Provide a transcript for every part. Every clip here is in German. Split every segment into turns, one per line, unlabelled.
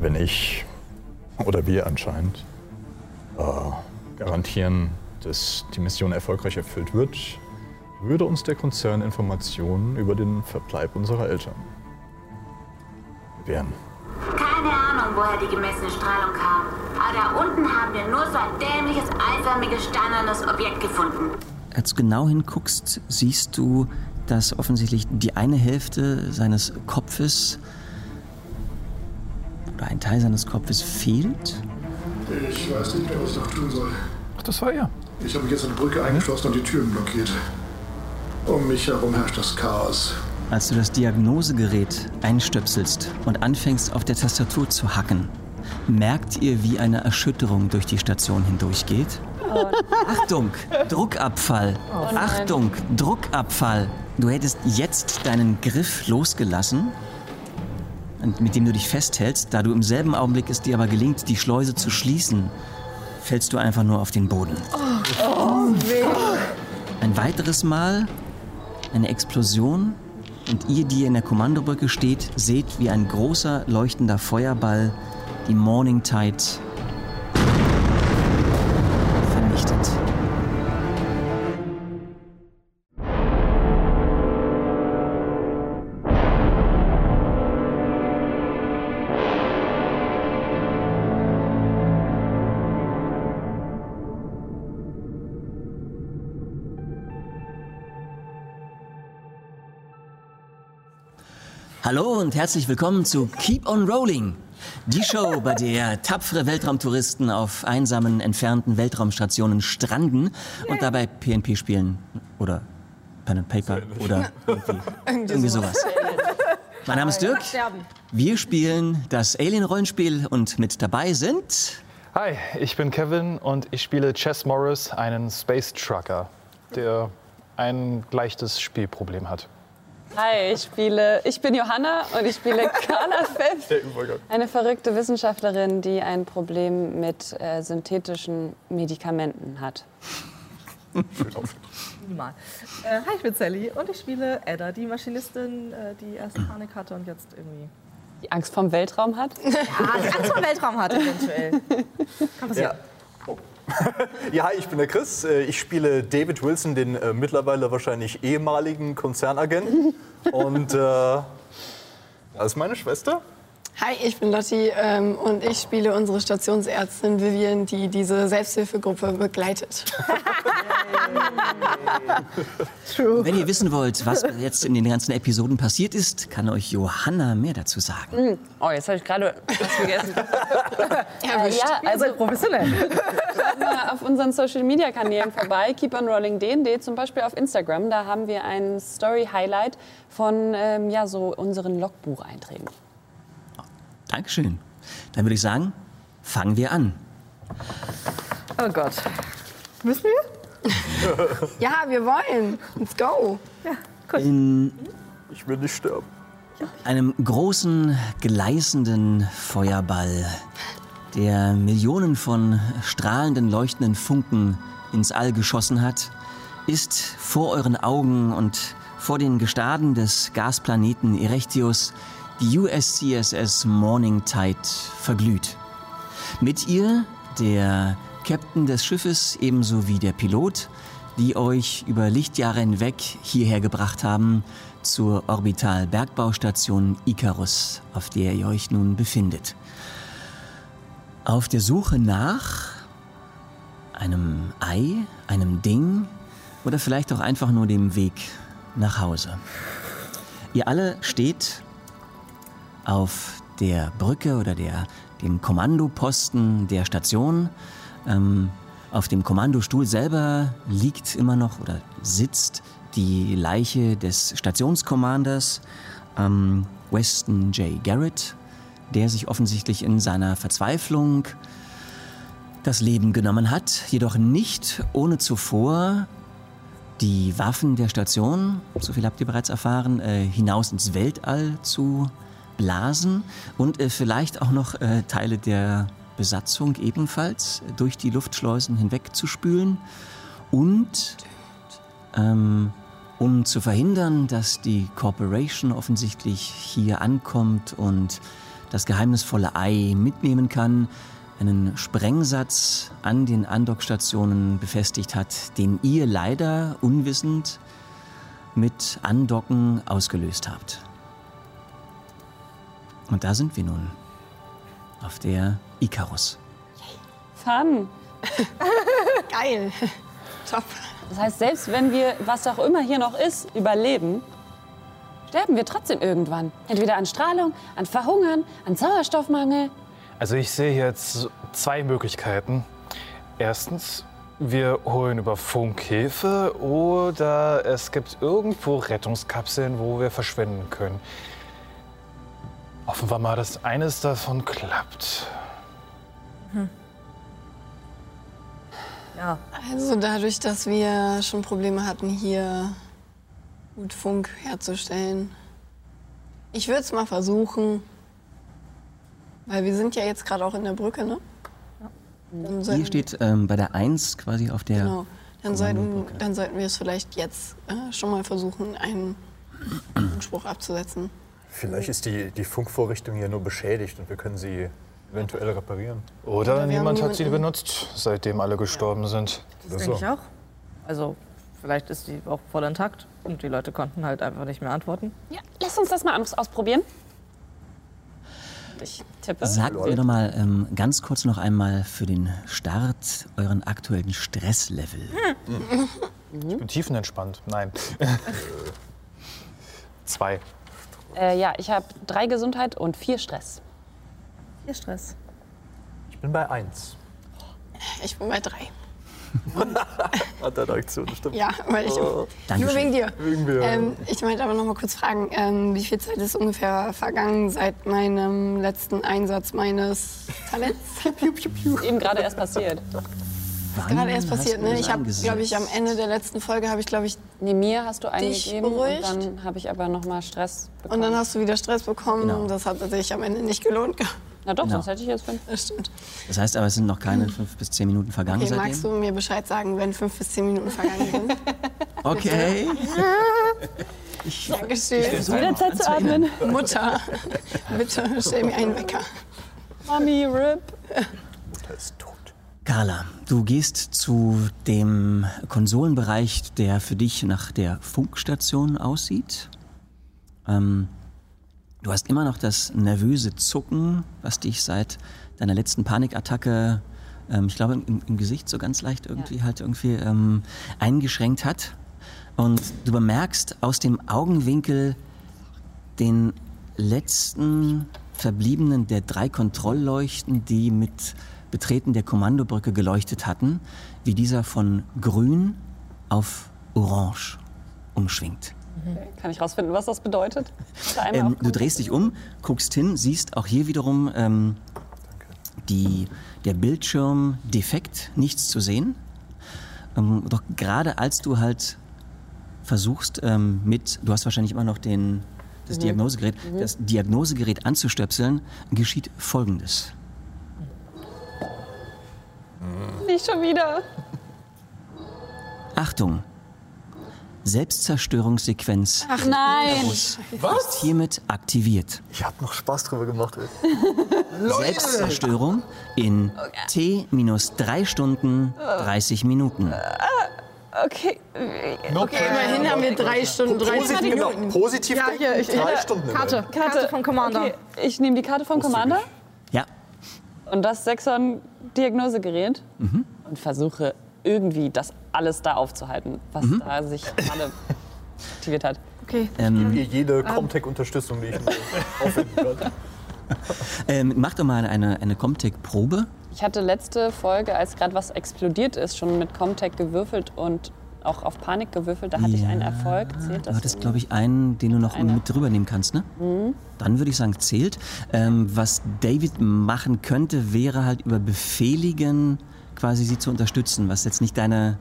wenn ich oder wir anscheinend äh, garantieren, dass die Mission erfolgreich erfüllt wird, würde uns der Konzern Informationen über den Verbleib unserer Eltern gewähren.
Keine Ahnung, woher die gemessene Strahlung kam. Aber da unten haben wir nur so ein dämliches, eiförmiges, steinernes Objekt gefunden.
Als du genau hinguckst, siehst du, dass offensichtlich die eine Hälfte seines Kopfes oder ein Teil seines Kopfes fehlt.
Ich weiß nicht mehr, was ich noch tun soll.
Ach, das war er.
Ich habe mich jetzt an die Brücke eingeschlossen und die Türen blockiert. Um mich herum herrscht das Chaos.
Als du das Diagnosegerät einstöpselst und anfängst auf der Tastatur zu hacken, merkt ihr, wie eine Erschütterung durch die Station hindurchgeht. Achtung, Druckabfall. Achtung, Druckabfall. Du hättest jetzt deinen Griff losgelassen, und mit dem du dich festhältst. Da du im selben Augenblick es dir aber gelingt, die Schleuse zu schließen, fällst du einfach nur auf den Boden. Ein weiteres Mal eine Explosion und ihr, die ihr in der Kommandobrücke steht, seht, wie ein großer leuchtender Feuerball die Morning Tide vernichtet. Hallo und herzlich willkommen zu Keep on Rolling. Die Show, bei der tapfere Weltraumtouristen auf einsamen, entfernten Weltraumstationen stranden und dabei PNP spielen oder Pen and Paper oder irgendwie, irgendwie sowas. Mein Name ist Dirk. Wir spielen das Alien-Rollenspiel und mit dabei sind
Hi, ich bin Kevin und ich spiele Chess Morris, einen Space Trucker, der ein leichtes Spielproblem hat.
Hi, ich spiele. Ich bin Johanna und ich spiele Carla Pfeff, eine verrückte Wissenschaftlerin, die ein Problem mit äh, synthetischen Medikamenten hat.
Mal. Äh, hi, ich bin Sally und ich spiele Edda, die Maschinistin, äh, die erst Panik hatte und jetzt irgendwie
Die Angst vom Weltraum hat.
ah, die Angst vor dem Weltraum hat eventuell.
Oh.
Ja, hi, ich bin der Chris. Äh, Ich spiele David Wilson, den äh, mittlerweile wahrscheinlich ehemaligen Konzernagenten. Und äh, das ist meine Schwester.
Hi, ich bin Lotti ähm, und ich spiele unsere Stationsärztin Vivian, die diese Selbsthilfegruppe begleitet.
Wenn ihr wissen wollt, was jetzt in den ganzen Episoden passiert ist, kann euch Johanna mehr dazu sagen.
Oh, jetzt habe ich gerade was vergessen.
Erwischt.
ja, also
Seid professionell.
schaut mal auf unseren Social Media Kanälen vorbei. Keep on Rolling DND, zum Beispiel auf Instagram. Da haben wir ein Story Highlight von ähm, ja, so unseren Logbucheinträgen.
Dankeschön. Dann würde ich sagen, fangen wir an.
Oh Gott. Müssen wir?
Ja, wir wollen. Let's go.
Ich will nicht sterben.
einem großen, gleißenden Feuerball, der Millionen von strahlenden, leuchtenden Funken ins All geschossen hat, ist vor euren Augen und vor den Gestaden des Gasplaneten Erechtius die USCSS Morning Tide verglüht. Mit ihr der Captain des Schiffes ebenso wie der Pilot, die euch über Lichtjahre hinweg hierher gebracht haben zur Orbital-Bergbaustation Icarus, auf der ihr euch nun befindet. Auf der Suche nach einem Ei, einem Ding oder vielleicht auch einfach nur dem Weg nach Hause. Ihr alle steht auf der Brücke oder der, dem Kommandoposten der Station. Ähm, auf dem Kommandostuhl selber liegt immer noch oder sitzt die Leiche des Stationscommanders ähm, Weston J. Garrett, der sich offensichtlich in seiner Verzweiflung das Leben genommen hat, jedoch nicht ohne zuvor die Waffen der Station, so viel habt ihr bereits erfahren, äh, hinaus ins Weltall zu blasen und äh, vielleicht auch noch äh, Teile der Besatzung ebenfalls durch die Luftschleusen hinweg zu spülen und ähm, um zu verhindern, dass die Corporation offensichtlich hier ankommt und das geheimnisvolle Ei mitnehmen kann, einen Sprengsatz an den Andockstationen befestigt hat, den ihr leider unwissend mit Andocken ausgelöst habt. Und da sind wir nun. Auf der Icarus.
Fun.
Geil. Top.
Das heißt, selbst wenn wir, was auch immer hier noch ist, überleben, sterben wir trotzdem irgendwann. Entweder an Strahlung, an Verhungern, an Sauerstoffmangel.
Also ich sehe jetzt zwei Möglichkeiten. Erstens, wir holen über Funk Hilfe oder es gibt irgendwo Rettungskapseln, wo wir verschwinden können. Hoffen wir mal, dass eines davon klappt.
Ja.
Also dadurch, dass wir schon Probleme hatten, hier gut Funk herzustellen. Ich würde es mal versuchen. Weil wir sind ja jetzt gerade auch in der Brücke, ne? Dann sollten,
Ihr steht ähm, bei der 1 quasi auf der.
Genau. Dann sollten, dann sollten wir es vielleicht jetzt äh, schon mal versuchen, einen Spruch abzusetzen.
Vielleicht ist die, die Funkvorrichtung ja nur beschädigt und wir können sie eventuell reparieren.
Oder
wir haben
niemand hat sie
niemanden.
benutzt, seitdem alle gestorben sind.
Das denke ich auch. Also, vielleicht ist die auch voll intakt und die Leute konnten halt einfach nicht mehr antworten.
Ja, lass uns das mal aus ausprobieren. Ich tippe.
Sagt mir doch mal ähm, ganz kurz noch einmal für den Start euren aktuellen Stresslevel.
Hm,
Hm?
Ich bin tiefenentspannt. Nein. Zwei.
Äh, ja, ich habe drei Gesundheit und vier Stress.
Ihr Stress.
Ich bin bei 1.
Ich bin bei drei.
Ah,
Hat er eine Aktion, stimmt.
Ja, weil ich. Nur
Dankeschön.
wegen dir. Ähm, ich wollte aber noch mal kurz fragen, ähm, wie viel Zeit ist ungefähr vergangen seit meinem letzten Einsatz meines Talents?
Ist eben gerade erst passiert.
Wann
Gerade erst
hast
passiert,
du
ne?
das
Ich habe,
angesetzt?
glaube ich, am Ende der letzten Folge habe ich, glaube ich,
Nee, mir hast du
Dich
eingegeben und
beruhigt?
dann habe ich aber noch mal Stress bekommen.
und dann hast du wieder Stress bekommen.
Genau.
Das hat sich am Ende nicht gelohnt.
Na doch,
Ja.
sonst hätte ich jetzt fünf.
Das stimmt.
Das heißt aber, es sind noch keine fünf bis zehn Minuten vergangen
Hm. Okay, magst
seitdem.
du mir Bescheid sagen, wenn fünf bis zehn Minuten vergangen sind?
Okay.
Dankeschön.
Wieder Zeit zu atmen.
Mutter, bitte stell mir einen Wecker.
Mami, RIP.
Mutter ist tot.
Carla, du gehst zu dem Konsolenbereich, der für dich nach der Funkstation aussieht. Ähm, du hast immer noch das nervöse Zucken, was dich seit deiner letzten Panikattacke, ähm, ich glaube, im, im Gesicht so ganz leicht irgendwie halt irgendwie ähm, eingeschränkt hat. Und du bemerkst aus dem Augenwinkel den letzten verbliebenen der drei Kontrollleuchten, die mit Betreten der Kommandobrücke geleuchtet hatten, wie dieser von grün auf orange umschwingt.
Kann ich rausfinden, was das bedeutet? Einmal
Ähm,
auf-
du drehst dich um, guckst hin, siehst auch hier wiederum ähm, die, der Bildschirm defekt, nichts zu sehen. Ähm, doch gerade als du halt versuchst ähm, mit, du hast wahrscheinlich immer noch den,
Mhm.
das, Diagnosegerät, das Diagnosegerät anzustöpseln, geschieht Folgendes.
Nicht schon wieder.
Achtung! Selbstzerstörungssequenz
Ach nein.
ist hiermit aktiviert.
Ich hab noch Spaß drüber gemacht. Ey.
Selbstzerstörung in T minus 3 Stunden 30 Minuten.
Okay.
Okay, immerhin haben wir drei Stunden, 30
Positiv,
Minuten.
genau, positiv
Ja,
denken,
hier, ich-
drei
hier,
Stunden.
Karte,
immerhin.
Karte vom Commander.
Okay, ich nehme die Karte vom Commander
Ja,
und das Sexon-Diagnosegerät und versuche irgendwie das alles da aufzuhalten, was da sich gerade aktiviert hat.
Okay.
Hier
ähm,
jede Comtech-Unterstützung, die ich nur aufwenden kann.
ähm, mach doch mal eine, eine Comtech-Probe.
Ich hatte letzte Folge, als gerade was explodiert ist, schon mit Comtech gewürfelt und auch auf Panik gewürfelt. Da hatte ich einen Erfolg. Zählt
Du
das?
hattest, glaube ich, einen, den du noch mit drüber nehmen kannst, ne?
Mhm.
Dann würde ich sagen, zählt. Ähm, was David machen könnte, wäre halt über Befehligen quasi sie zu unterstützen, was jetzt nicht deine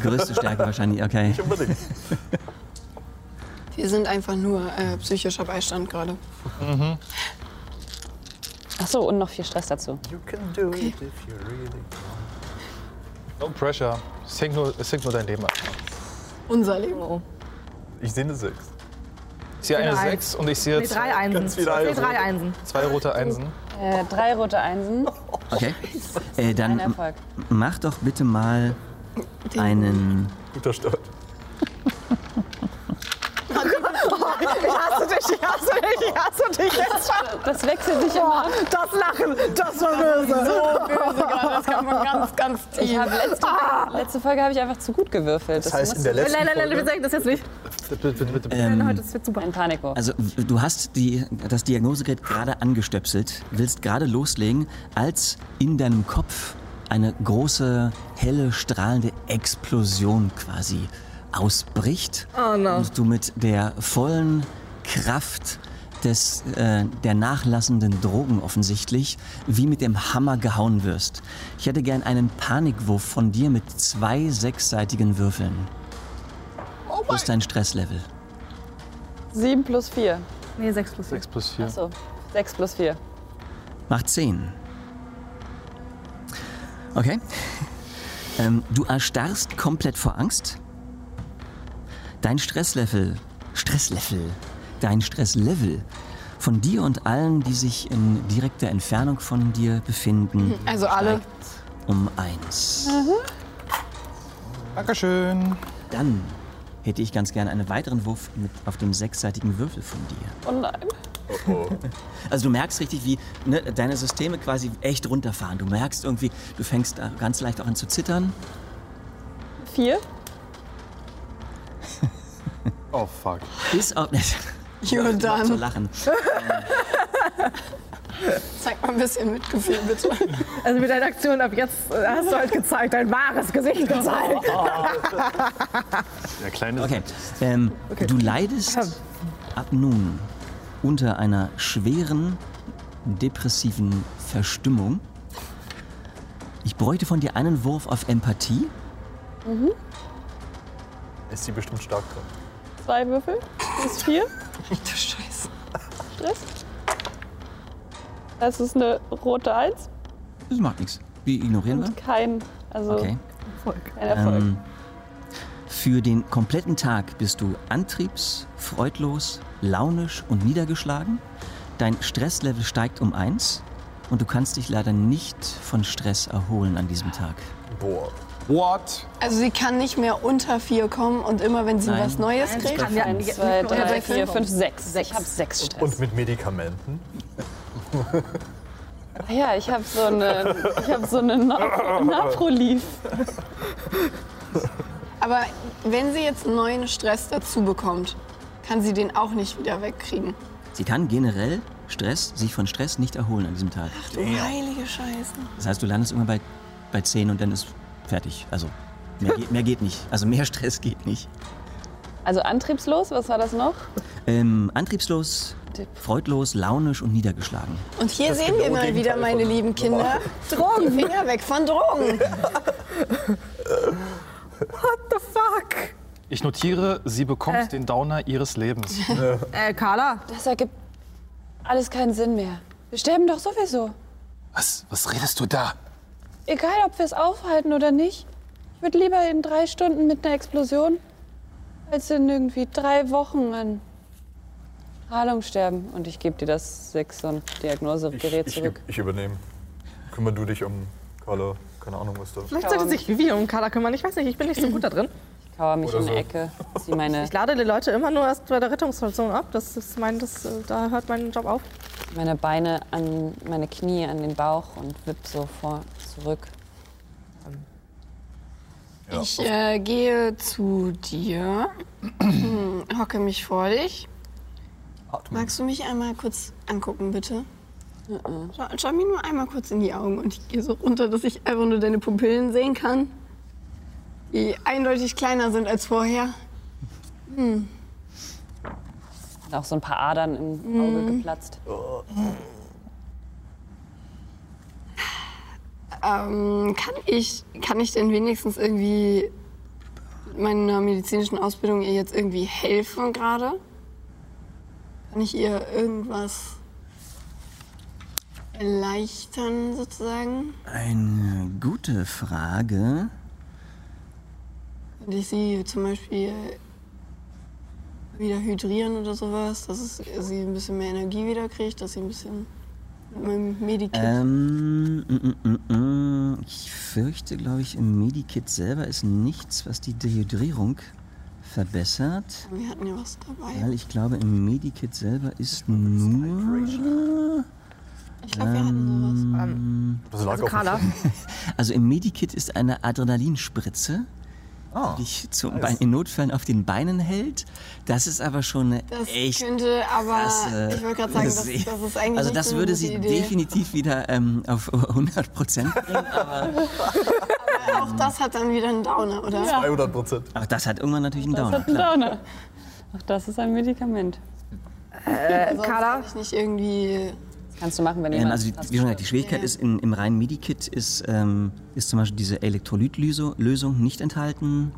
größte Stärke wahrscheinlich, okay.
Unbedingt.
Wir sind einfach nur äh, psychischer Beistand gerade.
Ach so, und noch viel Stress dazu.
You can do it if you really
No pressure. Es
Oh.
hängt nur, es hängt nur dein Leben ab.
Unser Leben.
Ich sehe eine 6.
Ich sehe eine
Genau.
6 und ich sehe
Nee, drei
zwei,
Einsen.
ganz
Ich
viele
sehe
Einsen.
drei Einsen.
zwei rote Einsen.
Äh, drei rote Einsen.
Okay. Äh,
Ein
dann
Erfolg.
mach doch bitte mal einen.
Guter Start.
Ich hasse dich, ich hasse dich, ich hasse dich jetzt schon.
Das wechselt sich immer ab.
Das Lachen, das war böse.
So böse gerade, Oh, das kann man ganz, ganz
Ich
tief. Ah.
hab letzte, letzte Folge habe ich einfach zu gut gewürfelt.
Das heißt, in der
Nein,
letzten
nein, nein, wir
Folge,
sagen das jetzt nicht.
Ähm,
Nein, heute das wird super.
ein Panikwurf.
Also, w- du hast die, das Diagnosegerät gerade angestöpselt, willst gerade loslegen, als in deinem Kopf eine große, helle, strahlende Explosion quasi ausbricht.
Oh no.
Und du mit der vollen Kraft des, äh, der nachlassenden Drogen offensichtlich wie mit dem Hammer gehauen wirst. Ich hätte gern einen Panikwurf von dir mit zwei sechsseitigen Würfeln.
Oh
Plus dein Stresslevel.
7 plus 4.
Nee, 6 plus 6.
6 plus 4.
Achso, 6 plus 4.
Macht 10. Okay. Ähm, du erstarrst komplett vor Angst. Dein Stresslevel, Stresslevel, dein Stresslevel von dir und allen, die sich in direkter Entfernung von dir befinden,
Also alle.
um 1.
Dankeschön.
Dann hätte ich ganz gerne einen weiteren Wurf mit auf dem sechsseitigen Würfel von dir.
Oh nein.
Also du merkst richtig, wie ne, deine Systeme quasi echt runterfahren. Du merkst irgendwie, du fängst da ganz leicht auch an zu zittern.
4?
Oh fuck.
Bis auf.
You're
Macht so
done.
lachen.
Zeig mal ein bisschen Mitgefühl, bitte.
Also mit deiner Aktion ab jetzt äh, hast du halt gezeigt, dein wahres Gesicht gezeigt.
Der kleine
Okay. Ähm, Du leidest ab nun unter einer schweren depressiven Verstimmung. Ich bräuchte von dir einen Wurf auf Empathie.
ist sie bestimmt stark dran.
Zwei Würfel? Plus 4?
Du Scheiße.
Stress? Das ist eine rote 1
Das macht nichts. Die ignorieren
und kein, also
wir. Okay.
kein Erfolg.
Ähm, für den kompletten Tag bist du antriebs, freudlos, launisch und niedergeschlagen. Dein Stresslevel steigt um eins und du kannst dich leider nicht von Stress erholen an diesem Tag.
Boah.
What?
Also sie kann nicht mehr unter vier kommen und immer, wenn sie
Nein.
was Neues kriegt,
kann ja
1, 2,
unter
3,
sechs
4,
kommen.
5, 6. Ich habe 6 Stress.
Und mit Medikamenten?
Ah ja, ich habe so eine, ich hab so eine Na- Naprolief.
aber wenn sie jetzt neuen Stress dazu bekommt, kann sie den auch nicht wieder wegkriegen.
Sie kann generell Stress, sich von Stress nicht erholen an diesem Tag.
Du heilige Scheiße.
Das heißt, du landest irgendwann bei, bei 10 und dann ist fertig. Also mehr, geht- mehr geht nicht. Also mehr Stress geht nicht.
Also antriebslos, was war das noch?
Ähm, antriebslos, freudlos, launisch und niedergeschlagen.
Und hier sehen wir mal wieder, meine lieben Kinder, Drogen, Finger weg von Drogen.
Fuck.
Ich notiere, sie bekommt den Downer ihres Lebens.
Äh, Carla,
Das ergibt alles keinen Sinn mehr. Wir sterben doch sowieso.
Was, was redest du da?
Egal, ob wir es aufhalten oder nicht. Ich würde lieber in drei Stunden mit einer Explosion als in irgendwie drei Wochen an Strahlung sterben. Und ich gebe dir das Sechs- und Diagnosegerät
ich,
zurück.
ich übernehme. Kümmer du dich um Carla. Keine Ahnung, was da.
vielleicht sollte sich Vivi um Carla kümmern. Ich weiß nicht, ich bin nicht so gut da drin.
Ich kauere mich in die
so.
Ecke, zieh meine,
Ich lade die Leute immer nur erst bei der Rettungsaktion ab. Das ist mein, das, äh, da hört mein Job auf.
meine Beine an meine Knie, an den Bauch und wipp so vor zurück.
Ich äh, gehe zu dir, hm, hocke mich vor dich. Magst du mich einmal kurz angucken, bitte? Schau, schau mir nur einmal kurz in die Augen und ich gehe so runter, dass ich einfach nur deine Pupillen sehen kann, die eindeutig kleiner sind als vorher.
Sind auch so ein paar Adern im Auge geplatzt.
Ähm, kann, ich, kann ich denn wenigstens irgendwie mit meiner medizinischen Ausbildung ihr jetzt irgendwie helfen gerade? Kann ich ihr irgendwas erleichtern sozusagen?
Eine gute Frage.
Könnte ich sie zum Beispiel wieder hydrieren oder sowas, dass es, sie ein bisschen mehr Energie wieder kriegt, dass sie ein bisschen mit meinem Medikit.
Ähm, mm, mm, mm, mm. ich fürchte, glaube ich, im Medikit selber ist nichts, was die Dehydrierung verbessert.
Wir hatten ja was dabei.
Weil ich glaube, im Medikit selber ist nur.
ich glaube, wir hatten sowas.
Das lag
Also
auf dem
Carla,
Also im Medikit ist eine Adrenalinspritze, die dich zu, bei, in Notfällen auf den Beinen hält. Das ist aber schon eine
Das
echt
könnte, aber
krasse
ich wollte gerade sagen, das, das
See.
ist eigentlich
Also
nicht
das
so eine
würde
gute
sie
Idee.
definitiv wieder ähm, auf 100 Prozent bringen.
Auch das hat dann wieder einen Downer, oder?
200 Prozent.
Auch das hat irgendwann natürlich einen
Das
Downer.
hat einen
Oh, Klar.
Downer. Ach, das ist ein Medikament.
Sonst
Carla?
kann ich nicht irgendwie.
Kannst du machen, wenn
Ähm,
jemand.
also wie, wie schon gesagt, die Schwierigkeit ist in, im reinen Medikit ist, ähm, ist zum Beispiel diese Elektrolytlösung nicht enthalten.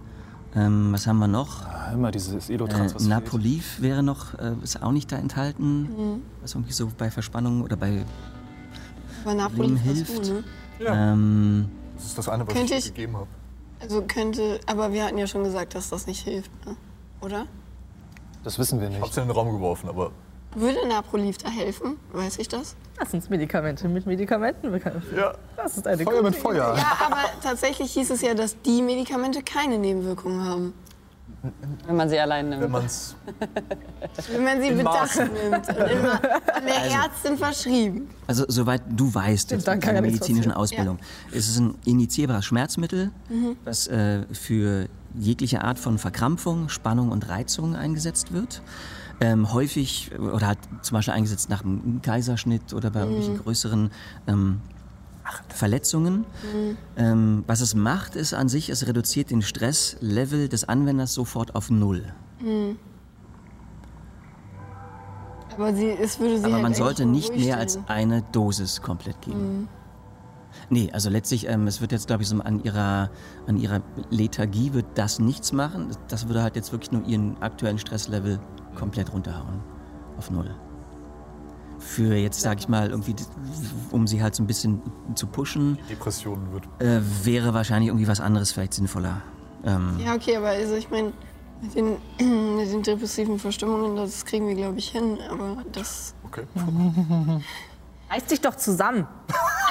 Ähm, was haben wir noch?
Ah, immer dieses
Äh,
Elotrans, was fehlt.
Napoliv wäre noch, äh, ist auch nicht da enthalten.
Mhm.
Was irgendwie so bei Verspannungen oder bei.
Aber Napoli
hilft.
hilft. Ne?
Ähm,
Das ist das eine, was
Könnte
ich,
ich-
gegeben habe.
Also könnte. Aber wir hatten ja schon gesagt, dass das nicht hilft, ne? oder?
Das wissen wir
Ich hab's
nicht.
in den Raum geworfen, aber
Würde Naprolief da helfen? Weiß ich das?
das sind Medikamente mit Medikamenten bekämpfen. Ja. Das ist eine
Feuer mit
gute
Feuer.
Ja, aber tatsächlich hieß es ja, dass die Medikamente keine Nebenwirkungen haben.
wenn man sie allein nimmt.
wenn man's.
Wenn man sie bedacht
Maßen.
nimmt und immer von der Ärztin verschrieben.
also soweit du weißt, jetzt
dann
in
kann
deiner
ja nichts
medizinischen Ausbildung, ist es ein injizierbares Schmerzmittel,
Mhm.
was äh, für jegliche Art von Verkrampfung, Spannung und Reizung eingesetzt wird. Ähm, häufig äh, oder halt zum Beispiel eingesetzt nach einem Kaiserschnitt oder bei irgendwelchen
Mhm.
größeren ähm, Verletzungen.
Mhm.
Ähm, was es macht, ist an sich, es reduziert den Stresslevel des Anwenders sofort auf Null.
Aber sie, es würde sie
Aber
halt
man
eigentlich
sollte
nur
nicht mehr als
ruhig Mhm.
eine Dosis komplett geben. Nee, also letztlich, ähm, es wird jetzt, glaube ich, so an ihrer, an ihrer Lethargie wird das nichts machen. Das würde halt jetzt wirklich nur ihren aktuellen Stresslevel komplett runterhauen. Auf Null. Für jetzt, sag ich mal, irgendwie, um sie halt so ein bisschen zu pushen,
Depressionen wird.
äh, wäre wahrscheinlich irgendwie was anderes vielleicht sinnvoller. Ähm,
Ja, okay, aber also ich meine, mit den, mit den depressiven Verstimmungen, das kriegen wir, glaube ich, hin. Aber das.
Okay.
Reiß dich doch zusammen.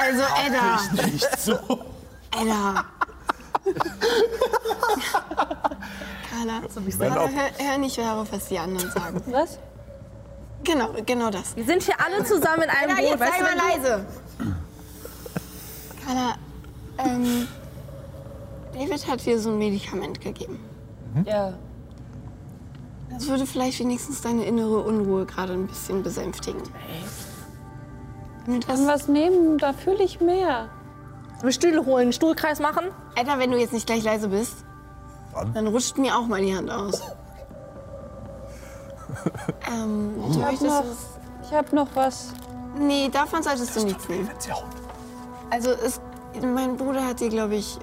Also, Edda! Edda! Carla, Carla hör, hör nicht darauf, was die anderen sagen.
Was?
Genau, genau das.
Wir sind hier alle zusammen in einem
Edda,
Boot.
jetzt sei
weißt du, wenn
mal
du-
leise! Carla, ähm, David hat dir so ein Medikament gegeben.
Mhm.
Ja.
Das würde vielleicht wenigstens deine innere Unruhe gerade ein bisschen besänftigen. Wenn du
Kann
das,
was nehmen, da fühle ich mehr.
Einen Stuhl holen, einen Stuhlkreis machen.
Edda, wenn du jetzt nicht gleich leise bist, dann rutscht mir auch mal die Hand aus. ähm,
Oh.
du möchtest,
Noch, ich habe noch was.
nee, davon solltest du nichts nehmen. Also es, mein Bruder hat dir, glaube ich,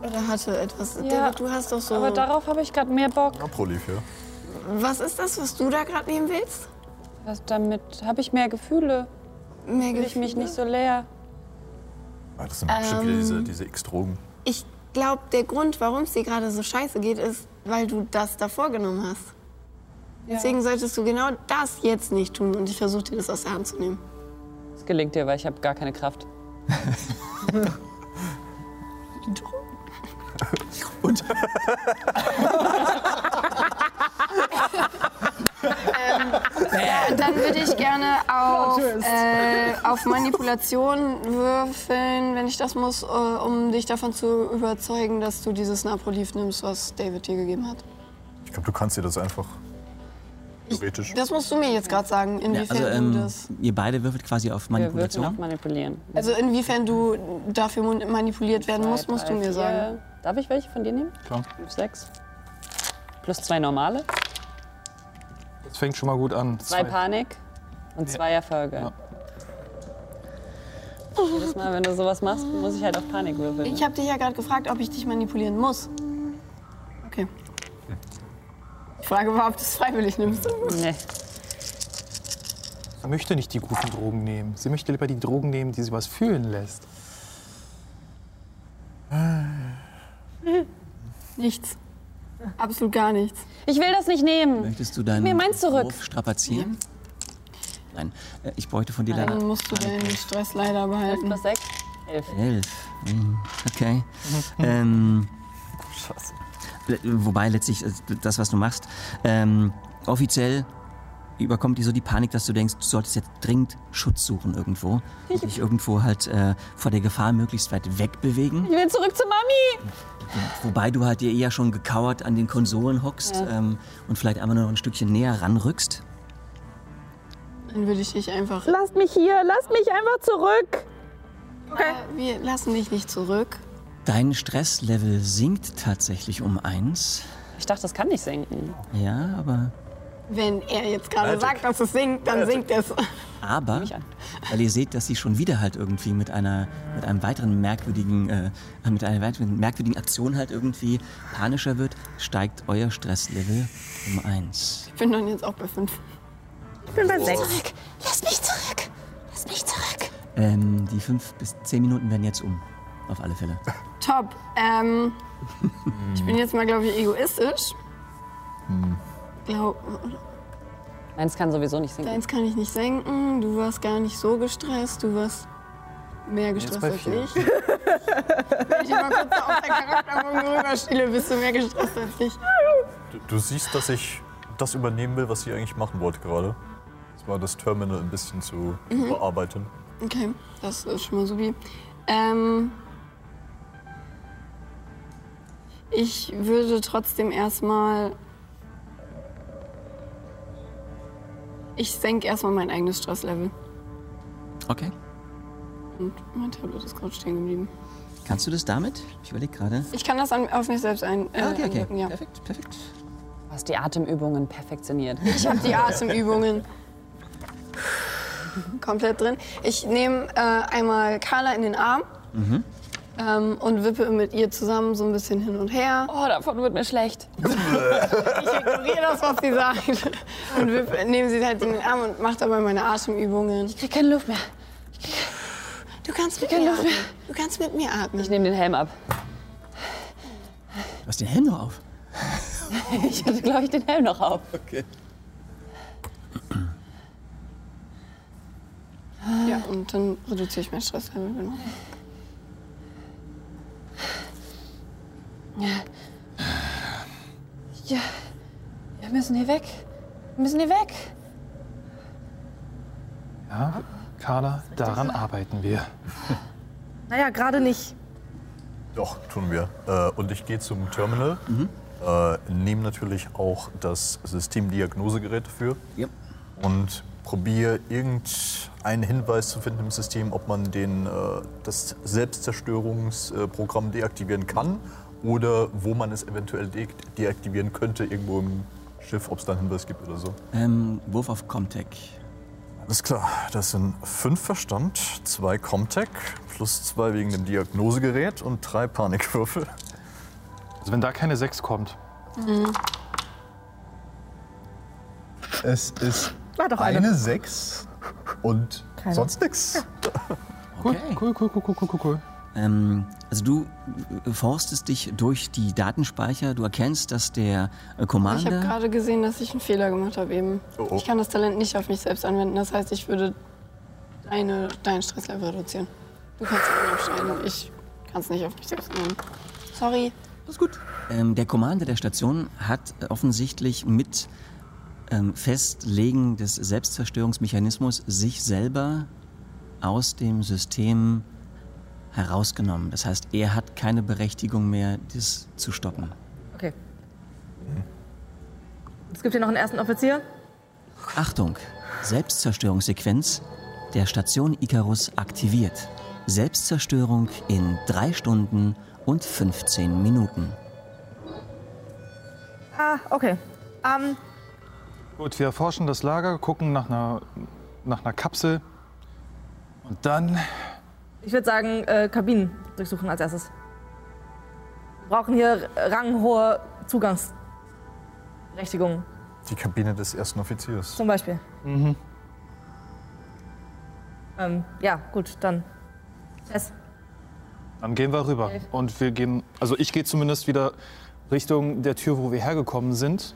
oder hatte etwas.
Ja,
David, du hast doch so.
Aber darauf habe ich gerade mehr Bock.
Naprolief, ja.
was ist das, was du da gerade nehmen willst?
Was, damit habe ich mehr Gefühle.
Mehr
Fühle ich mich
Gefühle?
nicht so leer.
Ah, das sind bestimmt wieder diese, diese X-Drogen.
Ich glaube, der Grund, warum es dir gerade so scheiße geht, ist, weil du das davor genommen hast. Deswegen solltest du genau das jetzt nicht tun und ich versuche dir das aus der Hand zu nehmen.
Das gelingt dir, weil ich habe gar keine Kraft.
Dann würde ich gerne auf, äh, auf Manipulation würfeln, wenn ich das muss, äh, um dich davon zu überzeugen, dass du dieses Naprolief nimmst, was David dir gegeben hat.
Ich glaube, du kannst dir das einfach. Theoretisch.
Das musst du mir jetzt gerade sagen,
ja,
inwiefern
also
du
ähm,
das.
ihr beide würfelt quasi auf
Wir würden
Manipulation.
auch manipulieren.
Also inwiefern du dafür manipuliert werden musst, musst du mir sagen.
Darf ich welche von dir nehmen?
Klar.
Fünf, sechs. Plus zwei normale,
Das fängt schon mal gut an.
zwei
Zwei.
Panik und zwei Erfolge. Oh.
Ja.
Jedes Mal, wenn du sowas machst, muss ich halt auf Panik würfeln.
Ich habe dich ja gerade gefragt, ob ich dich manipulieren muss. Okay. Die Frage war, ob du es freiwillig nimmst.
Nee.
Sie möchte nicht die guten Drogen nehmen. Sie möchte lieber die Drogen nehmen, die sie was fühlen lässt.
Nichts. Absolut gar nichts.
Ich will das nicht nehmen.
Möchtest du deinen
mir meins zurück.
Wurf strapazieren? Nein, Äh, ich bräuchte von dir
Dann
deine
musst du deinen Stress leider behalten.
Plus sechs. Elf.
Elf. Mhm. Okay. Ähm, le- wobei letztlich äh, das, was du machst, ähm, offiziell überkommt dir so die Panik, dass du denkst, du solltest jetzt dringend Schutz suchen irgendwo. Und dich irgendwo halt äh, vor der Gefahr möglichst weit wegbewegen.
Ich will zurück zu Mami.
Wobei du halt dir eher schon gekauert an den Konsolen hockst ähm, und vielleicht einmal nur noch ein Stückchen näher ranrückst.
Dann würde ich dich einfach.
Lasst mich hier. Lasst mich einfach zurück.
Äh, Wir lassen dich nicht zurück.
Dein Stresslevel sinkt tatsächlich um eins.
Ich dachte, das kann nicht sinken.
Ja, aber.
Wenn er jetzt gerade sagt, dass es singt, dann singt es.
Aber,
an.
weil ihr seht, dass sie schon wieder halt irgendwie mit einer, mit einem weiteren merkwürdigen, äh, mit einer weiteren merkwürdigen Aktion halt irgendwie panischer wird, steigt euer Stresslevel um eins.
Ich bin dann jetzt auch bei fünf.
Ich bin bei
Oh.
sechs.
Lass mich zurück! Lass mich zurück!
Ähm, die fünf bis zehn Minuten werden jetzt um. Auf alle Fälle.
Top. Ähm, ich bin jetzt mal, glaube ich, egoistisch. Glaub,
Meins kann sowieso nicht sinken.
deins kann ich nicht senken. Du warst gar nicht so gestresst. Du warst mehr gestresst
bei
als
vier.
ich. Wenn ich mal kurz da auf der Charakterbogen rüberspiele, bist du mehr gestresst als ich.
Du, du siehst, dass ich das übernehmen will, was ich eigentlich machen wollte gerade. Das war das Terminal ein bisschen zu bearbeiten.
Okay, das ist schon mal so wie. Ähm, ich würde trotzdem erstmal. Ich senke erstmal mein eigenes Stresslevel.
Okay.
Und mein Tablet ist gerade stehen geblieben.
Kannst du das damit? Ich überlege gerade. Ah,
Ich kann das an, auf mich selbst ein. Äh,
okay, okay.
anwirken, ja.
Perfekt, perfekt.
Du hast die Atemübungen perfektioniert.
Ich habe die Atemübungen komplett drin. Ich nehme äh, einmal Carla in den Arm
Mhm.
ähm, und wippe mit ihr zusammen so ein bisschen hin und her.
Oh, davon wird mir schlecht.
Ich ignoriere das, was sie sagt. Und wipp- nehme sie halt in den Arm und mache dabei meine Atemübungen. Genau.
Ich krieg keine Luft mehr.
Du kannst mit mir atmen. Du kannst mit mir atmen.
Ich nehme den Helm ab.
Du hast den Helm noch auf.
Ich hatte, glaube ich, den Helm noch auf.
Ja, und dann reduziere ich meinen Stress. Genau.
Ja, wir müssen hier weg. Wir müssen hier weg.
Ja, Carla, daran arbeiten wir.
Naja, gerade nicht.
Doch, tun wir. Äh, und ich gehe zum Terminal, äh, nehme natürlich auch das Systemdiagnosegerät dafür
Ja.
und probiere irgendeinen Hinweis zu finden im System, ob man den, äh, das Selbstzerstörungsprogramm deaktivieren kann oder wo man es eventuell de deaktivieren könnte, irgendwo im Schiff, ob es da einen Hinweis gibt oder so.
Ähm, Wurf auf Comtech.
Alles klar, das sind fünf Verstand, zwei Comtech, plus zwei wegen dem Diagnosegerät und drei Panikwürfel.
Also wenn da keine sechs kommt.
Es ist
War doch eine.
eine 6 und sonst nichts.
Cool, cool, cool, cool, cool, cool, cool, cool.
Ähm, also du äh, forstest dich durch die Datenspeicher, du erkennst, dass der äh,
Ich habe
Commander...
gerade gesehen, dass ich einen Fehler gemacht habe eben.
oh.
Ich kann das Talent nicht auf mich selbst anwenden. Das heißt, ich würde deine, dein Stresslevel reduzieren. Du kannst ihn abschneiden. Ich kann es nicht auf mich selbst anwenden. Sorry.
Alles gut. Ähm, der Commander der Station hat äh, offensichtlich mit ähm, Festlegen des Selbstzerstörungsmechanismus sich selber aus dem System herausgenommen. Das heißt, er hat keine Berechtigung mehr, das zu stoppen.
Okay. Es gibt hier noch einen ersten Offizier.
Achtung! Selbstzerstörungssequenz der Station Icarus aktiviert. Selbstzerstörung in 3 Stunden und 15 Minuten.
Ah, okay. Ähm,
Gut, wir erforschen das Lager, gucken nach einer, nach einer Kapsel. Und dann
ich würde sagen, äh, Kabinen durchsuchen als erstes. Wir brauchen hier ranghohe Zugangsberechtigungen
Die Kabine des ersten Offiziers.
zum Beispiel. Mhm. Ähm, ja, gut, dann. Tess.
Dann gehen wir rüber. Und wir gehen, also ich gehe zumindest wieder Richtung der Tür, wo wir hergekommen sind.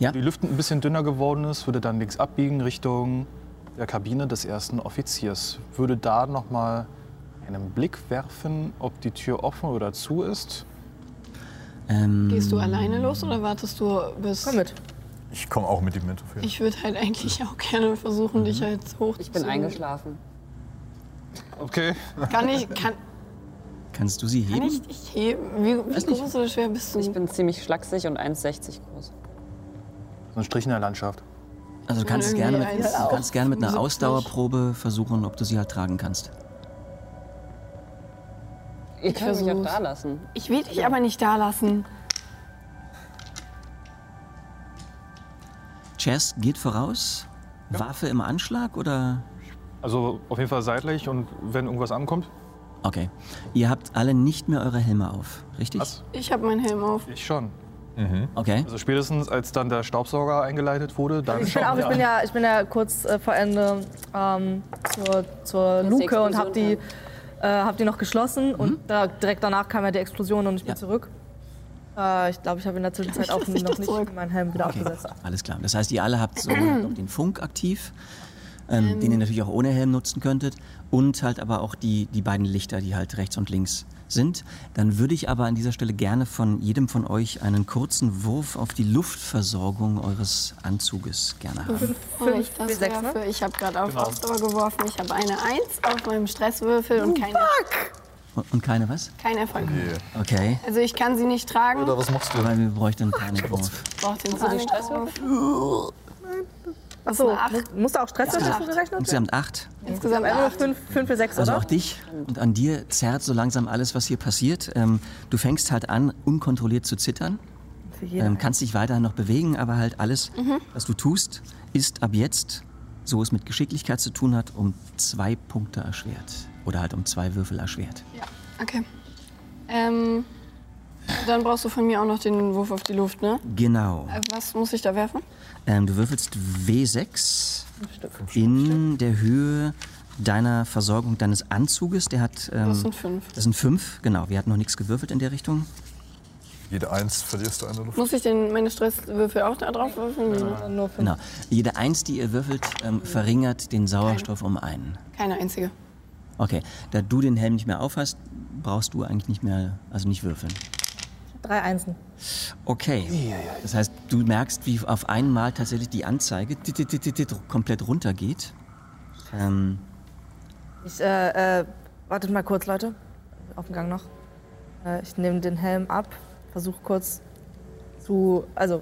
Ja.
die Lüften ein bisschen dünner geworden ist, würde dann links abbiegen Richtung der Kabine des ersten Offiziers. Würde da nochmal einen Blick werfen, ob die Tür offen oder zu ist.
Ähm,
Gehst du alleine los oder wartest du bis.
Hm. Komm mit.
Ich komme auch mit ihm mit. auf jeden
Ich würde halt eigentlich auch gerne versuchen, dich halt hoch
Ich bin eingeschlafen.
Okay.
Kann ich, kann,
kannst du sie
kann
heben?
ich dich heben? Wie, wie groß oder schwer bist du?
Ich bin ziemlich schlachsig und 1,60 groß.
So ein Strich in der Landschaft.
Also du kannst,
irgendwie
gerne mit,
eins
du
auf
kannst gerne mit einer
75.
Ausdauerprobe versuchen, ob du sie halt tragen kannst.
Ihr könnt mich auch
versuch's.
da lassen.
ich will dich aber nicht da lassen.
Chess geht voraus. Waffe im Anschlag oder?
Also auf jeden Fall seitlich und wenn irgendwas ankommt,
Okay. Ihr habt alle nicht mehr eure Helme auf, richtig?
Was?
Ich habe meinen Helm auf.
ich schon.
Okay.
Also spätestens als dann der Staubsauger eingeleitet wurde, dann
Ich bin, auch, ich, bin ja, ich bin ja kurz äh, vor Ende ähm, zur, zur
die
Luke und habe die,
Explosion
äh, hab die noch geschlossen. Und da, direkt danach kam ja die Explosion und ich bin
Mhm. Ja.
zurück. Äh, ich glaube, ich habe in der Zwischenzeit auch noch
ich das
nicht
zurück.
meinen Helm wieder
Okay,
abgesetzt.
alles klar. Das heißt, ihr alle habt so noch den Funk aktiv, ähm, den ihr natürlich auch ohne Helm nutzen könntet. Und halt aber auch die, die beiden Lichter, die halt rechts und links sind. Dann würde ich aber an dieser Stelle gerne von jedem von euch einen kurzen Wurf auf die Luftversorgung eures Anzuges gerne haben.
Für ich das
für sechs, ne?
werfe. Ich habe gerade auf Ausdauer geworfen. Ich habe eine 1 auf meinem Stresswürfel und keine,
Und, und keine was?
kein Erfolg.
Okay.
Also ich kann sie nicht tragen.
Fall. Oder was machst du?
Weil wir bräuchten keinen Wurf.
Ich brauche den Stresswürfel.
Achso,
eine Acht.
musst du auch Stress dazu gerechnet? werden?
Insgesamt acht.
Insgesamt
Am Ende
acht.
5 für 6,
Also
oder?
auch dich und an dir zerrt so langsam alles, was hier passiert. Ähm, du fängst halt an, unkontrolliert zu zittern.
Für jeden.
Ähm, kannst dich weiterhin noch bewegen, aber halt alles,
Mhm.
was du tust, ist ab jetzt, so es mit Geschicklichkeit zu tun hat, um zwei Punkte erschwert. Oder halt um zwei Würfel erschwert.
Ja, okay. Ähm, dann brauchst du von mir auch noch den Wurf auf die Luft, ne?
Genau.
Äh, Was muss ich da werfen?
Ähm, du würfelst W6 in der Höhe deiner Versorgung deines Anzuges. Der hat. Ähm,
Das sind fünf.
Das sind fünf, genau. Wir hatten noch nichts gewürfelt in der Richtung.
Jede Eins verlierst du eine Luft.
Muss ich denn meine Stresswürfel auch da drauf werfen?
Nur fünf.
Genau. Jede Eins, die ihr würfelt, ähm, verringert den Sauerstoff um einen.
Keine einzige.
Okay. Da du den Helm nicht mehr aufhast, brauchst du eigentlich nicht mehr, also nicht würfeln.
Drei Einsen.
Okay. Das heißt, du merkst, wie auf einmal tatsächlich die Anzeige tit- tit- tit- tit- komplett runtergeht. Ähm,
Ich, äh, äh, wartet mal kurz, Leute. Auf dem Gang noch. Äh, ich nehme den Helm ab, versuche kurz zu, also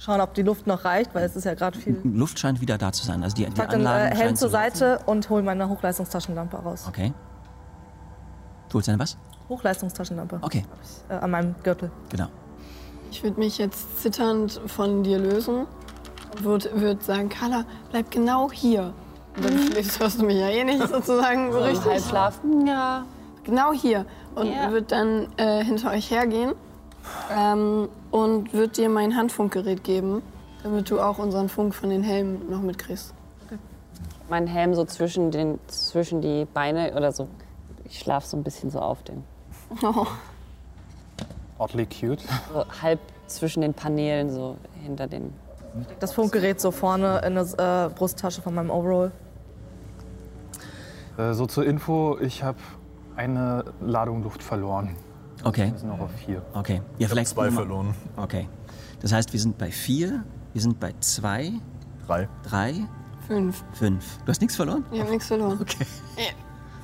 schauen, ob die Luft noch reicht, weil es ist ja gerade viel.
Luft scheint wieder da zu sein. Also die, die
Ich pack den äh,
Anlagen
Helm
scheinen
zur
zu laufen.
Seite und hole meine Hochleistungstaschenlampe raus.
Okay. Du holst eine was?
Hochleistungstaschenlampe
Okay,
äh, an meinem Gürtel.
genau.
Ich würde mich jetzt zitternd von dir lösen und würde würd sagen, Carla, bleib genau hier. Und dann schläfst hörst du mich ja eh nicht sozusagen so richtig.
Halb schlafen? Ja.
Genau hier. Und wird dann äh, hinter euch hergehen ähm, und wird dir mein Handfunkgerät geben, damit du auch unseren Funk von den Helmen noch mitkriegst.
Mein Helm so zwischen, den, zwischen die Beine oder so. Ich schlafe so ein bisschen so auf den.
Oh,
oddly cute.
So halb zwischen den Paneelen, so hinter den.
Das Funkgerät so vorne in der äh, Brusttasche von meinem Overall.
Äh, so zur Info, ich habe eine Ladung Luft verloren.
Okay,
Wir sind noch auf vier.
okay. Ja, vielleicht
Zwei
nur mal-
verloren.
Okay. Das heißt, wir sind bei vier, wir sind bei zwei,
Drei.
drei,
fünf.
fünf. Du hast nichts verloren?
Ich hab nichts verloren.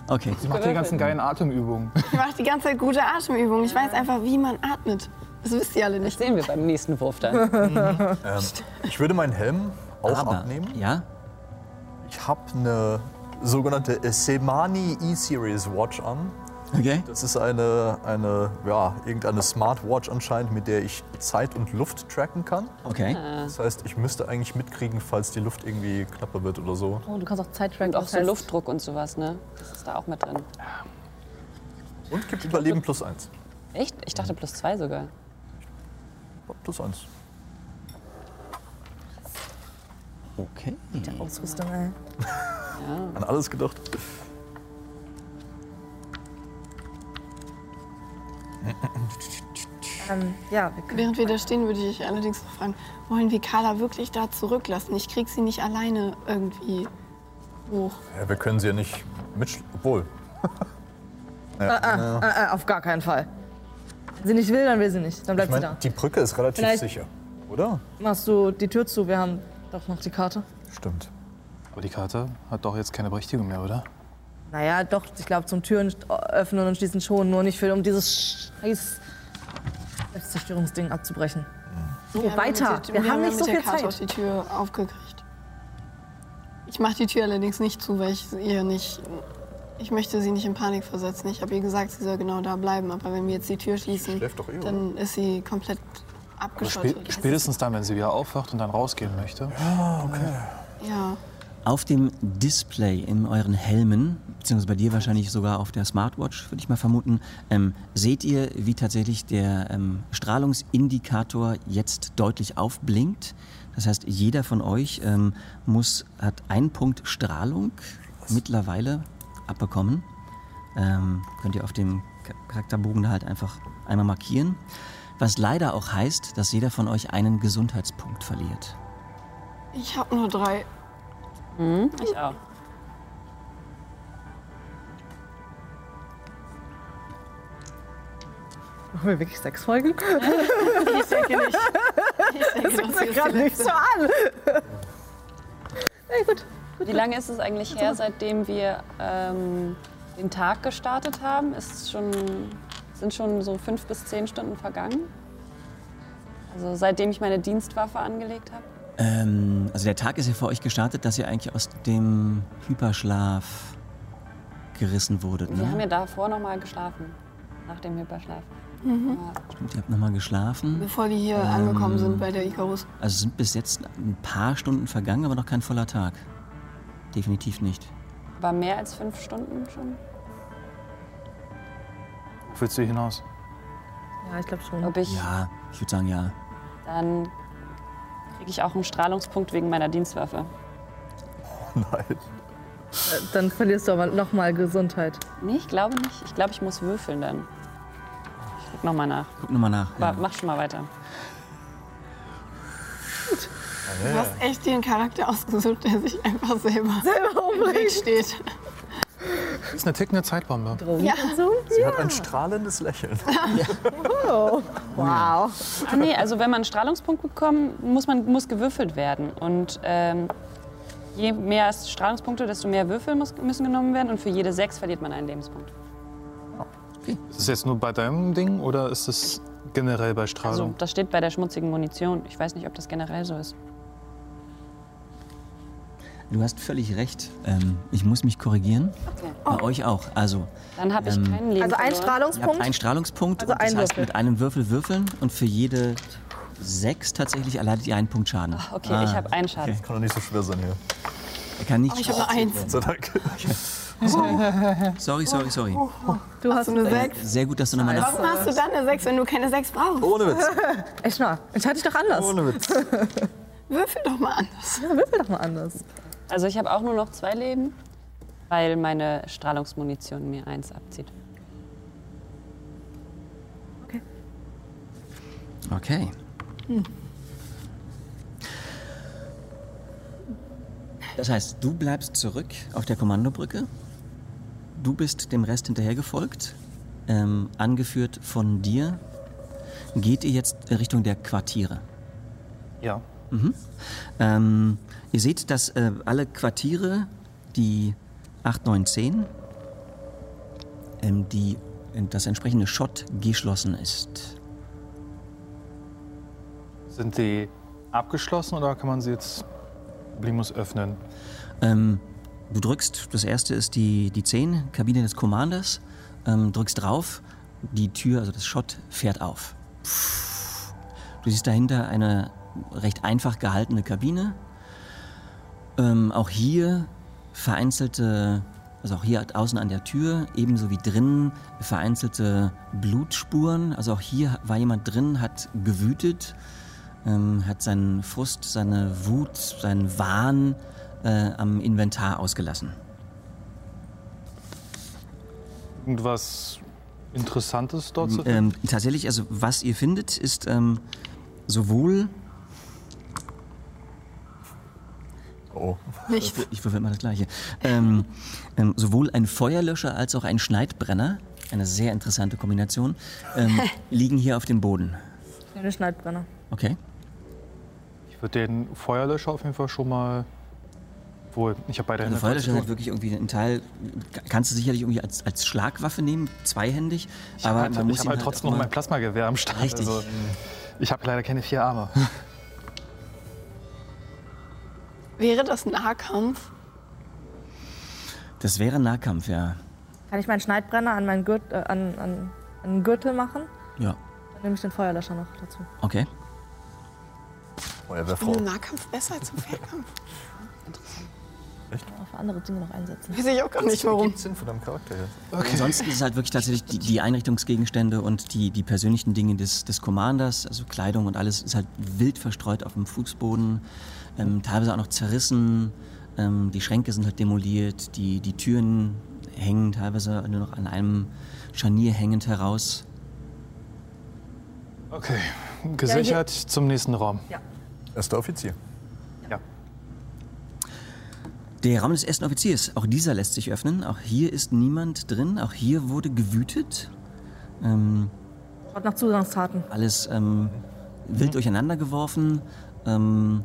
Okay.
Sie macht die ganzen geilen Atemübungen.
Ich mache die ganze Zeit gute Atemübungen. Ich weiß einfach, wie man atmet. Das wisst ihr alle
Das
nicht.
sehen wir beim nächsten Wurf dann.
Ähm, ich würde meinen Helm auch
Aber,
abnehmen.
ja,
Ich habe eine sogenannte äh, Semani E-Series Watch an.
okay.
Das ist eine, eine, ja, irgendeine Smartwatch anscheinend, mit der ich Zeit und Luft tracken kann.
Okay.
Das heißt, ich müsste eigentlich mitkriegen, falls die Luft irgendwie knapper wird oder so.
Oh, du kannst auch Zeit tracken.
Und auch
Das
so
heißt,
Luftdruck und sowas, ne? Das ist da auch mit drin.
Und gibt Überleben plus eins.
Echt? Ich dachte plus zwei sogar.
Plus eins.
Okay.
Ausrüstung, ey.
An alles gedacht.
Ähm, ja, wir können.
Während wir da stehen, würde ich allerdings noch fragen, wollen wir Carla wirklich da zurücklassen? Ich krieg sie nicht alleine irgendwie hoch.
Ja, wir können sie ja nicht mitsch... Obwohl.
Ah, ah, ah, auf gar keinen Fall. Wenn sie nicht will, dann will sie nicht. Dann
Ich
bleibt
meine,
sie
die Brücke ist relativ
Vielleicht-
sicher, oder?
da. Machst du die Tür zu, wir haben doch noch die Karte.
Stimmt.
Aber die Karte hat doch jetzt keine Berechtigung mehr, oder?
Naja, doch, ich glaube, zum Türen öffnen und schließen schon, nur nicht für, um dieses scheiß Selbstzerstörungsding abzubrechen. So, weiter.
mit der-
Wir haben
ja
nicht so
mit der
viel
Karte auf
Zeit.
die Tür aufgekriegt. Ich mache die Tür allerdings nicht zu, weil ich ihr nicht. Ich möchte sie nicht in Panik versetzen. Ich habe ihr gesagt, sie soll genau da bleiben. Aber wenn wir jetzt die Tür schließen,
schläft doch eh, oder?
dann ist sie komplett
Spä
abgeschottet.
spätestens dann, wenn sie wieder aufwacht und dann rausgehen möchte.
Ja.
Auf dem Display in euren Helmen, beziehungsweise bei dir wahrscheinlich sogar auf der Smartwatch, würde ich mal vermuten, ähm, seht ihr, wie tatsächlich der ähm, Strahlungsindikator jetzt deutlich aufblinkt. Das heißt, jeder von euch ähm, muss, hat einen Punkt Strahlung mittlerweile abbekommen. Ähm, könnt ihr auf dem Cha- Charakterbogen da halt einfach einmal markieren. Was leider auch heißt, dass jeder von euch einen Gesundheitspunkt verliert.
Ich habe nur drei.
Ich auch.
Machen wir wirklich sechs Folgen?
Ich denke nicht. Ich denke, das hier ist die letzte.
an.
Wie lange ist es eigentlich her, seitdem wir ähm, den Tag gestartet haben? Ist schon, sind schon so fünf bis zehn Stunden vergangen? Also seitdem ich meine Dienstwaffe angelegt habe?
Ähm, also der Tag ist ja für euch gestartet, dass ihr eigentlich aus dem Hyperschlaf gerissen wurdet.
Wir
Ne?
haben ja davor noch mal geschlafen, nach dem Hyperschlaf.
Stimmt, ihr habt nochmal geschlafen.
Bevor die
Ähm.
hier angekommen sind bei der Icarus.
Also sind bis jetzt ein paar Stunden vergangen, aber noch kein voller Tag. Definitiv nicht.
War mehr als fünf Stunden schon?
Wo willst du hinaus?
Ja, ich glaube schon.
Ob ich,
Ja, ich würde sagen ja.
Dann kriege ich auch einen Strahlungspunkt wegen meiner Dienstwaffe.
Nein.
Äh, Dann verlierst du aber nochmal Gesundheit.
Nee, ich glaube nicht. Ich glaube, ich muss würfeln dann. Ich guck noch mal nach.
Guck nochmal nach.
Wa-
Ja.
Mach schon mal weiter.
Du hast echt den Charakter ausgesucht, der sich einfach selber, selber umbringt. steht.
Das ist eine tickende Zeitbombe.
Ja.
Sie hat ein strahlendes Lächeln.
Wow.
Ah, nee, also wenn man einen Strahlungspunkt bekommt, muss man muss gewürfelt werden. Und ähm, je mehr Strahlungspunkte, desto mehr Würfel muss, müssen genommen werden. Und für jede sechs verliert man einen Lebenspunkt.
Ist das jetzt nur bei deinem Ding oder ist es generell bei Strahlung?
Also das steht bei der schmutzigen Munition. Ich weiß nicht, ob das generell so ist.
Du hast völlig recht. Ähm, ich muss mich korrigieren. Bei
Oh.
euch auch. Also,
Dann habe ich
Ähm,
keinen Leben
Also ein
verloren.
ihr habt
Strahlungspunkt.
einen Strahlungspunkt
Also
und das
ein
heißt
Würfel.
mit einem Würfel würfeln und für jede sechs tatsächlich erleidet ihr einen Punkt Schaden.
Okay, ich habe einen Schaden.
Kann doch nicht so schwer sein hier.
Er kann
Oh,
nicht.
Ich habe nur eins.
Gott sei Dank.
Sorry, sorry,
Oh.
sorry.
Du hast
Eine Sechs.
Sehr gut, dass du nochmal nach.
Warum hast du dann eine 6, wenn du keine 6 brauchst?
Ohne Witz.
Echt mal. Ich hatte dich doch anders.
Ohne Witz.
Würfel doch mal anders.
Ja, würfel doch mal anders.
Also ich habe auch nur noch zwei Leben, weil meine Strahlungsmunition mir eins abzieht.
Okay. Das heißt, du bleibst zurück auf der Kommandobrücke. Du bist dem Rest hinterhergefolgt, ähm, angeführt von dir. Geht ihr jetzt in Richtung der Quartiere?
Also, ja.
Ähm, ihr seht, dass äh, alle Quartiere, die 8, 9, 10, ähm, die, das entsprechende Schott geschlossen ist.
Sind die abgeschlossen oder kann man sie jetzt problemlos öffnen?
Ähm, du drückst, das erste ist die, die 10, Kabine des Commanders, ähm, drückst drauf, die Tür, also das Schott, fährt auf. Du siehst dahinter eine recht einfach gehaltene Kabine. Ähm, auch hier vereinzelte, also auch hier außen an der Tür, ebenso wie drinnen vereinzelte Blutspuren. Also auch hier war jemand drin, hat gewütet, ähm, hat seinen Frust, seine Wut, seinen Wahn äh, am Inventar ausgelassen.
Irgendwas Interessantes dort zu finden?
Ähm, tatsächlich, also was ihr findet, ist ähm, sowohl.
Oh.
Ich, wür- ich würfel immer das Gleiche. Ähm, ähm, sowohl ein Feuerlöscher als auch ein Schneidbrenner, eine sehr interessante Kombination, ähm, liegen hier auf dem Boden.
Ich nehme den Schneidbrenner.
Okay. Also ähm.
Ich würde den Feuerlöscher auf jeden Fall schon mal. Wohl, ich habe beide
Also
Hände.
Feuerlöscher
voll
hat
zu tun.
wirklich irgendwie einen Teil, kannst du sicherlich irgendwie als, als Schlagwaffe nehmen, zweihändig, aber
ich
man muss ihn
habe halt
halt
trotzdem
auch
noch
mal-
mein Plasmagewehr am Start. Also,
Richtig.
ich habe leider keine vier Arme.
Wäre das Nahkampf?
Das wäre Nahkampf, ja.
Kann ich meinen Schneidbrenner an meinen Gürt, äh, an, an, an den Gürtel machen?
Ja,
Dann nehme ich den Feuerlöscher noch dazu.
okay.
Feuerwehrfrau.
Ist Im Nahkampf besser als im Fernkampf?
Auch für andere Dinge noch einsetzen.
Weiß ich auch gar nicht warum.
Sinn von deinem Charakter jetzt.
Ansonsten ist es halt wirklich tatsächlich die, die Einrichtungsgegenstände und die, die persönlichen Dinge des, des Commanders, also Kleidung und alles, ist halt wild verstreut auf dem Fußboden, ähm, teilweise auch noch zerrissen. Ähm, die Schränke sind halt demoliert, die, die Türen hängen teilweise nur noch an einem Scharnier hängend heraus.
Okay, gesichert zum nächsten Raum.
Erster Offizier.
Ja.
Der Raum des ersten Offiziers, auch dieser lässt sich öffnen. Auch hier ist niemand drin. Auch hier wurde gewütet. Ähm,
Schaut nach Zugangskarten.
alles ähm,
Mhm.
wild durcheinander geworfen. Ähm,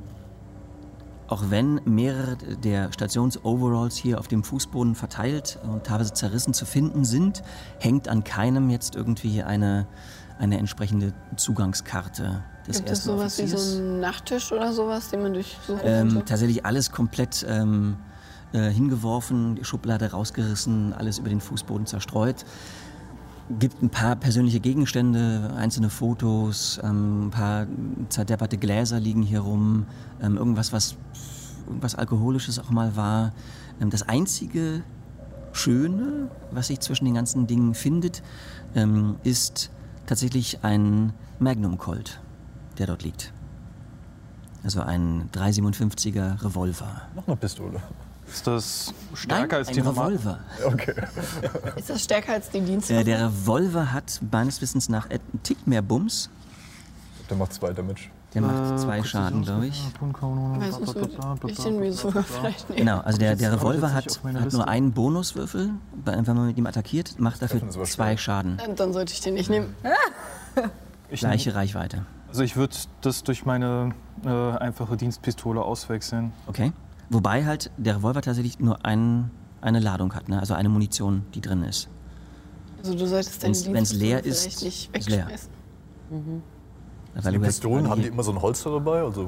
auch wenn mehrere der Stations-Overalls hier auf dem Fußboden verteilt und teilweise zerrissen zu finden sind, hängt an keinem jetzt irgendwie eine, eine entsprechende Zugangskarte des
Gibt es
ersten
sowas wie
Offiziers.
so einen Nachttisch oder sowas, den man durchsuchen
Ähm,
könnte?
tatsächlich alles komplett ähm, äh, hingeworfen, die Schublade rausgerissen, alles über den Fußboden zerstreut. Gibt ein paar persönliche Gegenstände, einzelne Fotos, ähm, ein paar zerdepperte Gläser liegen hier rum, ähm, irgendwas, was irgendwas Alkoholisches auch mal war. Ähm, das einzige Schöne, was sich zwischen den ganzen Dingen findet, ähm, ist tatsächlich ein Magnum Colt, der dort liegt. Also ein 357er Revolver.
Noch eine Pistole.
Ist das stärker als
ein
die normale?
Revolver.
Ist das stärker als die
Äh,
Dienstwaffe?
der Revolver hat meines Wissens nach einen Tick mehr Bums.
Der macht zwei Damage.
Der
Äh,
macht zwei Schaden, glaube ich.
Weil sonst würde ich den mir sogar vielleicht nehmen.
Genau, also der, der
Hab ich jetzt
Revolver
nicht
hat,
auf meiner
hat nur
Liste.
einen Bonuswürfel, weil wenn man mit ihm attackiert, macht dafür
Treffen ist aber
zwei Schaden.
Dann- Dann sollte ich den nicht nehmen.
Ich nehm-
Gleiche Reichweite.
Also ich würde das durch meine äh, einfache Dienstpistole auswechseln.
Okay. Wobei halt der Revolver tatsächlich nur ein, eine Ladung hat, ne? also eine Munition, die drin ist.
Also du solltest deine
Wenn's- wenn's
Dienstpistole
leer ist,
vielleicht nicht
ist leer.
wegschmeißen.
Weil
Die
du halt-
Pistolen,
weil
haben die
hier-
immer so ein Holster dabei? Also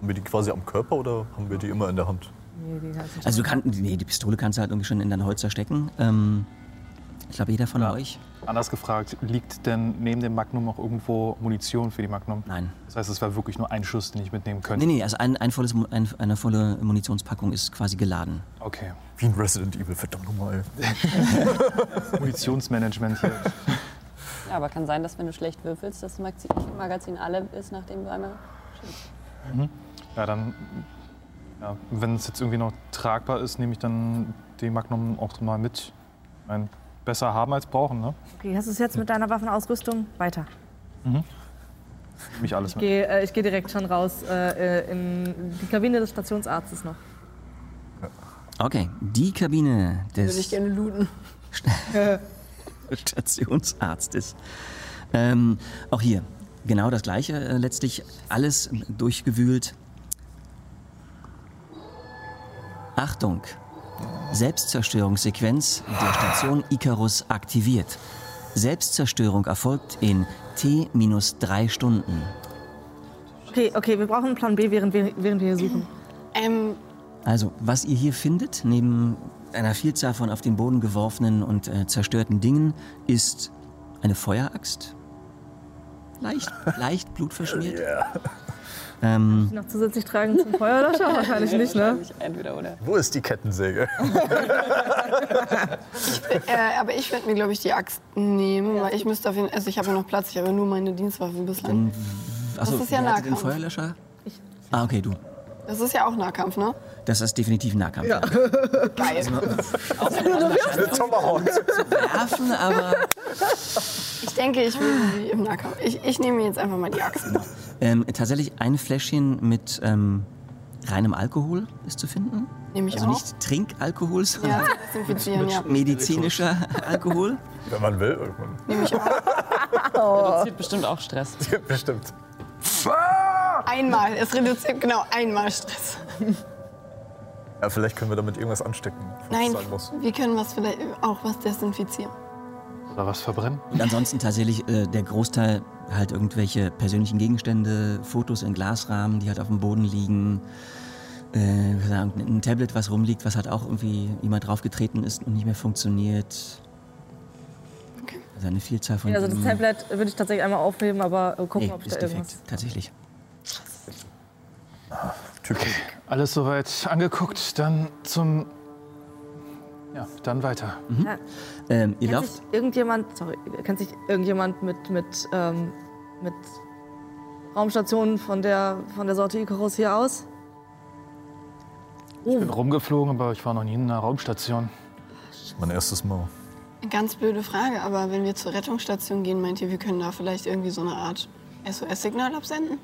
haben wir die quasi am Körper oder haben wir die immer in der Hand?
Also du kannst, nee, die Pistole kannst du halt irgendwie schon in dein Holster stecken. Ähm, ich glaube, jeder von euch.
Anders gefragt, liegt denn neben dem Magnum auch irgendwo Munition für die Magnum?
Nein.
Das heißt, es war wirklich nur ein Schuss, den ich mitnehmen könnte.
Nee, nee, also ein, ein volles, Mu- ein, eine volle Munitionspackung ist quasi geladen.
Okay.
Wie ein Resident Evil, verdammt nochmal. ey.
Munitionsmanagement hier.
Ja, aber kann sein, dass wenn du schlecht würfelst, das Magazin- Magazin alle ist, nachdem du einmal.
Ja, dann. Ja, wenn es jetzt irgendwie noch tragbar ist, nehme ich dann die Magnum auch mal mit. Ich meine, besser haben als brauchen, ne?
Okay, hast du es jetzt mit deiner Waffenausrüstung? Weiter.
Nehme ich alles
Ich
mit.
gehe äh, ich gehe direkt schon raus äh, in die Kabine des Stationsarztes noch.
Okay, die Kabine
Würde ich
des
gerne looten.
Stationsarztes. Ähm, auch hier genau das Gleiche. Äh, letztlich alles durchgewühlt. Achtung! Selbstzerstörungssequenz der Station Icarus aktiviert. Selbstzerstörung erfolgt in T-3 Stunden.
Okay, okay, wir brauchen einen Plan B, während wir, während wir hier suchen.
Ähm,
Also, was ihr hier findet, neben einer Vielzahl von auf den Boden geworfenen und äh, zerstörten Dingen, ist eine Feueraxt. Leicht, leicht blutverschmiert. Ähm,
Noch zusätzlich tragen zum Feuerlöscher? Wahrscheinlich nicht, ne?
Wahrscheinlich entweder oder.
Wo ist die Kettensäge?
äh, aber ich werde mir, glaube ich, die Axt nehmen, weil ich müsste auf jeden Also ich habe ja noch Platz, ich habe ja nur meine Dienstwaffe bislang.
achso,
Das ist ja
wer hatte den
Nahkampf.
Feuerlöscher? Ah, okay, du.
Das ist ja auch Nahkampf, ne?
Das ist definitiv Nahkampf. Ja. Werfen, aber
Ich denke, ich will sie im Nahkampf. Ich, ich nehme jetzt einfach mal die Axt.
ähm, tatsächlich ein Fläschchen mit ähm, reinem Alkohol ist zu finden.
Nehme ich
Also
auch.
nicht Trinkalkohol, sondern
Ja, zum desinfizieren, ja.
medizinischer Alkohol.
Wenn man will, irgendwann.
Zieht bestimmt auch Stress.
Bestimmt.
Einmal. Es reduziert genau einmal Stress.
Ja, vielleicht können wir damit irgendwas anstecken. falls
Nein,
es Sein muss.
wir können was vielleicht auch was desinfizieren.
Oder was verbrennen?
Und ansonsten tatsächlich äh, der Großteil halt irgendwelche persönlichen Gegenstände, Fotos in Glasrahmen, die halt auf dem Boden liegen. Äh, keine Ahnung, ein Tablet, was rumliegt, was halt auch irgendwie jemand draufgetreten ist und nicht mehr funktioniert.
Okay.
Also eine Vielzahl von
Ja, also das
Dingen.
Tablet würde ich tatsächlich einmal aufheben, aber äh, gucken,
nee,
ob ich
ist
da
defekt,
irgendwas.
tatsächlich.
Alles soweit angeguckt, dann zum. Ja, dann weiter.
Mhm.
Ähm, ihr
Kennt
lauft
sich irgendjemand, sorry, kennt sich irgendjemand mit, mit, ähm, mit Raumstationen von der, von der Sorte Icarus hier aus?
Ich bin rumgeflogen, aber ich war noch nie in einer Raumstation.
Mein erstes Mal.
Eine ganz blöde Frage, aber wenn wir zur Rettungsstation gehen, meint ihr, wir können da vielleicht irgendwie so eine Art SOS-Signal absenden?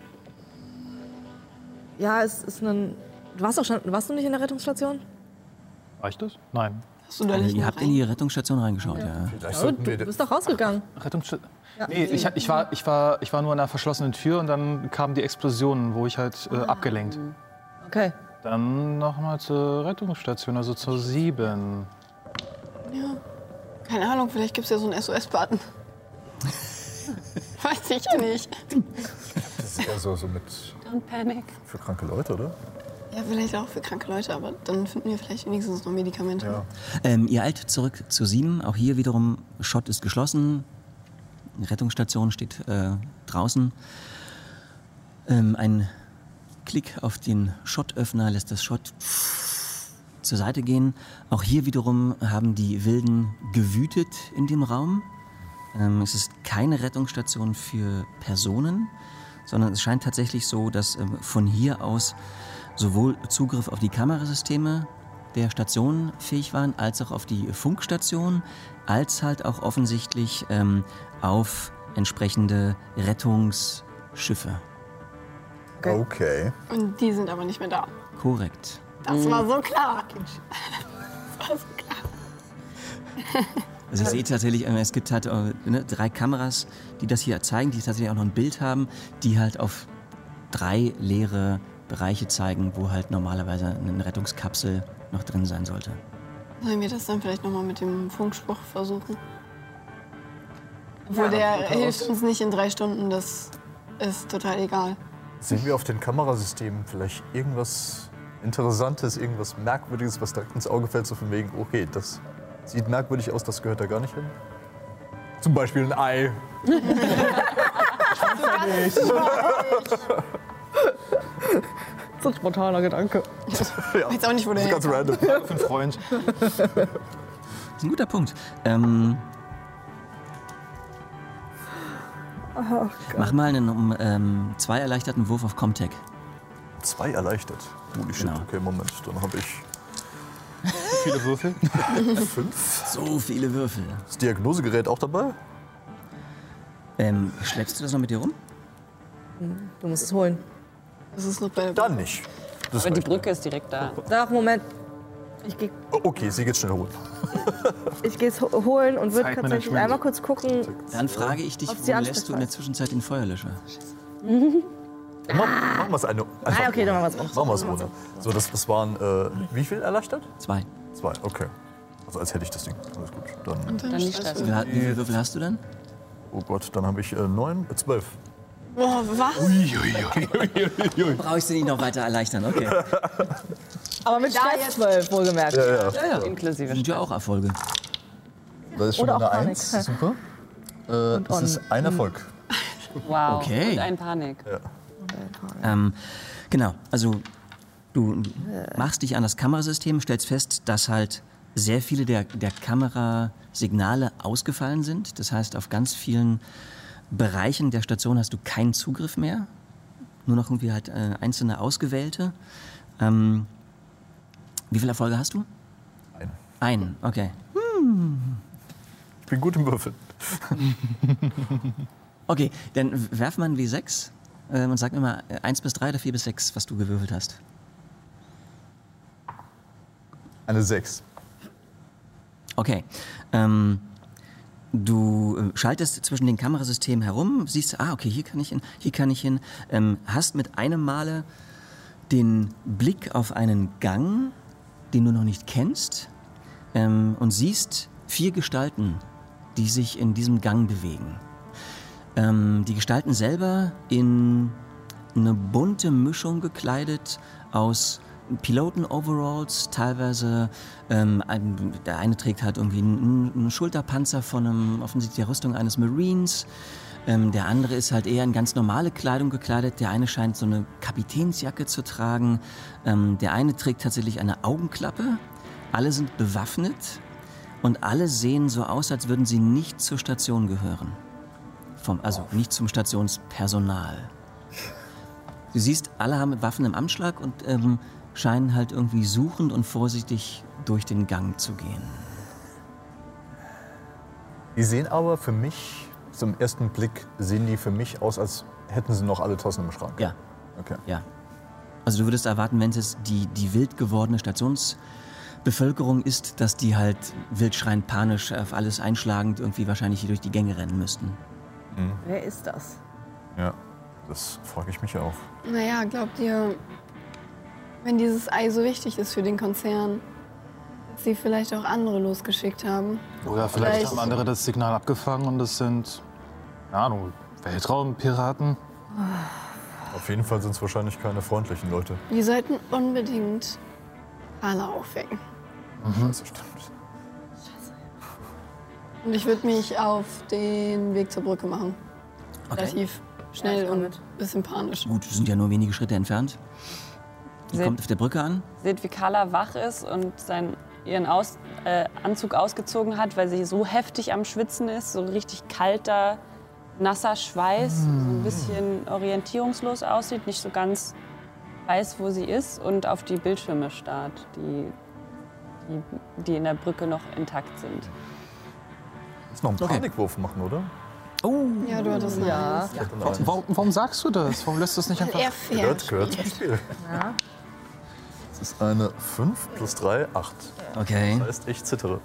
Ja, es ist ein. Du warst, auch schon, warst du nicht in der Rettungsstation?
Reicht das? Nein.
Hast du da
Äh,
nicht
Ihr
mal
habt
rein?
in die Rettungsstation reingeschaut, ja.
Vielleicht sollten
Du
wir.
bist doch rausgegangen.
Rettungsstation.
Ja.
Nee, ich, ich, war, ich, war, ich war nur an einer verschlossenen Tür und dann kamen die Explosionen, wo ich halt äh, abgelenkt.
Okay.
Dann nochmal zur Rettungsstation, also zur 7.
Ja. Keine Ahnung, vielleicht gibt es ja so einen SOS-Button. Weiß ich ja nicht.
Das ist eher so, so mit
Don't panic.
für kranke Leute, oder?
Ja, vielleicht auch für kranke Leute, aber dann finden wir vielleicht wenigstens noch Medikamente.
Ähm, ihr eilt zurück zu sieben. Auch hier wiederum, Schott ist geschlossen. Eine Rettungsstation steht äh, draußen. Ähm, ein Klick auf den Schottöffner lässt das Schott zur Seite gehen. Auch hier wiederum haben die Wilden gewütet in dem Raum. Ähm, es ist keine Rettungsstation für Personen, sondern es scheint tatsächlich so, dass ähm, von hier aus sowohl Zugriff auf die Kamerasysteme der Station fähig waren, als auch auf die Funkstation, als halt auch offensichtlich ähm, auf entsprechende Rettungsschiffe.
Okay.
Okay.
Und die sind aber nicht mehr da.
Korrekt.
Das war so klar.
Also ihr seht tatsächlich, äh, es gibt halt äh, ne, drei Kameras, die das hier zeigen, die tatsächlich auch noch ein Bild haben, die halt auf drei leere Bereiche zeigen, wo halt normalerweise eine Rettungskapsel noch drin sein sollte.
Sollen wir das dann vielleicht nochmal mit dem Funkspruch versuchen? Obwohl der hilft uns nicht in drei Stunden, das ist total egal.
Sehen wir auf den Kamerasystemen vielleicht irgendwas Interessantes, irgendwas Merkwürdiges, was direkt ins Auge fällt, so von wegen, okay, das sieht merkwürdig aus, das gehört da gar nicht hin? Zum Beispiel ein Ei.
So ein spontaner Gedanke.
Ja,
Weiß auch nicht, wo der
das ist ganz
herkommt.
random.
Für einen Freund.
Das ist ein guter Punkt. Ähm, mach mal einen um, ähm, zwei erleichterten Wurf auf Comtech.
Zwei erleichtert. Holy shit,
Genau.
okay, Moment, dann habe ich
Viele Würfel.
fünf.
So viele Würfel.
Das Diagnosegerät auch dabei?
Ähm, schleppst du das noch mit dir rum?
Du musst es holen.
Das ist noch bei der
Dann nicht. Das
Aber die
reicht mir.
Brücke ist direkt da.
Ach, Moment. Ich gehe
Oh, Okay, sie geht schnell holen.
ich geh es ho- holen und würde
Zeitmanagement.
tatsächlich einmal kurz gucken.
Dann frage ich dich,
Auf die
wo lässt du in
Ansprechpartner.
der Zwischenzeit den Feuerlöscher?
Mach- Machen wir es eine.
Ah, okay, dann machen wir es
Machen wir es ohne. So, das, das waren äh, wie viel erleichtert?
Zwei.
Zwei, okay. Also als hätte ich das Ding. Alles gut. Dann,
Dann nicht stressen.
Also,
Wie viele Würfel hast du dann?
oh Gott, dann habe ich äh, neun, äh, zwölf.
Boah, was?
Brauche ich sie nicht noch weiter erleichtern, okay.
Aber mit Stress 12, wohlgemerkt.
Inklusive
Das sind ja auch Erfolge.
Da ist schon
Oder mal auch eine gar Eins, nichts.
super. das
on. ist
ein Erfolg.
Wow.
Okay.
Und ein Panik.
Ähm, genau, also du machst dich an das Kamerasystem, stellst fest, dass halt sehr viele der, der Kamerasignale ausgefallen sind. Das heißt, auf ganz vielen Bereichen der Station hast du keinen Zugriff mehr. Nur noch irgendwie halt äh, einzelne ausgewählte. Ähm, wie viele Erfolge hast du?
Einen.
Einen, okay.
Bin gut im Würfeln.
Okay, dann werf mal einen W6 ähm, und sag mir mal äh, 1 bis 3 oder 4 bis 6, was du gewürfelt hast.
Eine 6.
Okay. Ähm, du äh, schaltest zwischen den Kamerasystemen herum, siehst, ah, okay, hier kann ich hin, hier kann ich hin. Ähm, hast mit einem Male den Blick auf einen Gang, den du noch nicht kennst, ähm, und siehst vier Gestalten, die sich in diesem Gang bewegen. Ähm, die Gestalten selber in eine bunte Mischung gekleidet aus Piloten-Overalls, teilweise ähm, ein, der eine trägt halt irgendwie einen, einen Schulterpanzer von einem, offensichtlich der Rüstung eines Marines. Ähm, der andere ist halt eher in ganz normale Kleidung gekleidet. Der eine scheint so eine Kapitänsjacke zu tragen. Ähm, der eine trägt tatsächlich eine Augenklappe. Alle sind bewaffnet und alle sehen so aus, als würden sie nicht zur Station gehören. Vom, also nicht zum Stationspersonal. Du siehst, alle haben Waffen im Anschlag und ähm, scheinen halt irgendwie suchend und vorsichtig durch den Gang zu gehen.
Die sehen aber für mich, zum ersten Blick sehen die für mich aus, als hätten sie noch alle Tassen im Schrank.
Ja,
Okay.
ja. Also du würdest erwarten, wenn es jetzt die, die wild gewordene Stationsbevölkerung ist, dass die halt wild schreiend panisch auf alles einschlagend irgendwie wahrscheinlich hier durch die Gänge rennen müssten.
Wer ist das?
Ja, das frage ich mich auch.
Naja, glaubt ihr, wenn dieses Ei so wichtig ist für den Konzern, dass sie vielleicht auch andere losgeschickt haben?
Oder vielleicht,
Vielleicht-
haben andere das Signal abgefangen und es sind, keine Ahnung, Weltraumpiraten.
Auf jeden Fall sind es wahrscheinlich keine freundlichen Leute.
Wir sollten unbedingt Carla aufwecken.
Scheiße, stimmt.
Und ich würde mich auf den Weg zur Brücke machen. Relativ schnell
ich komm
und
mit.
ein bisschen panisch.
Gut, wir sind ja nur wenige Schritte entfernt. Die
Sehr-
kommt auf der Brücke an.
Seht, wie Carla wach ist und sein, ihren Aus, äh, Anzug ausgezogen hat, weil sie so heftig am Schwitzen ist, so richtig kalter, nasser Schweiß, so ein bisschen orientierungslos aussieht, nicht so ganz weiß, wo sie ist und auf die Bildschirme starrt, die, die, die in der Brücke noch intakt sind.
Jetzt noch einen
Okay.
Panikwurf machen, oder?
Ja, du hattest eine
Ja.
Eins.
Ja. Nein.
Warum, warum sagst du das? Warum lässt du es nicht einfach.
Er fährt.
Gehört, gehört zum Spiel. Das ist eine 5 plus 3, 8.
Okay.
Das heißt, ich zittere.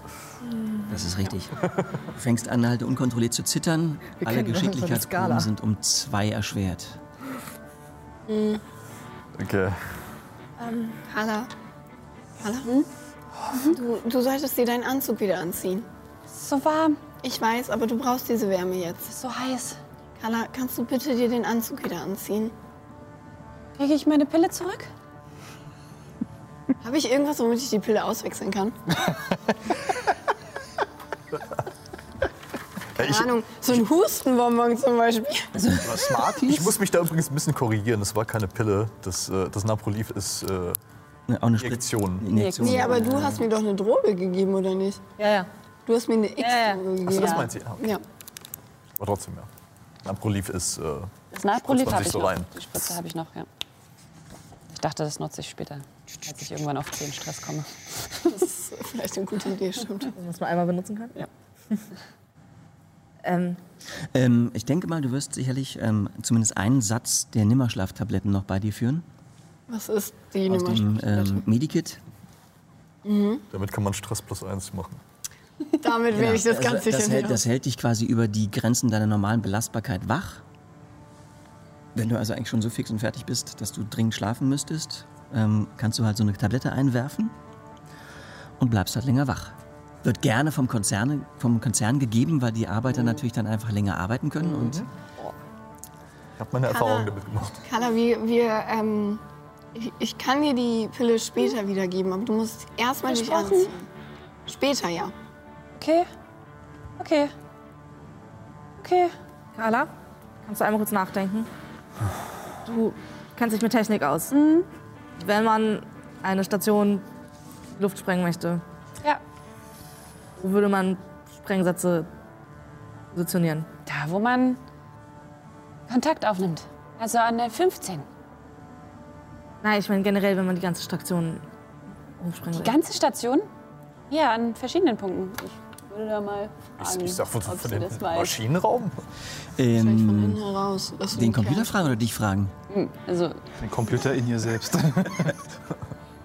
Das ist richtig. Du fängst an, halt unkontrolliert zu zittern.
Wir
Alle
kennen doch so eine
Geschicklichkeitsproben
Skala.
sind um zwei erschwert.
Okay.
Ähm, Carla. Carla? Hm? Du, du solltest dir deinen Anzug wieder anziehen.
Es ist so warm,
Ich weiß, aber du brauchst diese Wärme
es
jetzt.
ist so heiß.
Carla, kannst du bitte dir den Anzug wieder anziehen?
Kriege ich meine Pille zurück?
Habe ich irgendwas, womit ich die Pille auswechseln kann? Keine Ahnung, so ein Hustenbonbon zum Beispiel.
Ich muss mich da übrigens ein bisschen korrigieren. Das war keine Pille. Das, äh, das Naprolief ist äh,
Ne, Auch eine Spritze.
Injektion.
Injektion.
Nee, aber du hast mir doch eine Droge gegeben, oder nicht?
Ja, ja.
Du hast mir eine X-Droge
ja.
gegeben.
Achso, das meint sie. Ah, okay.
Ja.
Aber trotzdem, ja. Naprolief ist. Äh,
Das Naprolit
Spritzt man
habe
sich
ich
so
noch.
rein.
Die Spritze habe ich noch, ja. Ich dachte, das nutze ich später, als ich irgendwann auf 10 Stress komme.
Das ist vielleicht eine gute Idee, stimmt.
Was man einmal benutzen kann?
Ja.
ähm,
Ähm, ich denke mal, du wirst sicherlich ähm, zumindest einen Satz der Nimmerschlaftabletten noch bei dir führen.
Was ist die
Aus
Nummer?
dem ähm, Medikit.
damit kann man Stress plus 1 machen.
Damit will ich das ganz
Genau,
sicher
das, hält,
nicht.
das hält dich quasi über die Grenzen deiner normalen Belastbarkeit wach. Wenn du also eigentlich schon so fix und fertig bist, dass du dringend schlafen müsstest, ähm, kannst du halt so eine Tablette einwerfen und bleibst halt länger wach. Wird gerne vom Konzern, vom Konzern gegeben, weil die Arbeiter
Mhm.
natürlich dann einfach länger arbeiten können. Und
Ich habe meine Erfahrungen damit gemacht.
Carla, wir, wir ähm, ich, ich kann dir die Pille später wiedergeben, aber du musst erstmal dich
Versprochen?
anziehen. Später, ja.
Okay. Okay. Okay.
Carla, kannst du einmal kurz nachdenken? Du kennst dich mit Technik aus. Wenn man eine Station in die Luft sprengen möchte,
Ja.
wo würde man Sprengsätze positionieren?
Da, wo man Kontakt aufnimmt.
Also an der 15.
Nein, ich meine generell, wenn man die ganze Station hochsprengen
Die
will.
ganze Station? Ja, an verschiedenen Punkten. Ich würde da mal
Ich,
fragen,
ich sag, von,
ob
von
sie
dem
das weiß.
Maschinenraum?
Vielleicht von
Ähm,
innen heraus. Das ist
den
ein Kerl.
Computer fragen oder dich fragen?
Also
Den Computer in ihr selbst.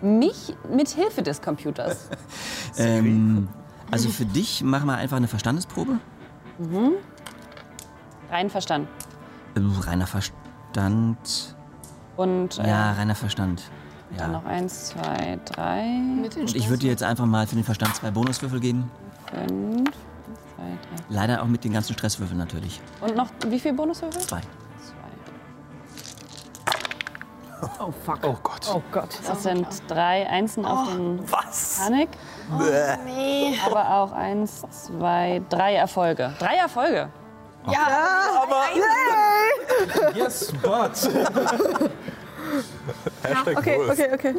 mich mit Hilfe des Computers.
Ähm, also für dich mach mal einfach eine Verstandesprobe.
Rein verstanden.
Äh, Reiner Verstand.
Und äh,
Ja, reiner Verstand.
dann
Ja.
noch eins, zwei, drei,
Mit den
Und ich würde dir jetzt einfach mal für den Verstand zwei Bonuswürfel geben.
fünf, eins, zwei, drei.
Leider auch mit den ganzen Stresswürfeln natürlich.
Und noch wie viel Bonuswürfel?
Zwei.
Zwei.
Oh Gott.
Oh Gott.
Das sind drei Einsen auf den
Oh, Was?
Panik,
Nee.
aber auch eins, zwei, drei Erfolge. Drei Erfolge.
Ja, aber.
Yes, but.
Hashtag
Okay,
Wolf.
okay, okay.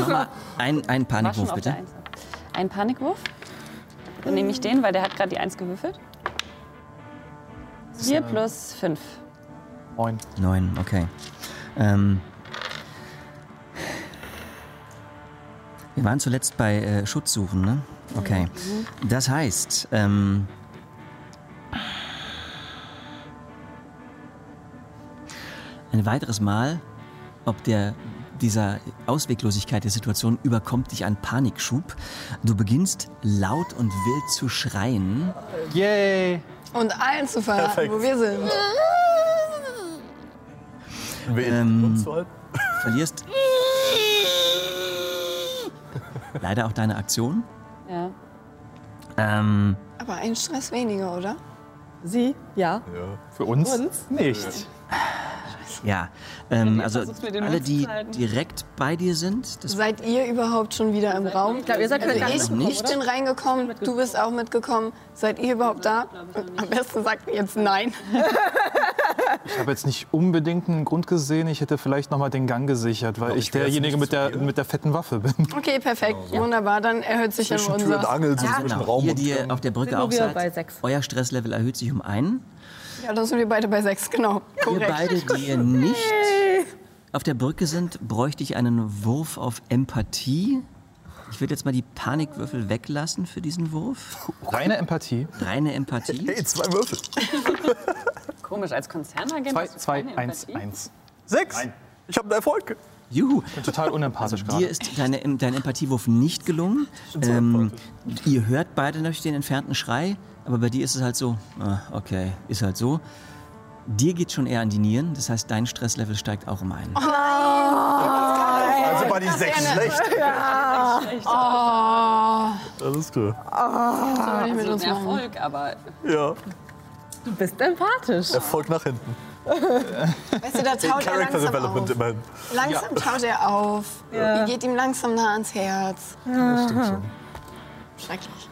Nochmal ein, ein
War schon
Panikwurf
auf der
bitte.
Eins. Ein Panikwurf. Dann nehme ich den, weil der hat gerade die Eins gewürfelt. Vier plus fünf.
Moin.
Neun, okay. Ähm, wir waren zuletzt bei äh, Schutzsuchen, ne? Okay. Das heißt, ähm, ein weiteres Mal, ob der dieser Ausweglosigkeit der Situation überkommt dich ein Panikschub. Du beginnst laut und wild zu schreien.
Yay.
Und allen zu verraten, wo wir sind.
Wir ähm, uns halt.
verlierst leider auch deine Aktion.
Ja.
Ähm,
Aber ein Stress weniger, oder?
Sie? Ja.
Für uns? Nicht.
ja, ähm, also
versuchst, mir den
alle,
Mund zu
die
halten.
direkt bei dir sind, das
Seid ihr überhaupt schon wieder im Raum? Ich
glaube, ihr seid
also
gar
ich,
nicht
ich bin reingekommen, du bist auch mitgekommen. Seid ihr überhaupt da? Am besten sagt ihr jetzt nein.
Ich habe jetzt nicht unbedingt einen Grund gesehen. Ich hätte vielleicht noch mal den Gang gesichert, weil ich,
ich wär jetzt
derjenige
nicht
mit
zu
der,
viel.
mit der fetten Waffe bin.
Okay, perfekt. Wunderbar, dann erhöht sich immer
Zwischen Tür und
unser.
Angel, so zwischen
genau,
Raum
ihr,
und
die
Gang.
ihr auf der Brücke
Sind
auch
wir
seid,
bei sechs.
euer Stresslevel erhöht sich um einen.
Ja, dann sind wir beide bei sechs, genau.
Ihr
Korrekt.
beide, die ihr nicht auf der Brücke sind, bräuchte ich einen Wurf auf Empathie. Ich würde jetzt mal die Panikwürfel weglassen für diesen Wurf.
Reine Empathie.
Reine Empathie.
Hey, zwei Würfel.
Komisch, als Konzernagent.
2,
hast du
2,
keine
1,
Empathie?
1.
Sechs. Ich habe einen Erfolg.
Juhu.
Total unempathisch
Dir
gerade.
ist deine, dein Empathiewurf nicht gelungen. Ähm, ihr hört beide natürlich den entfernten Schrei, aber bei dir ist es halt so, ah, okay, ist halt so. Dir geht schon eher an die Nieren, das heißt, dein Stresslevel steigt auch um einen.
Also war die sechs schlecht.
Oh,
Das ist cool.
Soll ich mit uns
Ein
machen?
Erfolg, aber
Ja,
Du bist empathisch.
Erfolg nach hinten.
Weißt du, da taut er
Character
langsam
Development
auf.
immerhin.
Langsam taut er auf. Ihr geht ihm langsam nah ans Herz.
Das stimmt schon.
Schrecklich.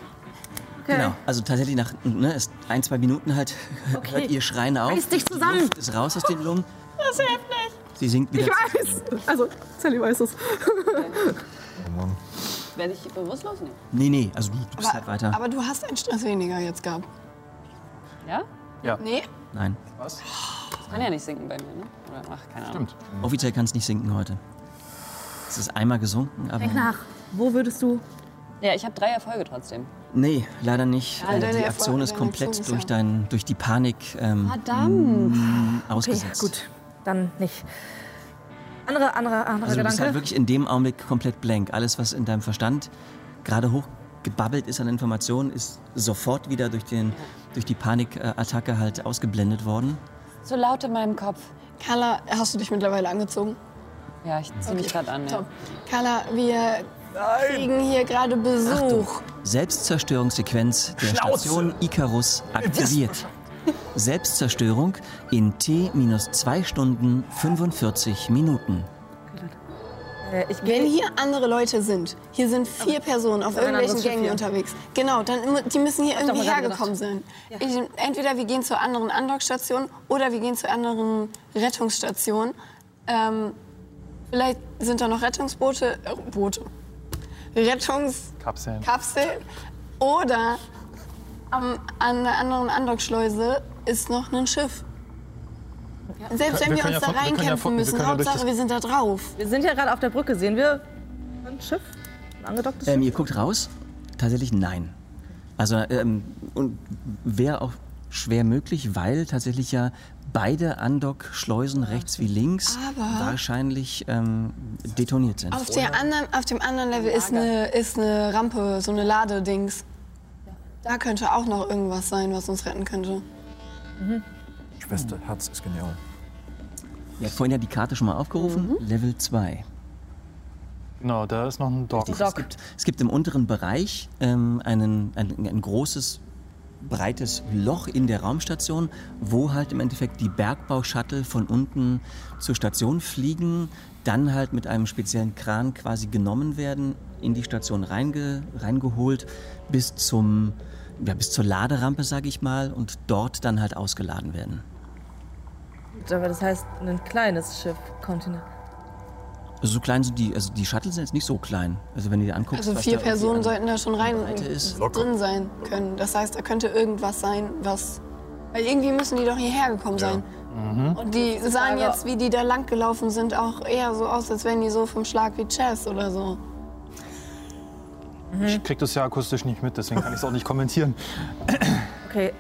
Genau. Also tatsächlich nach ne, ist ein, zwei Minuten halt hört ihr Schreien auf.
Reiß dich zusammen.
Die Luft ist raus aus den Lungen. Das hilft nicht. Sie sinkt wieder. zu-
Also, Sally weiß es.
werde ich bewusstlos nehmen.
Nee, nee, also du bist halt weiter.
aber du hast einen Stress weniger jetzt gehabt.
Ja?
Nee?
Nein.
Das kann ja nicht sinken bei mir, ne? Oder, ach, keine Ahnung.
Offiziell kann es nicht sinken heute. Es ist einmal gesunken, aber.
Nach. Wo würdest du?
Ja, ich habe drei Erfolge trotzdem.
Nee, leider nicht.
Ah,
Äh,
deine
die
Erfolge,
Aktion ist
deine
komplett
Aktion ist
durch,
ja- Ah,
dein, durch die Panik ähm,
Verdammt.
Okay,
ausgesetzt.
gut. Dann nicht. Andere, andere, andere
Also du bist
Gedanke.
halt wirklich in dem Augenblick komplett blank. Alles, was in deinem Verstand gerade hochgebabbelt ist an Informationen, ist sofort wieder durch, den, durch die Panikattacke halt ausgeblendet worden.
So laut in meinem Kopf.
Carla, hast du dich mittlerweile angezogen?
Ja, ich zieh mich gerade an. Ja.
Top. Carla, wir kriegen hier gerade Besuch.
Selbstzerstörungssequenz der Station Icarus aktiviert. Selbstzerstörung in T minus 2 Stunden 45 Minuten. halt
Äh, ich
Wenn
gehe.
hier andere Leute sind, hier sind vier Personen auf
ein
irgendwelchen
anderes Schiff
Gängen
hier.
unterwegs. Genau, dann mu- die müssen hier
doch
irgendwie
mal dran
hergekommen sein. Ich, entweder wir gehen zur anderen Andockstation oder wir gehen zur anderen Rettungsstation. Ähm, vielleicht sind da noch Rettungsboote, äh, Boote, Rettungskapseln
Kapseln.
oder am, an der anderen Andockschleuse ist noch ein Schiff. Selbst wenn
wir
wir
können ja
uns
von- wir
da
können ja
reinkämpfen
von- wir
müssen,
können ja durch
Hauptsache wir sind da drauf.
Wir sind ja gerade auf der Brücke. Sehen wir ein Schiff? Ein angedocktes
Ähm,
Schiff?
ihr guckt raus? Tatsächlich nein. Also, ähm, und wäre auch schwer möglich, weil tatsächlich ja beide Andockschleusen rechts wie links
Aber-
wahrscheinlich ähm, detoniert sind.
Auf, der anderen, auf dem anderen Level ist eine, ist eine Rampe, so eine Ladedings. Da könnte auch noch irgendwas sein, was uns retten könnte.
Schwester, Herz ist genial.
Ihr habt vorhin ja die Karte schon mal aufgerufen, Level 2.
Genau, da ist noch ein Dock.
Es gibt, es gibt im unteren Bereich ähm, einen, ein, ein großes, breites Loch in der Raumstation, wo halt im Endeffekt die Bergbaushuttle von unten zur Station fliegen, dann halt mit einem speziellen Kran quasi genommen werden, in die Station reinge, reingeholt, bis, zum, ja, bis zur Laderampe, sage ich mal, und dort dann halt ausgeladen werden.
Gut, Aber das heißt, ein kleines Schiff, Container.
Also so klein sind die, also die Shuttles sind jetzt nicht so klein. Also wenn ihr dir anguckt,
Also
was
vier
da irgendwie
Personen
an-
sollten da schon rein
Breite ist.
drin sein können. Das heißt, da könnte irgendwas sein, was. Weil irgendwie müssen die doch hierher gekommen sein.
Mhm.
Und die sahen jetzt, wie die da lang gelaufen sind, auch eher so aus, als wären die so vom Schlag wie Chess oder so.
Ich krieg das ja akustisch nicht mit, deswegen kann ich es auch nicht kommentieren.
Okay,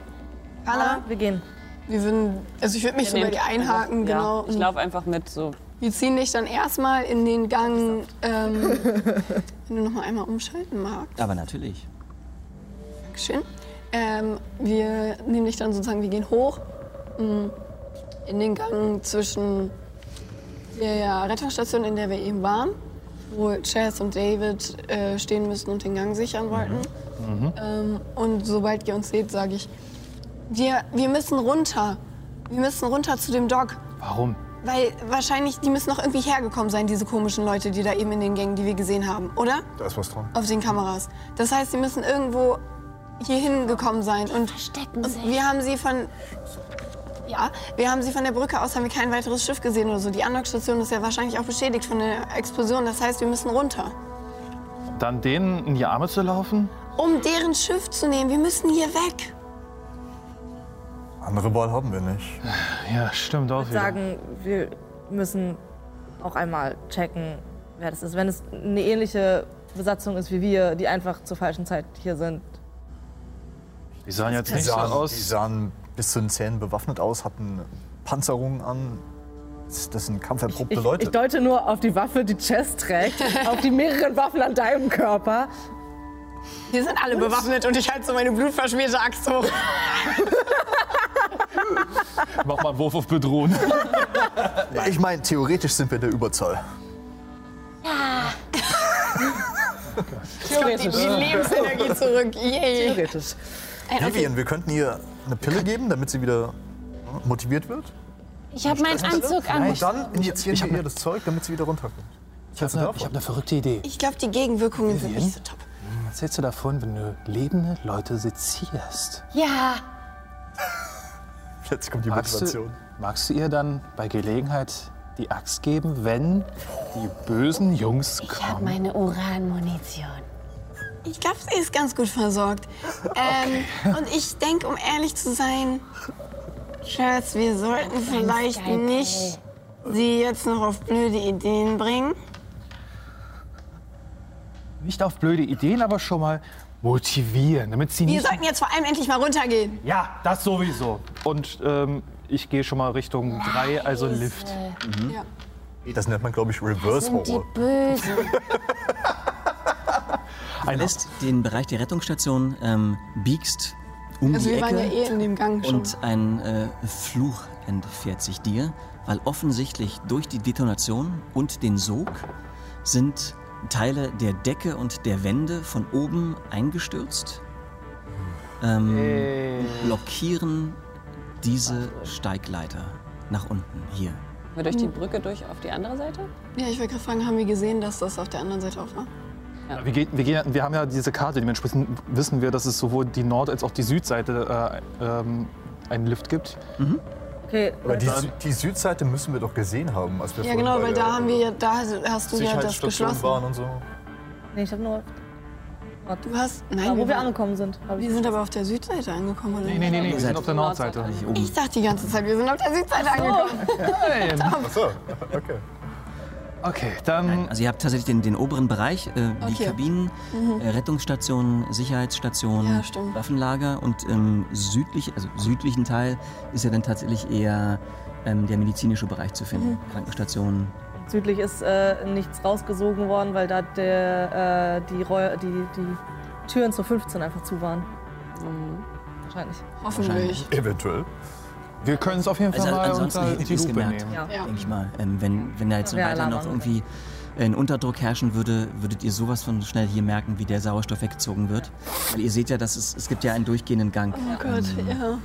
Carla,
wir gehen.
wir würden. Also ich würde mich so
nehmt
bei dir
Ja,
einhaken, genau.
Ich laufe einfach mit, so.
Wir ziehen dich dann erstmal in den Gang, ähm, wenn du noch mal einmal umschalten magst.
Aber natürlich.
Schön. Ähm, wir nehmen dich dann sozusagen, wir gehen hoch mh, in den Gang zwischen der Rettungsstation, in der wir eben waren, wo Chess und David äh, stehen müssen und den Gang sichern wollten. Ähm, und sobald ihr uns seht, sage ich, wir, wir müssen runter. Wir müssen runter zu dem Dock.
Warum?
Weil wahrscheinlich, die müssen noch irgendwie hergekommen sein, diese komischen Leute, die da eben in den Gängen, die wir gesehen haben, oder?
Da ist was dran.
Auf den Kameras. Das heißt, sie müssen irgendwo hierhin gekommen sein. Und,
Verstecken
und
sich.
wir haben sie von. Ja, wir haben sie von der Brücke aus, haben wir kein weiteres Schiff gesehen oder so. Die Andockstation ist ja wahrscheinlich auch beschädigt von der Explosion. Das heißt, wir müssen runter.
Dann denen in die Arme zu laufen?
Um deren Schiff zu nehmen, wir müssen hier weg.
Andere Wahl haben wir nicht.
Ja, stimmt auch
Ich
wieder.
sagen, wir müssen auch einmal checken, wer das ist. Wenn es eine ähnliche Besatzung ist wie wir, die einfach zur falschen Zeit hier sind.
Die sahen jetzt
Die
nicht so
sahen, die
aus.
sahen bis zu den Zähnen bewaffnet aus, hatten Panzerungen an. Das das sind kampferprobte
Ich,
Leute.
ich deute nur auf die Waffe, die Chess trägt, auf die mehreren Waffen an deinem Körper.
Wir sind alle bewaffnet und ich halte so meine blutverschmierte Axt hoch.
Mach mal einen Wurf auf Bedrohen.
Ich, meine, theoretisch sind wir in der Überzahl.
Die, die Lebensenergie zurück. Yay.
Theoretisch.
Vivian, wir könnten ihr eine Pille geben, damit sie wieder ne, motiviert wird.
Ich habe meinen Anzug an.
Und dann injizieren wir ihr das Zeug, damit sie wieder runterkommt.
Ich habe eine, hab ne verrückte Idee.
Ich glaube, die Gegenwirkungen sind
Vivian?
nicht so top.
Was hältst du davon, wenn du lebende Leute sezierst?
Ja,
Jetzt kommt die
Magst du,
Motivation.
magst du ihr dann bei Gelegenheit die Axt geben, wenn die bösen Jungs
ich habe
kommen?
meine Uranmunition.
Ich glaube, sie ist ganz gut versorgt. Ähm, Und ich denke, um ehrlich zu sein, Scherz, wir sollten vielleicht
geil.
nicht sie jetzt noch auf blöde Ideen bringen.
Nicht auf blöde Ideen, aber schon mal motivieren, damit sie
Wir
nicht.
sollten jetzt vor allem endlich mal runtergehen.
Ja, das sowieso. Und ähm, ich gehe schon mal Richtung 3, also Lift. Mhm.
Ja.
Das nennt man, glaube ich, Reverse
Sind die
Horror.
Bösen.
Genau.
Ein
lässt den Bereich der Rettungsstation, ähm, biegst um
Also
die
wir waren ja
Ecke
eh in dem Gang schon.
und ein äh, Fluch entfährt sich dir, weil offensichtlich durch die Detonation und den Sog sind Teile der Decke und der Wände von oben eingestürzt, ähm, blockieren diese Steigleiter nach unten hier.
Wir durch die Brücke durch auf die andere Seite?
ja, ich wollte gerade fragen, haben wir gesehen, dass das auf der anderen Seite auch war?
Wir, gehen, wir, gehen, wir haben ja diese Karte, dementsprechend wissen wir, dass es sowohl die Nord- als auch die Südseite äh, ähm, einen Lift gibt.
Okay,
Aber die, Sü- die Südseite müssen wir doch gesehen haben, als wir
Ja,
vorhin
genau,
bei
weil
der
halt
da haben wir ja, da hast du ja das
Sicherheitsstation
geschlossen.
waren und so.
nee, ich habe nur
Du hast.
Da,
Nein,
wo wir
waren-
angekommen sind. hab ich-
wir sind aber auf der Südseite angekommen, oder?
Nee, nee, nee, nee, wir
seid
sind auf der Nordseite.
Ich sag die ganze Zeit, wir sind auf der Südseite angekommen.
Nein.
Achso, okay.
Okay, dann.
Also ihr habt tatsächlich den, den oberen Bereich, äh, die
Okay. Mhm.
Kabinen, äh, Rettungsstationen, Sicherheitsstationen,
Ja, stimmt.
Waffenlager und im südlich, also südlichen Teil ist ja dann tatsächlich eher ähm, der medizinische Bereich zu finden.
Mhm.
Krankenstationen.
Südlich ist äh, nichts rausgesogen worden, weil da der, äh, die, Räu die, die Türen zur 15 einfach zu waren.
Mhm.
Wahrscheinlich.
Hoffentlich.
Eventuell.
Wir können es auf jeden Fall
Also
mal
ansonsten
unter
hätte ich
die
es
Lupe
gemerkt.
nehmen.
Ja.
Ja.
denke ich mal. Ähm, wenn, wenn da jetzt
Ja,
weiter
Alarm
noch
an.
irgendwie ein Unterdruck herrschen würde, würdet ihr sowas von schnell hier merken, wie der Sauerstoff weggezogen wird. Weil ihr seht ja, dass es, es gibt ja einen durchgehenden Gang.
Oh Gott, ja.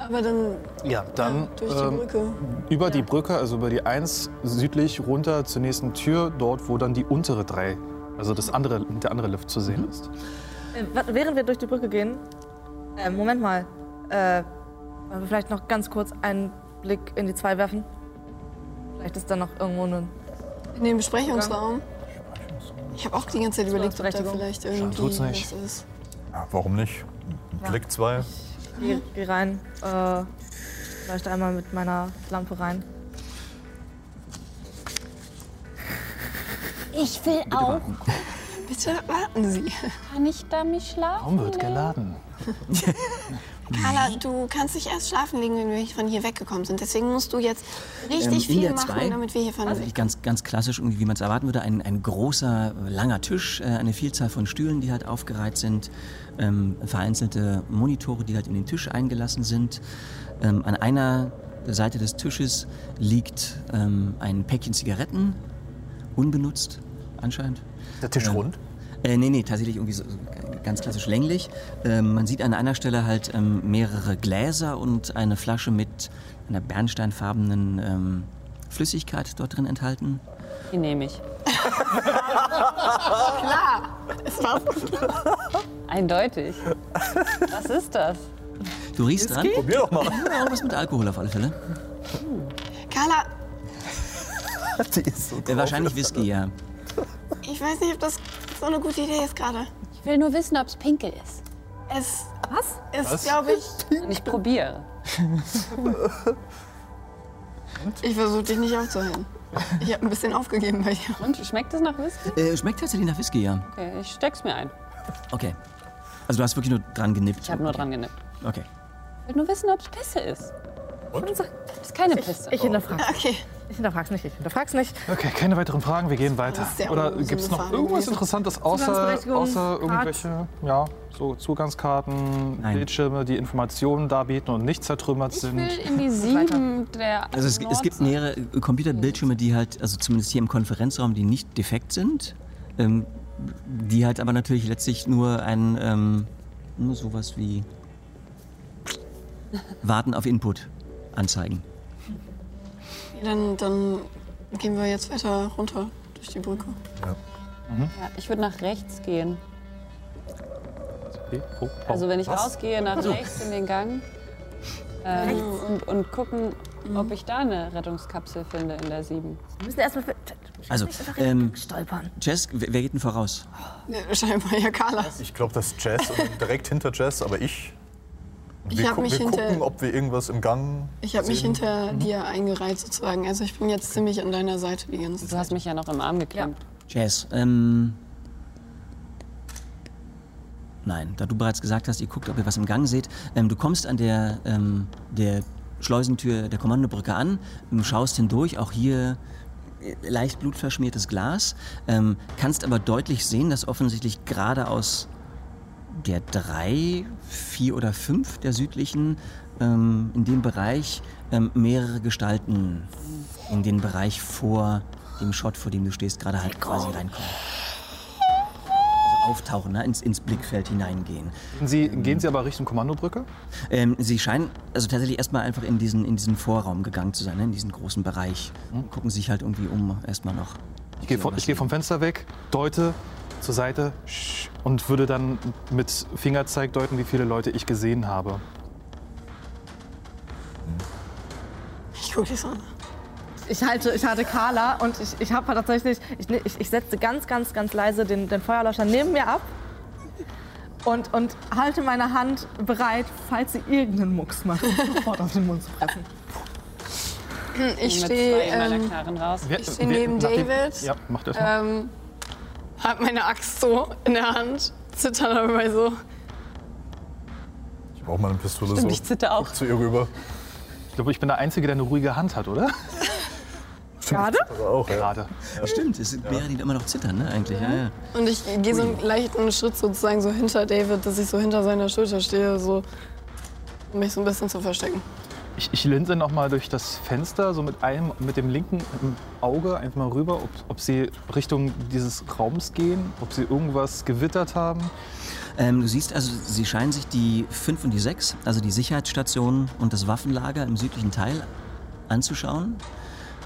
Aber dann
Ja, dann
durch die
ähm,
Brücke.
über die Brücke, also über die 1 südlich runter zur nächsten Tür, dort wo dann die untere 3, also das andere, der andere Lift zu sehen ist.
Äh, wa- während wir durch die Brücke gehen, äh, Moment mal, äh, wollen wir vielleicht noch ganz kurz einen Blick in die zwei werfen? Vielleicht ist da noch irgendwo ein.
In den Besprechungsraum. Ich habe auch die ganze Zeit überlegt, ob da
Berechtigung.
vielleicht irgendwie
tut's nicht.
was ist.
Ja, warum nicht? Blick 2.
Geh, geh rein, äh, leuchte einmal mit meiner Lampe rein.
Ich will auch.
Bitte warten Sie.
Kann ich da mich schlafen?
Raum wird geladen.
Carla, du kannst dich erst schlafen legen, wenn wir von hier weggekommen sind. Deswegen musst du jetzt
Ähm, in
richtig viel
der
machen,
zwei-
damit wir hier von
Also
weg.
ganz, ganz klassisch, irgendwie, wie man es erwarten würde, ein, ein großer, äh, langer Tisch, äh, eine Vielzahl von Stühlen, die halt aufgereiht sind, ähm, vereinzelte Monitore, die halt in den Tisch eingelassen sind. Ähm, an einer Seite des Tisches liegt ähm, ein Päckchen Zigaretten, unbenutzt anscheinend.
Der Tisch rund.
Äh, nee, nee, tatsächlich irgendwie so, so ganz klassisch länglich. Ähm, man sieht an einer Stelle halt ähm, mehrere Gläser und eine Flasche mit einer bernsteinfarbenen ähm, Flüssigkeit dort drin enthalten.
Die nehme ich. Eindeutig. Was ist das?
Du riechst dran?
Probier doch mal.
Ja, irgendwas mit Alkohol auf alle Fälle.
Carla,
Die ist so
Äh,
drauf.
wahrscheinlich Whisky, ja.
ich weiß nicht, ob das so eine gute Idee ist gerade.
Ich will nur wissen, ob es Pinkel ist.
Es ist, glaube ich.
Und ich probiere.
Ich versuche dich nicht aufzuhören. Ich habe ein bisschen aufgegeben bei dir.
Und schmeckt es nach Whisky?
Äh, schmeckt tatsächlich nach Whisky, ja.
Okay, ich steck's mir ein.
Okay. Also du hast wirklich nur dran genippt.
Ich habe nur dran genippt.
Okay.
Ich will nur wissen, ob es Pisse ist. Das ist keine Pisse.
Ich hinterfrag's.
Okay.
Ich hinterfrag's nicht, ich hinterfrag's nicht.
Okay, keine weiteren Fragen, wir gehen weiter.
ist sehr
Oder
unlose
gibt es noch
Frage
irgendwas
gewesen.
Interessantes außer,
Zugangsberechtigung,
außer
Card.
irgendwelche ja, so Zugangskarten,
Nein.
Bildschirme, die Informationen darbieten und nicht zertrümmert
Ich
sind?
will in die sieben der.
Also es, es gibt
Nordseite.
mehrere äh, Computerbildschirme, die halt, also zumindest hier im Konferenzraum, die nicht defekt sind, ähm, die halt aber natürlich letztlich nur ein, ähm, nur sowas wie Warten auf Input anzeigen.
Ja, Dann, dann gehen wir jetzt weiter runter durch die Brücke.
Ja, ich würde nach rechts gehen.
Okay, oh, oh.
Also wenn ich rausgehe, nach rechts in den Gang ähm, und, und gucken, ob ich da eine Rettungskapsel finde in der 7.
Wir müssen erstmal.
Also, ähm,
Stolpern.
Jess, wer wer geht denn voraus?
Ne, Scheinbar ja Carla.
Ich glaube, das ist Jazz und direkt hinter Jazz, aber ich.
Ich
Wir,
hab
gu
mich
wir
hinter-
gucken, ob wir irgendwas im Gang.
Ich habe mich hinter dir eingereiht sozusagen. Also ich bin jetzt ziemlich an deiner Seite die ganze
Du
Zeit.
hast mich ja noch im Arm geklemmt.
Jess, ähm... Nein, da du bereits gesagt hast, ihr guckt, ob ihr was im Gang seht. Ähm, du kommst an der, ähm, der Schleusentür der Kommandobrücke an, ähm, schaust hindurch, auch hier äh, leicht blutverschmiertes Glas, ähm, kannst aber deutlich sehen, dass offensichtlich gerade aus der drei, vier oder fünf der südlichen ähm, in dem Bereich ähm, mehrere Gestalten in den Bereich vor dem Shot, vor dem du stehst, gerade halt quasi reinkommen. Also auftauchen, ne? ins, ins Blickfeld hineingehen.
Gehen Sie, gehen Sie aber Richtung Kommandobrücke?
Ähm, sie scheinen also tatsächlich erstmal einfach in diesen, in diesen Vorraum gegangen zu sein, ne? in diesen großen Bereich. Gucken sich halt irgendwie um, erstmal noch.
Hm? Ich gehe, von, ich gehe vom Fenster weg, deute zur Seite sch- und würde dann mit Fingerzeig deuten, wie viele Leute ich gesehen habe.
Ich gucke dich so an.
Ich halte, ich hatte Carla und ich, ich habe tatsächlich, ich, ne- ich, ich setze ganz, ganz, ganz leise den, den Feuerlöscher neben mir ab und, und halte meine Hand bereit, falls sie irgendeinen Mucks macht, sofort auf den Mund zu pressen.
Ich
mit
stehe
zwei meiner
ähm,
Knarren raus.
Wir-
Ich steh
wir-
neben
nachdem-
David.
Ja, mach das mal.
ähm, hab meine Axt so in der Hand, zittern dabei so.
Ich brauche meine Pistole
Und
so
ich zitter auch.
zu ihr rüber.
Äh.
Ich glaube, ich bin der Einzige, der eine ruhige Hand hat, oder?
Gerade?
Also auch, ja.
Gerade.
Stimmt, es wäre die immer noch zittern, ne? Eigentlich. Ja, ja.
Und ich gehe so einen leichten Schritt sozusagen so hinter David, dass ich so hinter seiner Schulter stehe, so, um mich so ein bisschen zu verstecken.
Ich, ich linse noch mal durch das Fenster, so mit einem, mit dem linken Auge einfach mal rüber, ob, ob sie Richtung dieses Raums gehen, ob sie irgendwas gewittert haben.
Ähm, du siehst also, sie scheinen sich die 5 und die 6, also die Sicherheitsstationen und das Waffenlager im südlichen Teil anzuschauen.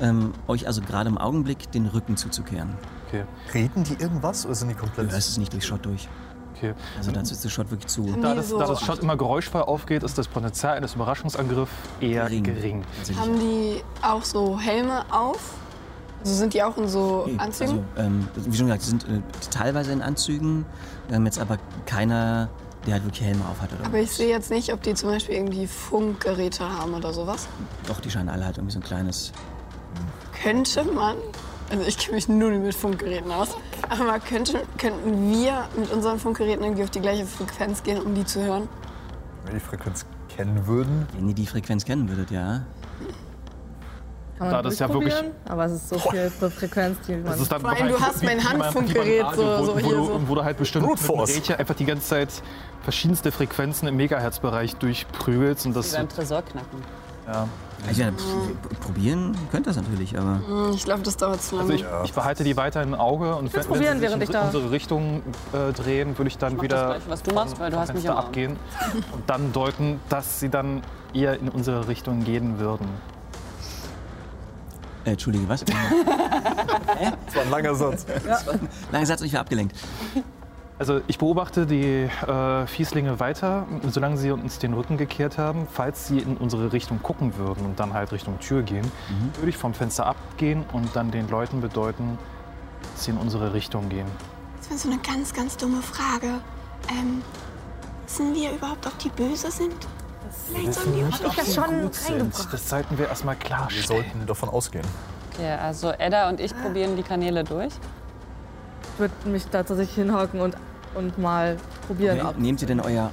Ähm, euch also gerade im Augenblick den Rücken zuzukehren.
Okay,
Reden die irgendwas oder sind die
Du
komplett.
hörst es nicht durch Shot durch.
okay.
Also dazu ist der Shot wirklich zu.
Da
Nee,
das,
so-
da das Shot immer geräuschvoll aufgeht, ist das Potenzial eines Überraschungsangriffs eher
Gering.
gering.
Tatsächlich.
Haben die auch so Helme auf? Also sind die auch in so
Nee,
Anzügen?
Also, ähm, wie schon gesagt, sie sind äh, teilweise in Anzügen, ähm, jetzt aber keiner, der halt wirklich Helme aufhat. Oder
Aber ich sehe jetzt nicht, ob die zum Beispiel irgendwie Funkgeräte haben oder sowas.
Doch, die scheinen alle halt irgendwie so ein kleines.
Könnte man, also ich kenne mich null mit Funkgeräten aus, aber könnte, könnten wir mit unseren Funkgeräten irgendwie auf die gleiche Frequenz gehen, um die zu hören?
Wenn wir die Frequenz kennen würden.
Wenn ihr die Frequenz kennen würdet, ja.
Kann man
Da das ja wirklich-
durchprobieren, Aber es ist so viel Frequenz, die man.
Das ist dann
Vor allem,
beim-
du hast
wie-
mein
wie beim- wie beim
Handfunkgerät
Radio,
so-
wo,
so
wo,
hier
du-
so.
wo du halt bestimmt
Brute
mit dem
Force.
Rädchen einfach die ganze Zeit verschiedenste Frequenzen im Megahertzbereich durchprügelst und das
Über den Tresor knacken.
Also, ja, pr- probieren könnt das natürlich, aber.
Hm, Ich glaube, das dauert zu lange.
Also ich, ich behalte die weiter im Auge und wenn, wenn
probieren,
sie sich
während
in
ich da-
unsere Richtung äh, drehen, würde ich dann
mach
wieder
das Gleiche, was du machst,
vom-
weil du
vom
hast mich
Fenster
am Arm.
abgehen und dann deuten, dass sie dann eher in unsere Richtung gehen würden.
Äh, Entschuldige, was?
Das war ein langer Satz.
Lange Satz, und ich war abgelenkt.
Also ich beobachte die äh, Fieslinge weiter, solange sie uns den Rücken gekehrt haben. Falls sie in unsere Richtung gucken würden und dann halt Richtung Tür gehen, würde ich vom Fenster abgehen und dann den Leuten bedeuten, dass sie in unsere Richtung gehen.
Das war so eine ganz, ganz dumme Frage. Ähm, wissen wir überhaupt, ob die böse sind? Vielleicht sollen die
Hab ich das schon reingebracht?
Das sollten wir erstmal
Wir
klarstellen.
sollten davon ausgehen.
Okay, also Edda und ich probieren die Kanäle durch.
Ich würde mich da tatsächlich hinhocken und, und mal probieren.
Ne-
Ob.
Nehmt ihr denn euer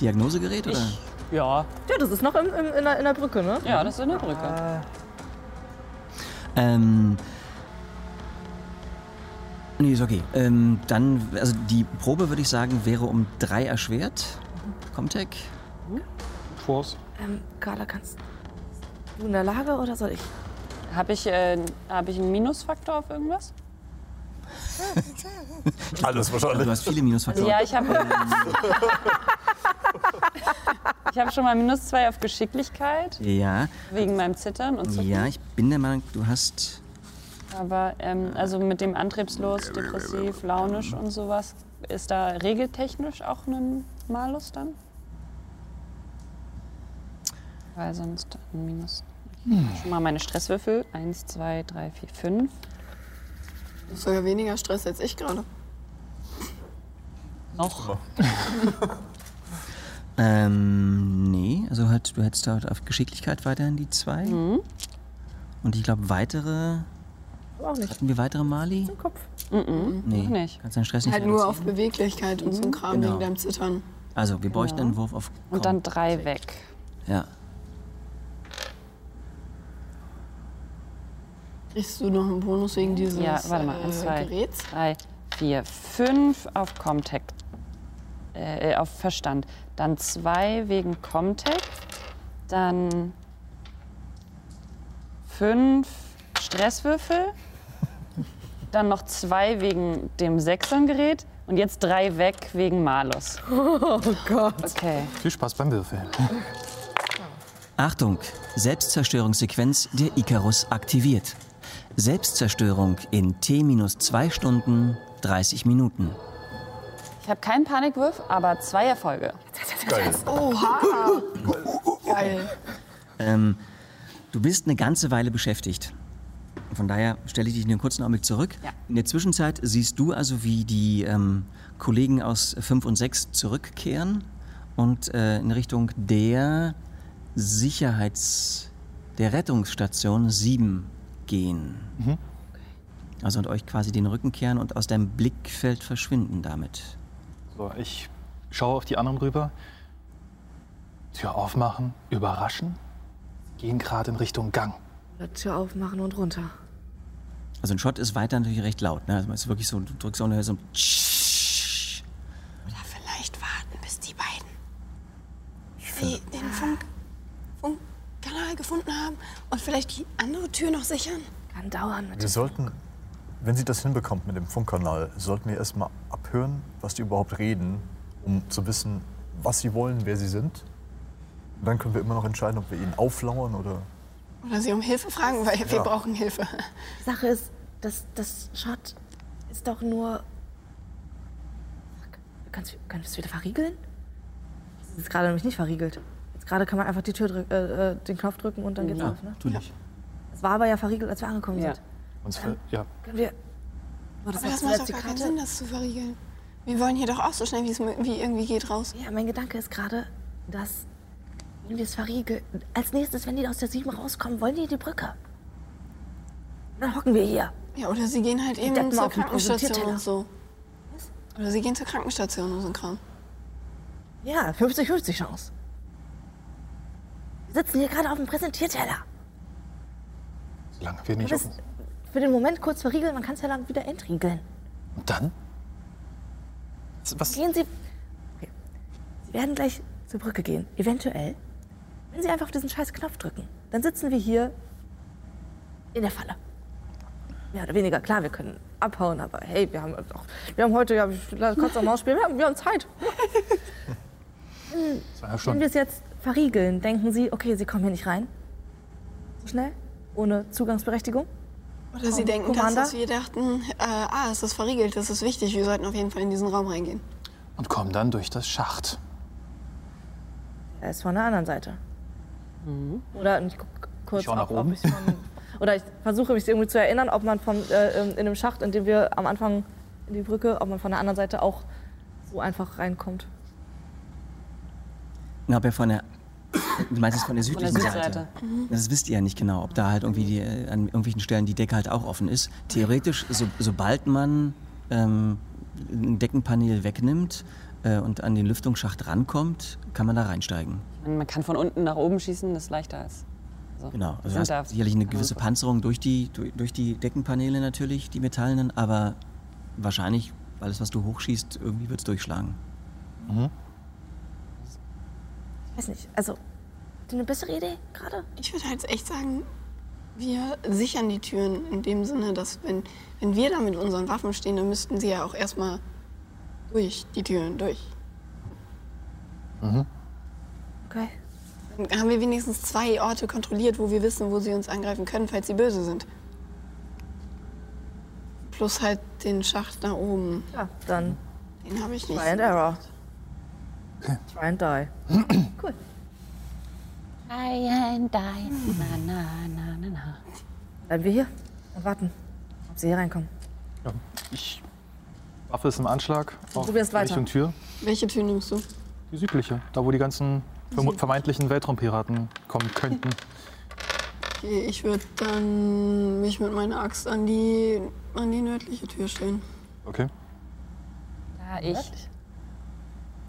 Diagnosegerät? Oder?
Ja.
Ja, das ist noch im, im, in, der, in der Brücke, ne?
Ja, das ist eine Brücke.
Ähm. Nee, ist okay. Ähm, dann, also die Probe würde ich sagen, wäre um drei erschwert. Comtech.
Force.
Ähm, Carla, kannst du in der Lage oder soll ich?
Habe ich, äh, hab ich einen Minusfaktor auf irgendwas?
Alles wahrscheinlich.
Also Du hast viele Minusfaktoren.
Ja, ich habe. ich habe schon mal minus zwei auf Geschicklichkeit,
Ja,
wegen meinem Zittern und so.
ja, ich bin der Meinung, du hast.
Aber ähm, also mit dem antriebslos, depressiv, launisch und sowas, ist da regeltechnisch auch ein Malus dann? Weil sonst ein Minus. Ich Schon mal meine Stresswürfel. Eins, zwei, drei, vier, fünf.
Das ist sogar weniger Stress als ich gerade.
Noch.
Ähm, nee, also halt, du hättest dort auf Geschicklichkeit weiterhin die zwei.
Mhm.
Und ich glaube, weitere.
Auch nicht.
Hatten wir weitere Mali?
Im Kopf.
Nee.
Mhm. Noch nicht.
Kannst deinen Stress nicht
Halt nur
reduzieren.
auf Beweglichkeit und so ein Kram
Genau.
wegen deinem Zittern.
Also, wir bräuchten einen Wurf auf.
Und dann drei weg.
Ja.
Kriegst du noch einen Bonus wegen dieses
Ja, warte mal. Eins,
äh,
zwei,
Geräts?
drei, vier, fünf auf Comtech. Äh, auf Verstand. Dann zwei wegen Comtech. Dann fünf Stresswürfel. Dann noch zwei wegen dem Sechserngerät. Und jetzt drei weg wegen Malus. Oh Gott. Okay.
Viel Spaß beim Würfeln.
Achtung! Selbstzerstörungssequenz der Icarus aktiviert. Selbstzerstörung in T-2 Stunden 30 Minuten.
Ich habe keinen Panikwurf, aber zwei Erfolge.
Oha! Geil.
Ähm, du bist eine ganze Weile beschäftigt. Von daher stelle ich dich in einen kurzen Augenblick zurück.
Ja.
In der Zwischenzeit siehst du also, wie die ähm, Kollegen aus 5 und 6 zurückkehren und äh, in Richtung der Sicherheits-, der Rettungsstation 7 gehen. Also und euch quasi den Rücken kehren und aus deinem Blickfeld verschwinden damit.
So, ich schaue auf die anderen rüber. Tür aufmachen, überraschen. Gehen gerade in Richtung Gang.
Oder Tür aufmachen und runter.
Also ein Shot ist weiter natürlich recht laut. Ne? Also es ist wirklich so, du drückst auf und hörst so ein Tsch.
Oder vielleicht warten, bis die beiden
Ich
die den Funk, Funkkanal gefunden haben und vielleicht die andere Tür noch sichern.
Kann dauern mit
Wir sollten, wenn sie das hinbekommt mit dem Funkkanal, sollten wir erstmal abhören, was die überhaupt reden, um zu wissen, was sie wollen, wer sie sind. Und dann können wir immer noch entscheiden, ob wir ihnen auflauern oder.
Oder sie um Hilfe fragen, weil wir
Ja.
brauchen Hilfe.
Die Sache ist, das, das Shot ist doch nur.
Kannst, du- kannst du es wieder verriegeln? Das ist jetzt gerade nämlich nicht verriegelt. Jetzt gerade kann man einfach die Tür drück, äh, äh, den Knopf drücken und dann geht's
Ja,
auf. Ne?
natürlich.
Es war aber ja verriegelt, als wir angekommen sind.
Uns ver- ja.
Können wir. War das,
Aber das
jetzt
macht
zuletzt
doch
die
gar keinen
Karte?
Sinn, das zu verriegeln. Wir wollen hier doch auch so schnell, wie es mö- wie irgendwie geht, raus.
Ja, mein Gedanke ist gerade, dass. Wenn wir es verriegeln. Als nächstes, wenn die aus der 7 rauskommen, wollen die die Brücke. Dann hocken wir hier.
Ja, oder sie gehen halt eben
Deppen
zur
auf dem
Krankenstation
Präsentierteller.
und so. Oder sie gehen zur Krankenstation und so ein Kram.
Ja, 50-50 Chance.
Wir sitzen hier gerade auf dem Präsentierteller.
Solange wir nicht
Das
offen.
für den Moment kurz verriegeln, man kann es ja dann wieder entriegeln.
Und dann? Was?
Gehen Sie. Okay. Sie werden gleich zur Brücke gehen, eventuell. Wenn Sie einfach auf diesen scheiß Knopf drücken, dann sitzen wir hier in der Falle.
Mehr oder weniger, klar, wir können abhauen, aber hey, wir haben, auch, wir haben heute ja kurz am Maus spielen, wir haben, wir haben Zeit.
Zweieinhalb
Wenn wir
Stunden.
es jetzt verriegeln, denken Sie, okay, Sie kommen hier nicht rein. So schnell, ohne Zugangsberechtigung.
Oder sie denken das,
Commander?
was wir dachten, äh, ah, es ist verriegelt, das ist wichtig, wir sollten auf jeden Fall in diesen Raum reingehen.
Und kommen dann durch das Schacht.
Er ist von der anderen Seite. Oder und ich guck kurz,
Mhm. Ich schau nach
ob, ob
oben.
ich von, Oder ich versuche mich irgendwie zu erinnern, ob man von, äh, ähm, in dem Schacht, in dem wir am Anfang in die Brücke, ob man von der anderen Seite auch so einfach reinkommt.
Na, ob er von der. Du meinst es von der südlichen
Südseite.
Seite? Das wisst ihr ja nicht genau, ob da halt irgendwie die, äh, an irgendwelchen Stellen die Decke halt auch offen ist. Theoretisch, so, sobald man ähm, ein Deckenpaneel wegnimmt äh, und an den Lüftungsschacht rankommt, kann man da reinsteigen.
Man kann von unten nach oben schießen, das leichter ist. Also,
Genau. Also
sind
du hast
da-
sicherlich eine gewisse Panzerung durch die, durch, durch die Deckenpaneele natürlich, die metallenen, aber wahrscheinlich, alles was du hochschießt, irgendwie wird es durchschlagen.
Ich weiß nicht, also, habt ihr eine bessere Idee gerade?
Ich würde halt echt sagen, wir sichern die Türen in dem Sinne, dass wenn, wenn wir da mit unseren Waffen stehen, dann müssten sie ja auch erstmal durch die Türen durch.
Okay.
Dann haben wir wenigstens zwei Orte kontrolliert, wo wir wissen, wo sie uns angreifen können, falls sie böse sind. Plus halt den Schacht nach oben.
Ja, dann
Den habe ich nicht.
Try and Error. Try and Die.
I and I, na na na na na.
Bleiben wir hier und warten, ob sie hier reinkommen.
Ja. Ich. Waffe ist im Anschlag. Auf
probierst weiter.
Richtung Tür.
Welche Tür nimmst du?
Die südliche. Da, wo die ganzen verm- vermeintlichen Weltraumpiraten kommen könnten.
Okay, ich würde dann mich mit meiner Axt an die, an die nördliche Tür stellen.
Okay.
Da ich, da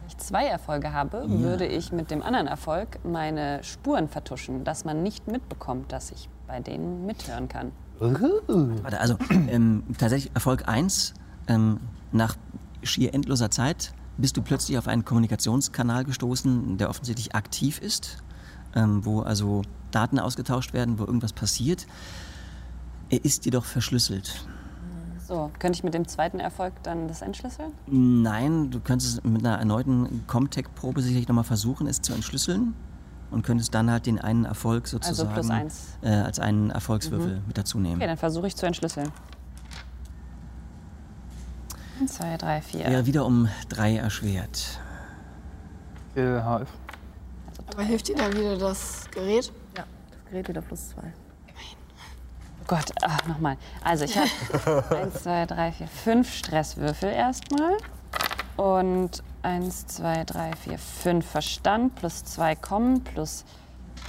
ich zwei Erfolge habe, würde ich mit dem anderen Erfolg meine Spuren vertuschen, dass man nicht mitbekommt, dass ich bei denen mithören kann.
Warte, also ähm, tatsächlich Erfolg 1. Ähm, nach schier endloser Zeit bist du plötzlich auf einen Kommunikationskanal gestoßen, der offensichtlich aktiv ist, ähm, wo also Daten ausgetauscht werden, wo irgendwas passiert. Er ist jedoch verschlüsselt.
So, könnte ich mit dem zweiten Erfolg dann das entschlüsseln?
Nein, du könntest es mit einer erneuten Comtech-Probe sicherlich nochmal versuchen, es zu entschlüsseln und könntest dann halt den einen Erfolg sozusagen
Also plus eins. Mhm. Genau.
Äh, als einen Erfolgswürfel mit dazu nehmen.
Okay, dann versuche ich zu entschlüsseln. Eins, Zwei, drei, vier.
Wäre wieder um drei erschwert.
Äh, HF.
Aber hilft dir da wieder das Gerät?
Ja, das Gerät wieder plus zwei.
Gott, ah, nochmal. Also ich habe 1, 2, 3, 4, 5 Stresswürfel erstmal. Und 1, 2, 3, 4, 5 Verstand plus 2 Kommen plus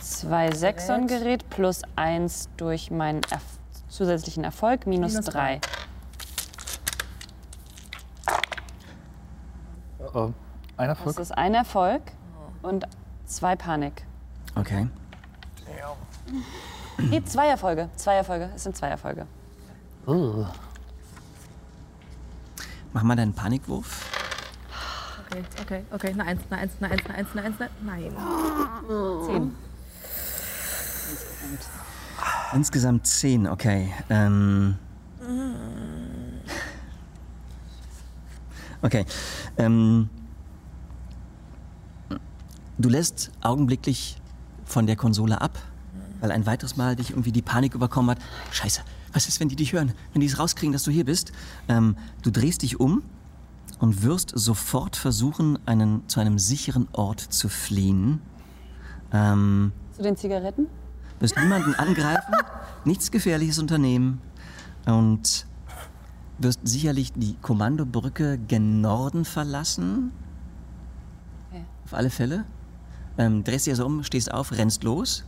2 Sechson-Gerät plus 1 durch meinen Erf zusätzlichen Erfolg minus
Minus
3.
Äh, ein Erfolg.
Das ist ein Erfolg und zwei Panik.
Okay.
Nee, zwei Erfolge. Zwei Erfolge. Es sind zwei Erfolge.
Mach mal deinen Panikwurf.
Okay, okay, okay. Na eins, na eins, na eins, na eins, na eins, na Nein.
Zehn.
Insgesamt 10, okay. Ähm. Okay. Ähm. Du lässt augenblicklich von der Konsole ab, weil ein weiteres Mal dich irgendwie die Panik überkommen hat. Scheiße, was ist, wenn die dich hören? Wenn die es rauskriegen, dass du hier bist? Ähm, du drehst dich um und wirst sofort versuchen, einen, zu einem sicheren Ort zu fliehen. Ähm,
Zu den Zigaretten?
wirst niemanden angreifen, nichts Gefährliches unternehmen und wirst sicherlich die Kommandobrücke gen Norden verlassen.
Okay.
Auf alle Fälle. Ähm, drehst dich also um, stehst auf, rennst los.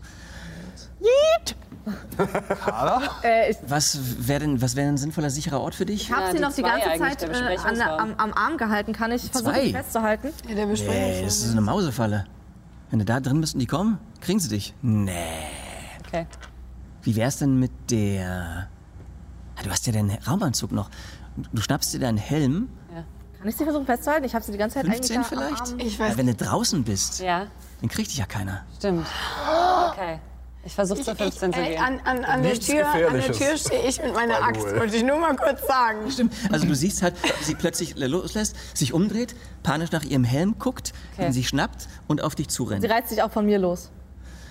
Äh, ich
Was wäre denn, was wär denn ein sinnvoller, sicherer Ort für dich?
habe
Ja,
sie
die
noch die
zwei
ganze
eigentlich,
Zeit
der
äh, an,
Besprechungsraum.
am, am Arm gehalten. Kann ich versuchen,
Zwei?
mich festzuhalten?
Ja, der
Nee,
Besprechung.
das ist so eine Mausefalle. Wenn du da drin bist und die kommen, kriegen sie dich. Nee.
Okay.
Wie wär's denn mit der. Ah, Du hast ja deinen Raumanzug noch. Du schnappst dir deinen Helm.
Kann ich sie versuchen festzuhalten? Ich habe sie die ganze Zeit
15
eigentlich da am
vielleicht?
Arm.
Ich
Ja,
weiß
wenn du draußen bist,
Ja,
dann kriegt dich ja keiner.
stimmt. Okay. Ich versuche zu 15 zu
ey,
gehen.
an, an, an, der
Nichts
Tür, an der
Gefährliches.
Tür stehe ich mit meiner Axt,
wohl.
wollte ich nur mal kurz sagen.
Stimmt. Also du siehst halt, wie sie plötzlich loslässt, sich umdreht, panisch nach ihrem Helm guckt,
Okay.
ihn sich schnappt und auf dich
Sie
zurennt.
reizt sich auch von mir los.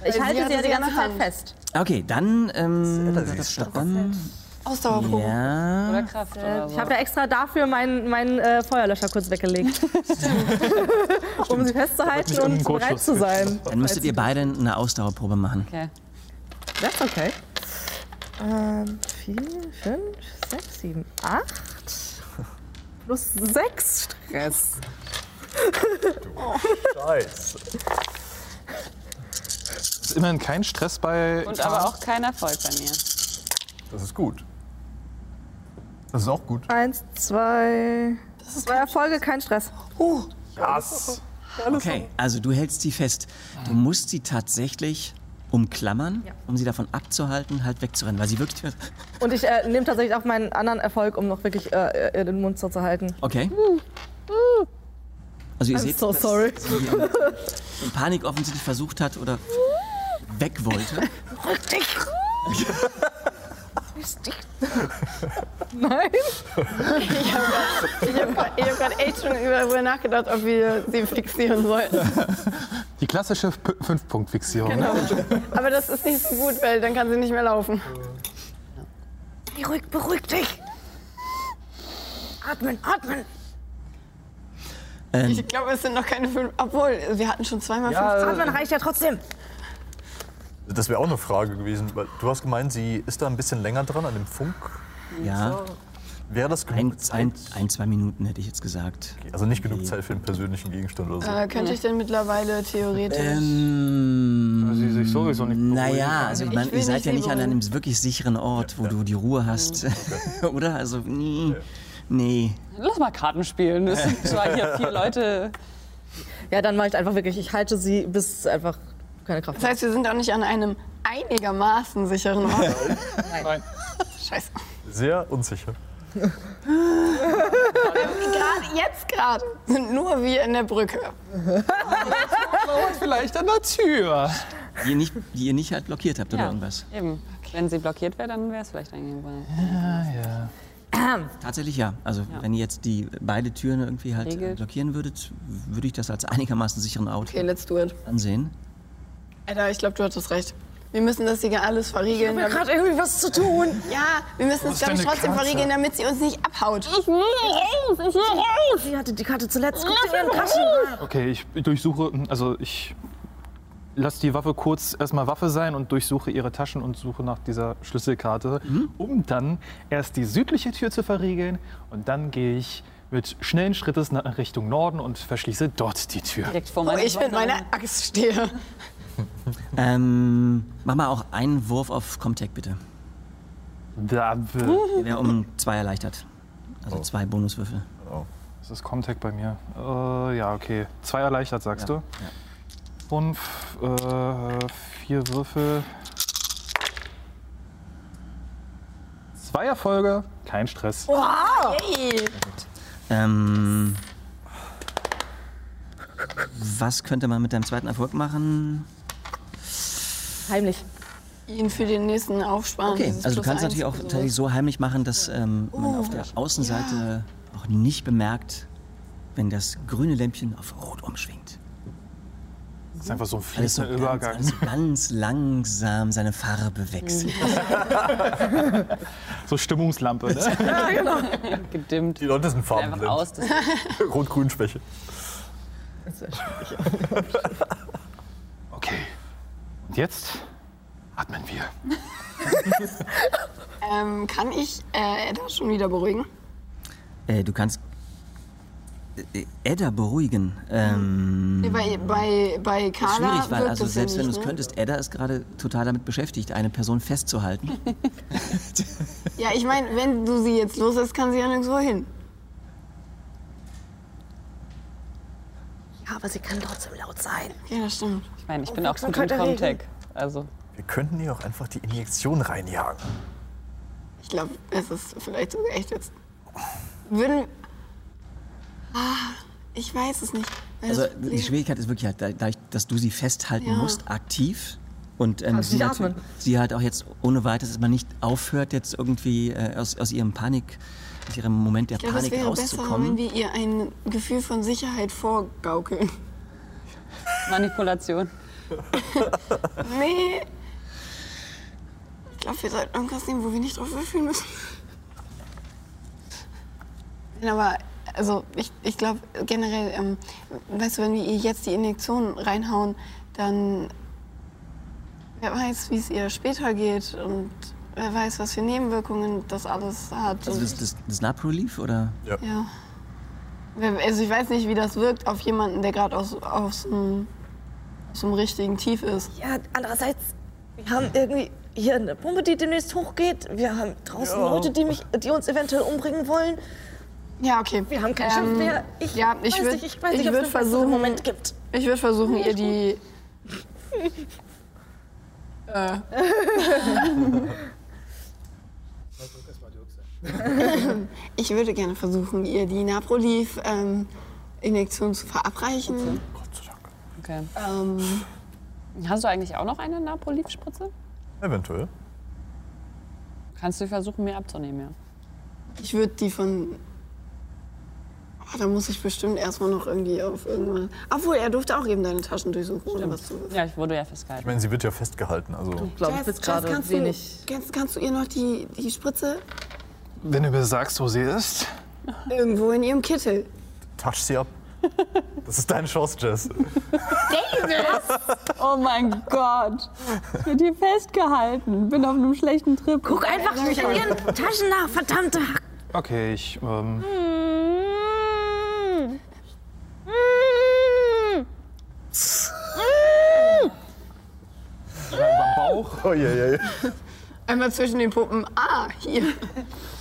Ich
sie
halte
hatte
sie ja
sie
die
in
ganze
der
Zeit
Hand.
fest.
Okay, dann. Ähm,
Das ist
dann
Ausdauerprobe.
ja.
Oder Kraft oder
Ich
so.
habe ja extra dafür meinen, meinen äh, Feuerlöscher kurz weggelegt. um sie festzuhalten
Damit
und
nicht irgendein
bereit
Kurzschluss
zu sein.
Dann müsstet ihr beide eine Ausdauerprobe machen.
Okay.
Das ist okay. Ähm, vier, fünf, sechs, sieben, acht. Plus sechs Stress.
Scheiße.
Ist immerhin kein Stress bei.
Und aber auch kein Erfolg bei mir.
Das ist gut. Das ist auch gut.
Eins, zwei. Zwei Erfolge, kein Stress.
Das.
Okay, also du hältst sie fest. Du musst sie tatsächlich umklammern, um sie davon abzuhalten, halt wegzurennen, weil sie wirklich.
Und ich äh, nehme tatsächlich auch meinen anderen Erfolg, um noch wirklich äh, äh, den Mund so zu halten.
Okay. Also ihr
I'm
seht,
so sorry.
in Panik offensichtlich versucht hat oder weg wollte.
Nein.
Ich habe gerade echt schon über- darüber nachgedacht, ob wir sie fixieren sollten.
Die klassische P- Fünf-Punkt-Fixierung. Genau.
Aber das ist nicht so gut, weil dann kann sie nicht mehr laufen.
Beruhig, beruhig dich! Atmen, atmen!
Ich glaube, es sind noch keine fünf. Obwohl, wir hatten schon zweimal fünf.
Äh.
Atmen reicht ja trotzdem!
Das wäre auch eine Frage gewesen, weil du hast gemeint, sie ist da ein bisschen länger dran an dem Funk.
Ja,
Wäre das genug
ein,
Zeit?
ein, ein, zwei Minuten hätte ich jetzt gesagt.
Also nicht genug Zeit für einen persönlichen Gegenstand oder so.
Äh, könnte ich denn mittlerweile theoretisch?
Ähm,
Sie sich sowieso nicht beruhigen.
naja, also ich
Ich
meine,
will
ihr seid
nicht
ja nicht an
lieber-
einem wirklich sicheren Ort, wo du die Ruhe hast. Oder? Also, mm, nee.
Lass mal Karten spielen. Es sind zwar hier vier Leute.
Ja, dann mache ich einfach wirklich. Ich halte sie bis einfach keine Kraft.
Das heißt, wir sind auch nicht an einem einigermaßen sicheren Ort.
Nein.
Scheiße.
Sehr unsicher.
Gerade jetzt gerade sind nur wir in der Brücke.
Und vielleicht an der Tür.
Die ihr nicht, die ihr nicht halt blockiert habt oder irgendwas.
Eben. Wenn sie blockiert wäre, dann wäre es vielleicht eingegangen.
Ah,
Tatsächlich ja. Also, wenn ihr jetzt die beide Türen irgendwie halt äh,
Regelt.
blockieren würdet, würde ich das als einigermaßen sicheren Ort
Okay, let's do it.
ansehen.
Alter, ich glaube, du hattest recht. Wir müssen das hier alles verriegeln. Ich gerade irgendwie was zu tun. Ja, wir müssen es, glaube ich, trotzdem verriegeln, damit sie uns nicht abhaut.
Sie hatte die Karte zuletzt. Guck dir ihren Kaschen an.
Okay, ich durchsuche. Also ich lasse die Waffe kurz erstmal Waffe sein und durchsuche ihre Taschen und suche nach dieser Schlüsselkarte, um dann erst die südliche Tür zu verriegeln und dann gehe ich mit schnellen Schrittes nach Richtung Norden und verschließe dort die Tür.
Direkt vor
Wo
meiner
Oh, ich mit
Wand.
meiner Axt stehe.
Ähm, mach mal auch einen Wurf auf Comtech, bitte.
Da,
Der wäre um zwei erleichtert. Also zwei Bonuswürfel.
das ist Comtech bei mir. Äh, ja, okay. Zwei erleichtert, sagst du. Fünf, äh, vier Würfel. Zwei Erfolge, kein Stress.
Ähm, was könnte man mit deinem zweiten Erfolg machen?
Heimlich.
Ihn für den nächsten aufsparen.
Okay,
dieses
also du
Plus
kannst
eins
natürlich auch
oder Oh,
tatsächlich
sowas.
so heimlich machen, dass ähm, man auf der Außenseite auch nicht bemerkt, wenn das grüne Lämpchen auf rot umschwingt.
Das ist einfach so ein
Alles so ganz,
fließender Übergang.
alles so ganz langsam seine Farbe wechselt.
Mhm.
So Stimmungslampe, ne?
gedimmt.
Die Leute sind
Einfach
farbenblind.
aus. Das
Rot-Grün-Schwäche.
Okay. Und jetzt atmen wir.
Ähm, kann ich äh, Edda schon wieder beruhigen?
Äh, du kannst äh, Edda beruhigen. Ähm,
Bei, bei, bei
ist
Carla
schwierig, weil
Mhm. wirkt
also
das
selbst
ja
wenn
nicht,
du es
ne?
könntest, Edda ist gerade total damit beschäftigt, eine Person festzuhalten.
Ja, ich meine, wenn du sie jetzt loslässt, kann sie ja nirgendwo hin.
Ja, aber sie kann trotzdem laut sein.
Ja, das stimmt.
Ich meine, ich bin auch gut in Comtech. Also,
Wir könnten ihr auch einfach die Injektion reinjagen.
Ich glaube, es ist vielleicht sogar echt jetzt. Würden. Ah, ich weiß es nicht. Weil
Also
das
die Schwierigkeit ist wirklich halt, da- dadurch, dass du sie festhalten
Ja.
musst, aktiv. Und ähm,
Kannst
sie,
nicht
natürlich-
atmen.
sie halt auch jetzt ohne weiteres, dass man nicht aufhört, jetzt irgendwie äh, aus, aus ihrem Panik, aus ihrem Moment der
ich glaube, es
Panik
wäre besser, wenn
rauszukommen.
wir ihr ein Gefühl von Sicherheit vorgaukeln.
Manipulation.
Nee. Ich glaube, wir sollten irgendwas nehmen, wo wir nicht drauf würfeln müssen. Nein, aber also ich, ich glaube generell, ähm, weißt du, wenn wir ihr jetzt die Injektion reinhauen, dann wer weiß, wie es ihr später geht und wer weiß, was für Nebenwirkungen das alles hat.
also
und-
das, das, das Nap Relief oder?
ja. Wer- Also ich weiß nicht, wie das wirkt auf jemanden, der gerade aus, aus, dem- aus dem richtigen Tief ist.
Ja, andererseits, wir haben irgendwie hier eine Pumpe, die demnächst hochgeht. Wir haben draußen Leute, die, mich, die uns eventuell umbringen wollen.
Ja, okay.
Wir haben kein Schiff mehr. Ich,
Ähm, ja, ich
weiß
würd-
nicht, ich weiß
ich
nicht, ob
würd
es einen besseren
versuchen-
Moment gibt.
Ich würde versuchen, ihr die. Äh. ich würde gerne versuchen, ihr die Naproliv-Injektion zu verabreichen.
Okay.
Ähm,
Hast du eigentlich auch noch eine Napoliv-Spritze?
Eventuell.
Kannst du versuchen, mir abzunehmen, ja.
ich würde die von. Oh, da muss ich bestimmt erstmal noch irgendwie auf irgendwann. Obwohl, er durfte auch eben deine Taschen durchsuchen, ohne was zu wissen.
Ja, ich wurde ja
Ich
festgehalten.
meine, sie wird ja festgehalten. Also
Glaube ich bis gerade
kannst, du,
wenig.
kannst, kannst du ihr noch die, die Spritze
Wenn du mir sagst, wo sie ist,
irgendwo in ihrem Kittel?
touch sie ab. Das ist deine Chance, Jess.
Oh mein Gott. Ich bin hier festgehalten. Bin auf einem schlechten Trip.
Guck einfach nicht in ihren Taschen nach, verdammte Hack.
Okay, ich. Ähm, am Bauch.
Oh je, je, je.
Einmal zwischen den Puppen. Ah, hier.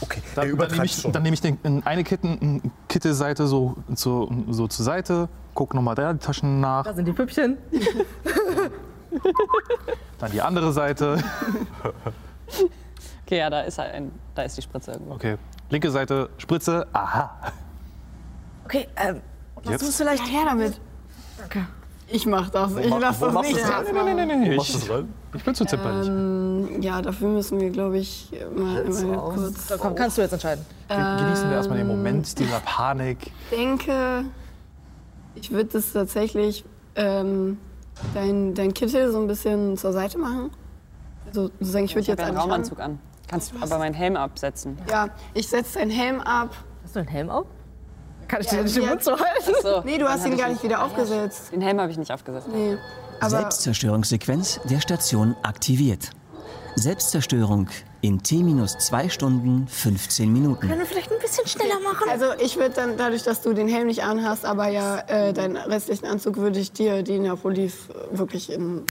Okay,
Dann, dann nehme ich, dann nehme ich den, in eine Kitten, in Kittelseite so, so, so zur Seite, guck nochmal da die Taschen nach,
Da sind die Püppchen.
dann die andere Seite.
Okay, ja, da ist, ein, da ist die Spritze irgendwo.
Okay, linke Seite, Spritze, aha.
Okay, ähm,
jetzt?
was muss vielleicht.
Her damit.
Danke.
Ich mach das. Ich
mach-
lass
Oh,
wo
das
machst
nicht.
du's
erst
rein?
machen.
nee,
Machst du
ich,
das rein?
ich bin zu zimperlich.
Ähm, ja, dafür müssen wir, glaube ich, mal, mal kurz.
So, komm, kannst du jetzt entscheiden.
Ähm,
Ge- Genießen wir erstmal den Moment dieser Panik.
Ich denke, ich würde das tatsächlich ähm, dein, dein Kittel so ein bisschen zur Seite machen. Also sozusagen, ich
Ich
würde
habe
jetzt
ja einen
eigentlich
Raumanzug an. Oh, Kannst aber meinen Helm absetzen.
an- Ja, ich setze deinen Helm ab.
Hast du einen Helm auf?
Kann ich dir nicht den Mund zu halten?
So,
Nee, du
dann
hast
hab
ihn
ich
gar nicht wieder aufgesetzt.
Den Helm habe ich nicht aufgesetzt.
Nee. Aber
Selbstzerstörungssequenz der Station aktiviert. Selbstzerstörung in T-2 Stunden 15 Minuten.
Können wir vielleicht ein bisschen schneller machen?
also ich würde dann, dadurch, dass du den Helm nicht anhast, aber ja äh, deinen restlichen Anzug, würde ich dir die Napolis wirklich in,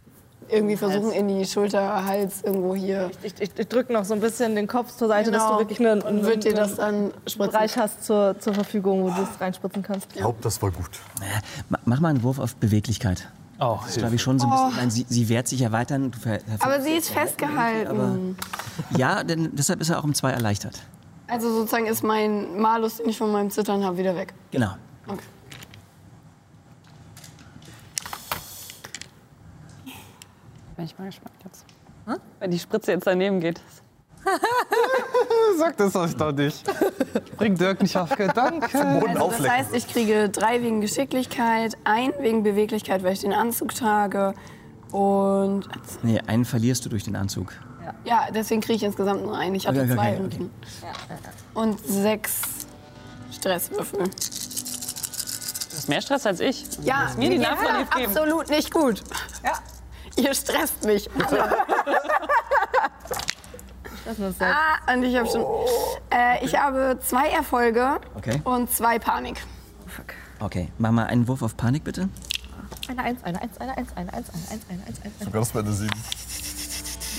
irgendwie versuchen, in die Schulter, Hals, irgendwo hier.
Ich, ich, ich drücke noch so ein bisschen den Kopf zur Seite, dass
Genau.
du wirklich einen,
Und würd dir das dann spritzen.
Bereich hast zur, zur Verfügung, wo du es reinspritzen kannst.
Ich glaube, das war gut.
Äh, Ma- Mach mal einen Wurf auf Beweglichkeit.
Oh,
Das glaube ich schon so ein bisschen. Nein, sie, sie wehrt sich erweitern. Du ver-
Aber sie ist festgehalten.
ja, denn deshalb ist er auch um zwei erleichtert.
Also sozusagen ist mein Malus, den ich von meinem Zittern habe, wieder weg.
Genau.
Okay.
Bin ich mal gespannt jetzt. Wenn die Spritze jetzt daneben geht.
Sag das euch doch nicht. Bring Dirk nicht auf Gedanken.
Boden
Also das
auflecken.
heißt, ich kriege drei wegen Geschicklichkeit, ein wegen Beweglichkeit, weil ich den Anzug trage. Und
Nee, einen verlierst du durch den Anzug.
ja, deswegen kriege ich insgesamt nur einen. Ich hatte
Okay, okay,
zwei
okay,
unten. Und sechs Stresswürfel.
Du hast mehr Stress als ich.
Ja,
mir die
ja,
Nachbarn geben.
absolut nicht gut. Ihr stresst mich.
Das muss sein.
ah, und ich habe schon. Äh, ich habe zwei Erfolge
Oh. Okay.
und zwei Panik.
Okay, mach mal einen Wurf auf Panik bitte.
Eine Eins, eine Eins, eine Eins, eine Eins, eine Eins, eine Eins, eine Eins.
Du kannst meine sieben.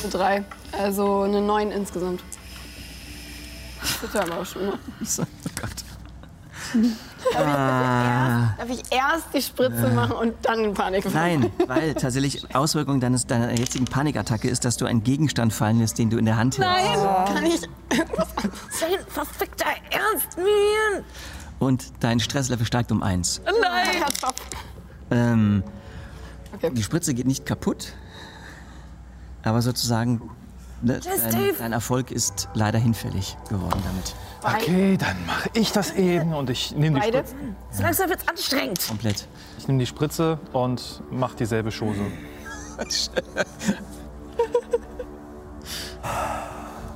Eine drei. Also eine neun insgesamt. Das wird aber auch schon mal.
Oh Gott.
Darf ich erst die Spritze machen und dann in Panik machen?
Äh. Nein, weil tatsächlich Auswirkung deines, deiner jetzigen Panikattacke ist, dass du einen Gegenstand fallen lässt, den du in der Hand hältst.
Nein, kann ich.
Sein verfickter Ernst, Minion!
Und dein Stresslevel steigt um eins.
Nein!
Ähm,
Okay.
Die Spritze geht nicht kaputt, aber sozusagen ne, dein, dein Erfolg ist leider hinfällig geworden damit.
Okay, dann mache ich das eben und ich nehme die
Beide?
Spritze.
So langsam wird's anstrengend.
Komplett.
Ich nehme die Spritze und mache dieselbe Chose.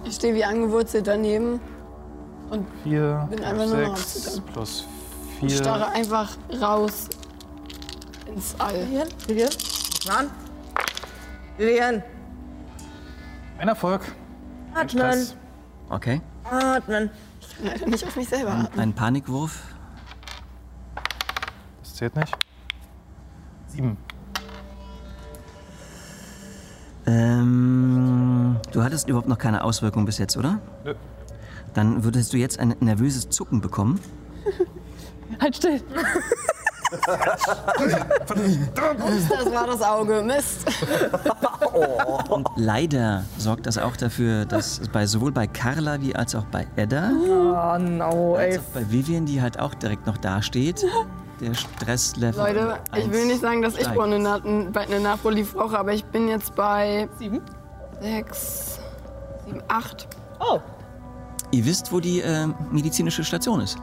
Ich stehe wie angewurzelt daneben,
Vier,
Bin einfach nur noch am
sechs
Zittern.
plus vier.
starre einfach raus ins All.
Lilian, Lilian, guck mal an. Lilian,
Ein Erfolg. Ein
Atmen,
Stress.
Okay.
atmen.
Leider nicht auf mich selber.
Ein Panikwurf.
Das zählt nicht. Sieben.
Ähm, du hattest überhaupt noch keine Auswirkung bis jetzt, oder?
Nö.
Dann würdest du jetzt ein nervöses Zucken bekommen.
Halt still.
Das war das Auge. Mist.
Leider sorgt das auch dafür, dass es bei, sowohl bei Carla wie als auch bei Edda,
Oh no,
als
ey.
Also.
auch bei Vivian, die halt auch direkt noch dasteht, der Stresslevel.
Leute, ich will nicht sagen, dass ich
steigt.
vorhin eine, Na eine Napoli brauche, aber ich bin jetzt bei sechs, sieben, acht.
Ihr wisst, wo die äh, medizinische Station ist.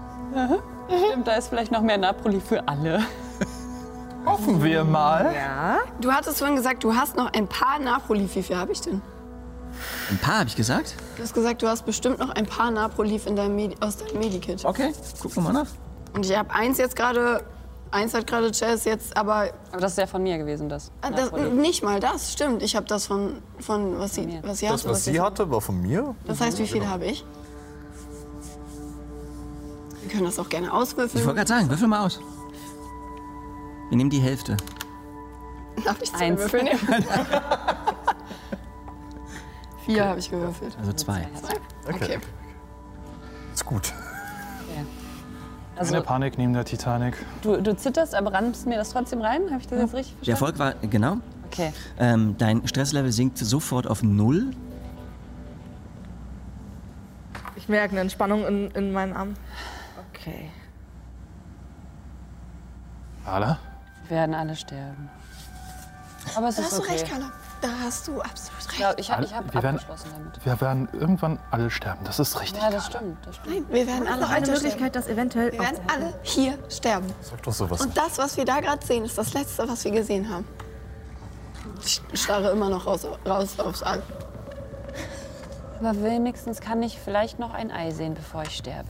Stimmt, da ist vielleicht noch mehr Napoli für alle.
Hoffen wir mal.
Du hattest vorhin gesagt, du hast noch ein paar Napoli. Wie viel habe ich denn?
Ein paar, habe ich gesagt.
Du hast gesagt, du hast bestimmt noch ein paar Naprolief in deinem Medi aus deinem Medikit.
Okay, gucken wir mal nach.
Und ich habe eins jetzt gerade, eins hat gerade Chess jetzt, aber äh,
Aber das ist ja von mir gewesen, das.
Ah, das, äh,
Napoli.
nicht mal das, stimmt. Ich habe das von, von was sie, was sie
Das,
hatte.
was sie
ich-
hatte, war von mir.
Das heißt, wie viel habe ich? Wir können das auch gerne
Ich wollte
auswürfeln.
gerade sagen, würfel mal aus. Wir nehmen die Hälfte.
Darf ich zwei
Eins.
Würfel nehmen? Vier habe ich gewürfelt.
Also zwei.
Okay.
Ist gut.
Keine
Also,
Panik neben der Titanic.
du, du zitterst, aber rammst mir das trotzdem rein? Habe ich das jetzt richtig
Der
verstanden?
Erfolg war, genau.
Okay.
Ähm, dein Stresslevel sinkt sofort auf null.
Ich merke eine Entspannung in, in meinen Armen. Okay.
Carla?
Wir werden alle sterben. Aber es
Da
ist
hast du
okay.
recht, Carla. Da hast du absolut recht.
Ja, ich, hab- ich habe
Wir werden-
abgeschlossen damit.
Wir werden irgendwann alle sterben. Das ist richtig.
Ja, das stimmt. Das stimmt.
Nein, wir werden alle
Noch eine
heute sterben.
Möglichkeit, das eventuell.
Wir werden alle hier sterben.
Sag doch sowas.
Und das, was wir da gerade sehen, ist das Letzte, was wir gesehen haben. Ich starre immer noch raus, raus aufs All.
Aber wenigstens kann ich vielleicht noch ein Ei sehen, bevor ich sterbe.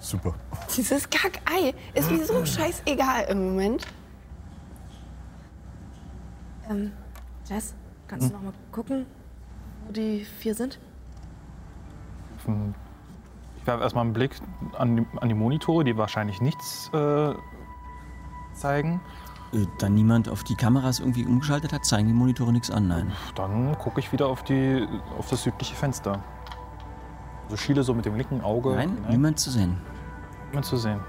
Super.
Dieses Kackei ist mir so scheißegal im Moment.
Ähm, Jess, kannst
Hm.
du noch mal gucken, wo die vier sind?
Hm. Ich werfe erstmal einen Blick an die, an die Monitore, die wahrscheinlich nichts äh, zeigen.
Äh, Da niemand auf die Kameras irgendwie umgeschaltet hat, zeigen die Monitore nichts an, nein.
Dann gucke ich wieder auf, die, auf das südliche Fenster. Also schiele so mit dem linken Auge.
Nein, niemand zu sehen.
Niemand zu sehen.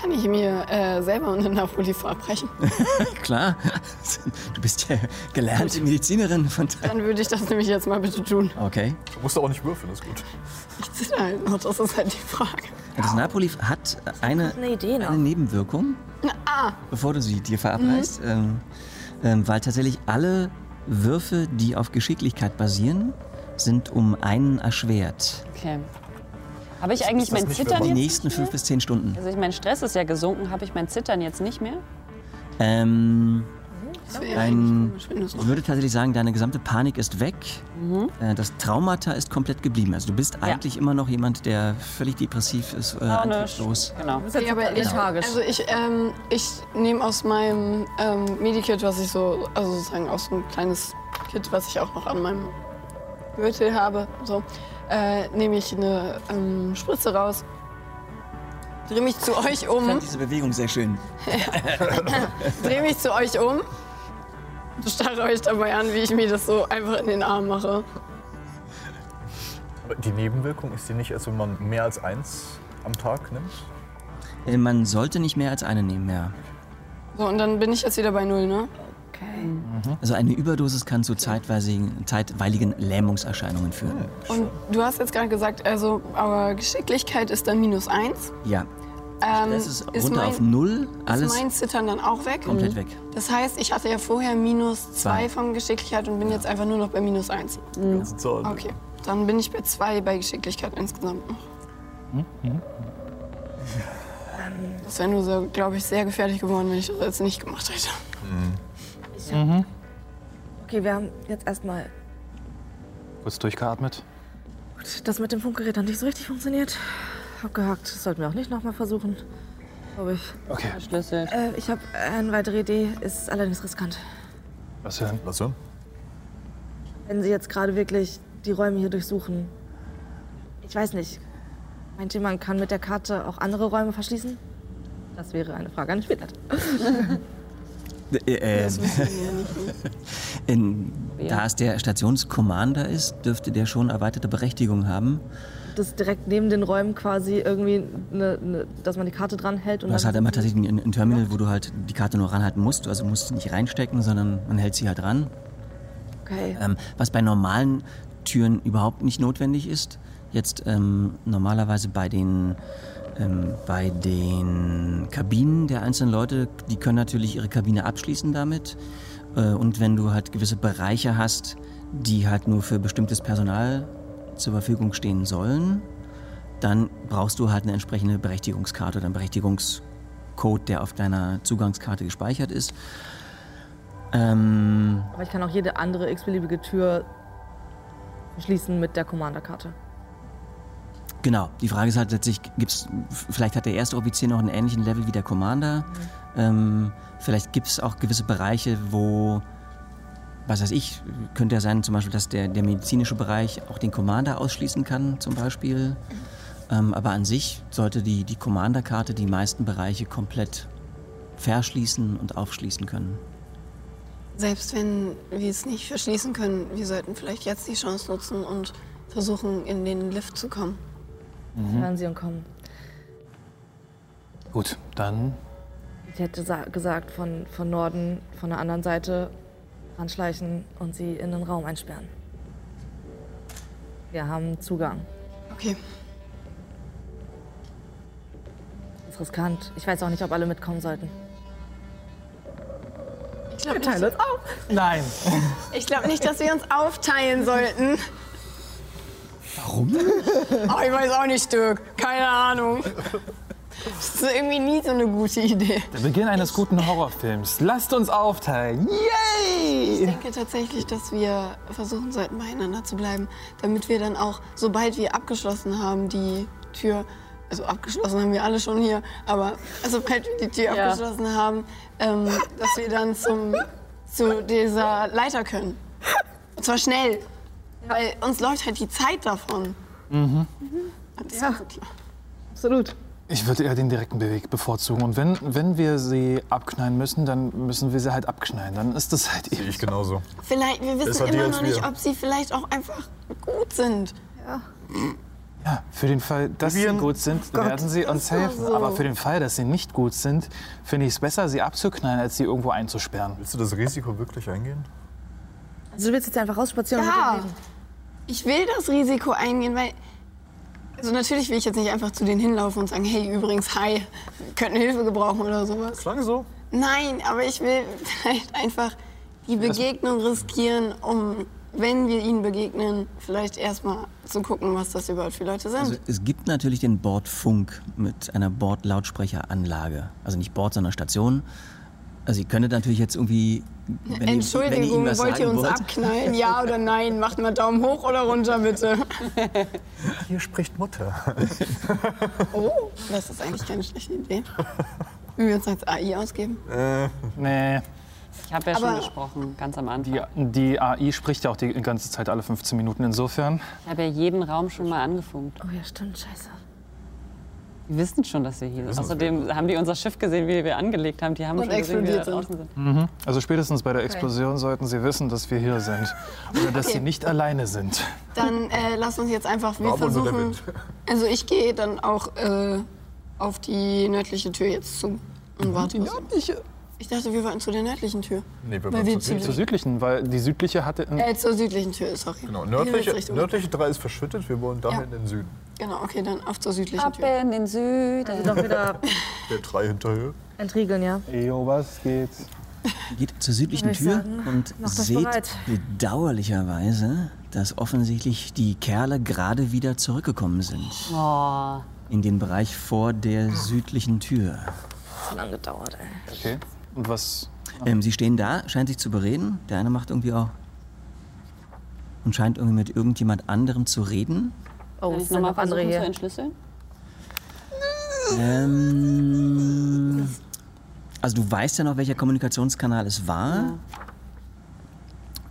Kann ich mir äh, selber eine Napoli verabreichen?
Klar, du bist ja gelernte Medizinerin von daher.
Dann würde ich das nämlich jetzt mal bitte tun.
Okay.
Du musst auch nicht würfeln, ist gut.
Ich zitter halt noch, das ist halt die Frage.
Das Napolif hat eine,
Eine Idee noch.
eine Nebenwirkung,
Ah,
bevor du sie dir verabreichst,
Mhm.
ähm, ähm, weil tatsächlich alle Würfe, die auf Geschicklichkeit basieren, sind um einen erschwert.
Okay. Habe ich eigentlich mein
nicht
Zittern
Die
jetzt
nächsten
nicht mehr?
fünf bis zehn Stunden.
Also ich, mein Stress ist ja gesunken. Habe ich mein Zittern jetzt nicht mehr?
Ähm,
das
Ein-
wäre eigentlich komisch, wenn du es
ich
noch-
würde tatsächlich sagen, deine gesamte Panik ist weg.
Mhm.
Äh, Das Traumata ist komplett geblieben. Also du bist eigentlich immer noch jemand, der völlig depressiv ist, äh, antriebslos.
Genau.
Ja, aber ich,
tragisch.
also ich, ähm, ich nehme aus meinem ähm, Medikit, was ich so, also sozusagen aus so ein kleines Kit, was ich auch noch an meinem Gürtel habe, so, äh, nehme ich eine ähm, Spritze raus, drehe mich zu euch
Ich
um,
fand diese Bewegung sehr schön.
drehe mich zu euch um, starre euch dabei an, wie ich mir das so einfach in den Arm mache.
Aber die Nebenwirkung ist die nicht, als wenn man mehr als eins am Tag nimmt?
Äh, Man sollte nicht mehr als eine nehmen, ja.
So, und dann bin ich jetzt wieder bei Null, ne?
Okay.
Also eine Überdosis kann zu zeitweiligen, zeitweiligen Lähmungserscheinungen führen.
Und du hast jetzt gerade gesagt, also, aber Geschicklichkeit ist dann minus eins.
Ja,
Ähm,
das ist runter
mein-
auf null,
Ist
alles
mein Zittern dann auch weg? Mhm.
komplett weg.
Das heißt, ich hatte ja vorher minus
Zwei.
2 von Geschicklichkeit und bin jetzt einfach nur noch bei minus 1.
Das ist so-
Okay, dann bin ich bei 2 bei Geschicklichkeit insgesamt noch.
Hm?
Das wäre nur, so, glaube ich, sehr gefährlich geworden, wenn ich das jetzt nicht gemacht hätte.
Okay, wir haben jetzt erstmal
Kurz durchgeatmet.
Gut, das mit dem Funkgerät hat nicht so richtig funktioniert. Abgehakt. Das sollten wir auch nicht nochmal versuchen. Glaube ich.
Okay,
Schlüssel.
Äh, ich habe eine weitere Idee, ist allerdings riskant.
was hören?
Was hören?
Wenn Sie jetzt gerade wirklich die Räume hier durchsuchen. Ich weiß nicht. Meint ihr, man kann mit der Karte auch andere Räume verschließen? Das wäre eine Frage an Schwindert.
Äh, äh, in, da es der Stationskommander ist, dürfte der schon erweiterte Berechtigung haben.
Das direkt neben den Räumen quasi irgendwie, eine, eine, dass man die Karte dran hält und
Du hast
dann
halt immer tatsächlich ein, ein Terminal, wo du halt die Karte nur ranhalten musst. Also musst sie nicht reinstecken, sondern man hält sie halt ran.
Okay.
Ähm, was bei normalen Türen überhaupt nicht notwendig ist. Jetzt ähm, normalerweise bei den, ähm, bei den Kabinen der einzelnen Leute, die können natürlich ihre Kabine abschließen damit. Äh, und wenn du halt gewisse Bereiche hast, die halt nur für bestimmtes Personal zur Verfügung stehen sollen, dann brauchst du halt eine entsprechende Berechtigungskarte oder einen Berechtigungscode, der auf deiner Zugangskarte gespeichert ist. Ähm,
Aber ich kann auch jede andere x-beliebige Tür verschließen mit der Commander-Karte.
Genau, die Frage ist halt letztlich, gibt's, vielleicht hat der erste Offizier noch einen ähnlichen Level wie der Commander. Ähm, vielleicht gibt es auch gewisse Bereiche, wo, was weiß ich, könnte ja sein, zum Beispiel, dass der, der medizinische Bereich auch den Commander ausschließen kann, zum Beispiel. Ähm, aber an sich sollte die, die Commander-Karte die meisten Bereiche komplett verschließen und aufschließen können.
Selbst wenn wir es nicht verschließen können, wir sollten vielleicht jetzt die Chance nutzen und versuchen, in den Lift zu kommen.
Hm?
Hören Sie und kommen.
Gut, dann
Ich hätte sa- gesagt, von, von Norden, von der anderen Seite ranschleichen und sie in den Raum einsperren. Wir haben Zugang.
Okay,
Das ist riskant. Ich weiß auch nicht, ob alle mitkommen sollten.
ich glaube nicht,
Nein.
ich glaub nicht, dass wir uns aufteilen sollten.
Warum?
Oh, ich weiß auch nicht, Dirk. Keine Ahnung. Das ist irgendwie nie so eine gute Idee.
Der Beginn eines guten Horrorfilms. Lasst uns aufteilen.
Ich
Yay!
denke tatsächlich, dass wir versuchen sollten, beieinander zu bleiben, damit wir dann auch, sobald wir abgeschlossen haben, die Tür, also abgeschlossen haben wir alle schon hier, aber sobald wir die Tür
Ja.
abgeschlossen haben, ähm, dass wir dann zum, zu dieser Leiter können. Und zwar schnell, weil uns läuft halt die Zeit davon.
Mhm.
Und das ja. ist so klar.
Absolut.
Ich würde eher den direkten Beweg bevorzugen. Und wenn, wenn wir sie abknallen müssen, dann müssen wir sie halt abknallen. Dann ist das halt eben.
Ich genauso.
Vielleicht, wir wissen
Besser die
immer
als
noch nicht,
wir.
ob sie vielleicht auch einfach gut sind. Ja.
Ja, für den Fall, dass sie gut sind,
Gott.
werden sie uns helfen.
so.
Aber für den Fall, dass sie nicht gut sind, finde ich es besser, sie abzuknallen, als sie irgendwo einzusperren.
Willst du das Risiko wirklich eingehen?
Also du willst jetzt einfach rausspazieren
Ja.
und mit dem reden?
Ich will das Risiko eingehen, weil. Also, natürlich will ich jetzt nicht einfach zu denen hinlaufen und sagen: Hey, übrigens, hi, wir könnten Hilfe gebrauchen oder sowas.
Klang so.
Nein, aber ich will vielleicht einfach die
also
Begegnung riskieren, um, wenn wir ihnen begegnen, vielleicht erstmal zu gucken, was das überhaupt für Leute sind.
Also es gibt natürlich den Bordfunk mit einer Bordlautsprecheranlage. Also nicht Bord, sondern Station. Also ihr könntet natürlich jetzt irgendwie... wenn ihr- wenn ihr
Entschuldigung,
ihnen was
wollt ihr
sagen
uns
wollt.
abknallen? Ja oder nein? Macht mal Daumen hoch oder runter, bitte.
Hier spricht Mutter.
Oh, das ist eigentlich keine schlechte Idee. Wenn wir uns als AI ausgeben.
Äh. Nee.
Ich habe ja
Aber-
schon gesprochen, ganz am Anfang.
Die, die AI spricht ja auch die ganze Zeit alle 15 Minuten. Insofern.
Ich habe ja jeden Raum schon mal angefunkt.
Oh ja, stimmt, scheiße.
Die wissen schon, dass wir hier sind.
wissen, dass
Außerdem haben die unser Schiff gesehen, wie wir angelegt haben. Die haben
Und
schon gesehen, wie wir
explodiert
da
sind.
draußen sind.
Mhm. Also spätestens bei der
Okay.
Explosion sollten sie wissen, dass wir hier sind. Oder dass sie
Okay.
nicht alleine sind.
Dann äh, lass uns jetzt einfach, wir
Aber nur der
versuchen.
Wind.
Also ich gehe dann auch äh, auf die nördliche Tür jetzt zu und warte. Die nördliche? Ich dachte, wir wollten zu der nördlichen Tür.
Nee,
Weil wir zu-
zur südlichen, weil die südliche hatte.
Äh, zur südlichen Tür, sorry.
Genau,
Die
nördliche,
Himmelsrichtung.
nördliche 3 ist verschüttet, wir wollen daher
Ja.
in den Süden.
Genau, okay, dann auf zur südlichen
Ab
Tür.
in den Süden.
Also doch wieder
Der 3 hinterher.
entriegeln, ja.
Äh.
Jo, was geht?
Geht zur südlichen
Würde ich
Tür
sagen,
und
macht euch
seht
bereit.
bedauerlicherweise, dass offensichtlich die Kerle gerade wieder zurückgekommen sind.
Oh.
In den Bereich vor der südlichen Tür.
Hat lange gedauert, ey.
Okay. Und was?
Ähm, sie stehen da, scheint sich zu bereden. Der eine macht irgendwie auch. Und scheint irgendwie mit irgendjemand anderem zu reden.
Oh,
Kann
es
ich
sind
nochmal
noch andere
versuchen zu
hier.
entschlüsseln?
Ähm, also, du weißt ja noch, welcher Kommunikationskanal es war.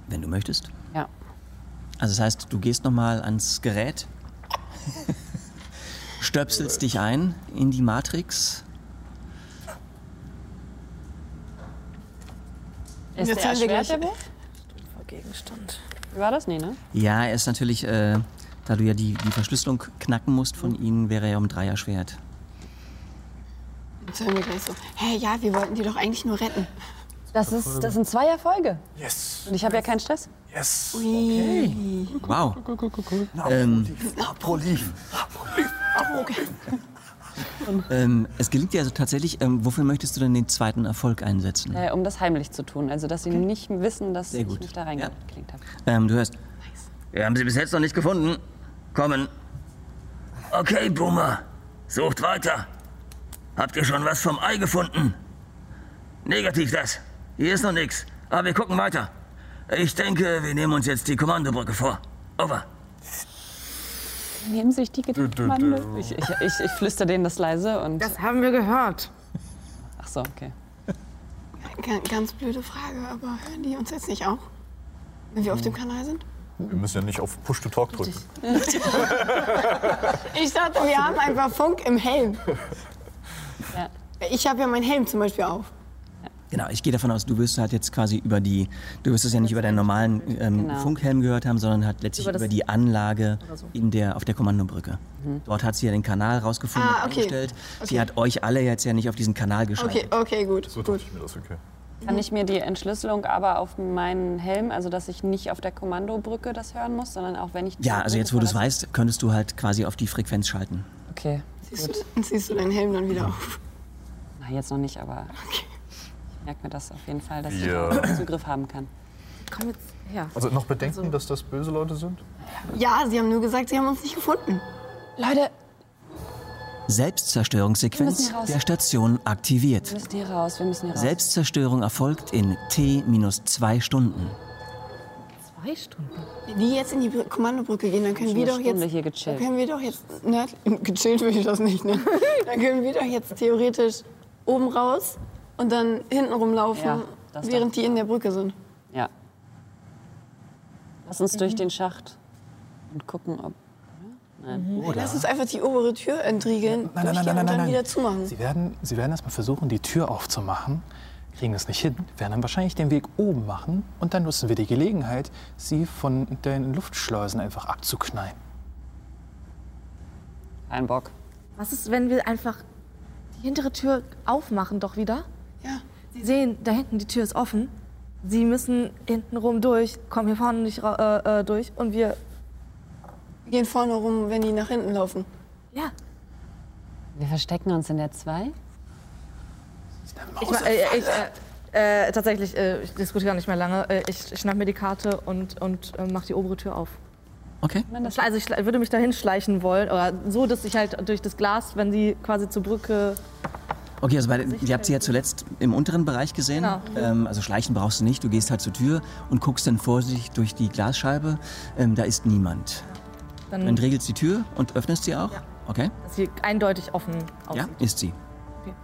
Wenn du möchtest.
Ja.
Also das heißt, du gehst nochmal ans Gerät, stöpselst dich ein in die Matrix.
Ist
Jetzt
der
haben
erschwert,
wir gleich-
der Wurf?
Gegenstand.
Wie war das? Nee, ne?
Ja, er ist natürlich, äh, da du ja die, die Verschlüsselung knacken musst von ihnen, wäre er um drei erschwert.
Jetzt hören wir gleich so. Hey, ja, wir wollten die doch eigentlich nur retten.
Das, ist, das sind zwei Erfolge.
Yes.
Und ich habe ja keinen Stress.
Yes.
Ui.
Wow. Ähm,
Napoliv.
Okay.
ähm, es gelingt dir also tatsächlich, ähm, wofür möchtest du denn den zweiten Erfolg einsetzen?
Äh, um das heimlich zu tun. Also, dass sie nicht wissen, dass
Sehr
ich
gut.
mich da reingeklinkt habe.
Ähm, du hörst, wir haben sie bis jetzt noch nicht gefunden. Kommen. Okay, Boomer, sucht weiter. Habt ihr schon was vom Ei gefunden? Negativ das. Hier ist noch nichts. Aber wir gucken weiter. Ich denke, wir nehmen uns jetzt die Kommandobrücke vor. Over.
Nehmen sich die Gedanken. Ich, ich, ich, ich flüster denen das leise und.
Das haben wir gehört.
Ach so, okay.
Ga- Ganz blöde Frage, aber hören die uns jetzt nicht auch? Wenn wir auf dem Kanal sind?
Wir müssen ja nicht auf Push to Talk drücken.
Ich dachte, wir haben einfach Funk im Helm.
Ja.
Ich habe ja meinen Helm zum Beispiel auf.
Genau, ich gehe davon aus, du wirst halt jetzt quasi über die, du wirst es ja nicht über deinen normalen ähm,
Genau.
Funkhelm gehört haben, sondern halt letztlich
Über
über,
das-
die Anlage
Oder so.
in der, auf der Kommandobrücke. Dort hat sie ja den Kanal rausgefunden
Ah,
und
okay.
eingestellt. Sie
Okay.
hat euch alle jetzt ja nicht auf diesen Kanal geschaltet.
Okay, okay, gut.
So dachte ich mir das, okay.
Kann ich mir die Entschlüsselung aber auf meinen Helm, also dass ich nicht auf der Kommandobrücke das hören muss, sondern auch wenn ich. die
Ja, also jetzt, wo du es
verlasse?
weißt, könntest du halt quasi auf die Frequenz schalten.
Okay,
Siehst
gut.
du, dann ziehst du deinen Helm dann wieder auf.
Na, jetzt noch nicht, aber ich merke mir das auf jeden Fall, dass
Ja.
ich darauf Zugriff haben kann.
Komm jetzt her.
Also noch bedenken, dass das böse Leute sind?
Ja, sie haben nur gesagt, sie haben uns nicht gefunden.
Leute, Wir müssen
Selbstzerstörungssequenz
hier raus.
der Station
wir
aktiviert.
müssen hier raus, wir müssen hier raus.
Selbstzerstörung erfolgt in T minus zwei Stunden.
Zwei Zwei Stunden.
Wenn die jetzt in die Br- Kommandobrücke gehen, dann können
Schon
wir
eine
doch
Stunde
jetzt.
hier gechillt.
Dann können wir doch jetzt. Nerd, gechillt will ich das nicht, ne? dann können wir doch jetzt theoretisch oben raus und dann hinten rumlaufen,
Ja, das
während die in der Brücke sind.
Ja. Lass uns durch den Schacht und gucken, ob. Nein.
Nein, Lass uns einfach die obere Tür entriegeln,
Nein, nein, nein,
durchgehen
nein,
und
nein,
dann
nein.
wieder zumachen.
Sie werden, sie werden erstmal versuchen, die Tür aufzumachen, kriegen es nicht hin, werden dann wahrscheinlich den Weg oben machen und dann nutzen wir die Gelegenheit, sie von den Luftschleusen einfach abzuknallen.
Ein Bock.
Was ist, wenn wir einfach die hintere Tür aufmachen doch wieder?
Ja.
Sie sehen, da hinten die Tür ist offen. Sie müssen hinten rum durch, kommen hier vorne nicht ra- äh, äh, durch und wir,
Wir gehen vorne rum, wenn die nach hinten laufen.
ja.
Wir verstecken uns in der 2.
Ich, ma- äh, ich, äh, äh, tatsächlich, äh, ich diskutiere nicht mehr lange. Äh, ich schnapp mir die Karte und, und äh, mach die obere Tür auf.
Okay.
Schle- Also ich schle- würde mich dahin schleichen wollen, oder so, dass ich halt durch das Glas, wenn sie quasi zur Brücke
Okay, also bei, ihr habt sie ja zuletzt im unteren Bereich gesehen.
Genau.
Ähm, also schleichen brauchst du nicht. Du gehst halt zur Tür und guckst dann vorsichtig durch die Glasscheibe. Ähm, da ist niemand.
dann,
Dann regelst die Tür und öffnest sie auch. Okay.
dass sie eindeutig offen aussieht.
Ja, ist sie.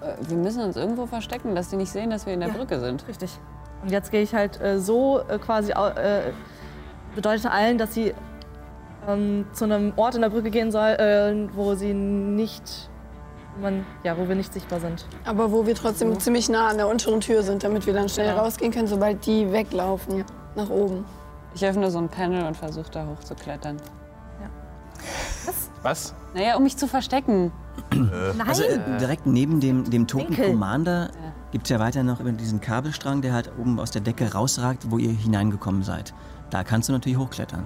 Äh, Wir müssen uns irgendwo verstecken, dass sie nicht sehen, dass wir in der
Ja.
Brücke sind.
Richtig. Und jetzt gehe ich halt äh, so äh, quasi au- äh, bedeutet allen, dass sie ähm, zu einem Ort in der Brücke gehen soll, äh, wo sie nicht, wo man, ja, wo wir nicht sichtbar sind.
Aber wo wir trotzdem ziemlich nah an der unteren Tür sind, damit wir dann schnell rausgehen können, sobald die weglaufen. Nach oben.
Ich öffne so ein Panel und versuche da hochzuklettern.
Was?
Naja, um mich zu verstecken.
Nein.
Also äh, direkt neben dem, dem toten
Winkel.
Commander gibt es ja weiter noch über diesen Kabelstrang, der halt oben aus der Decke rausragt, wo ihr hineingekommen seid. Da kannst du natürlich hochklettern.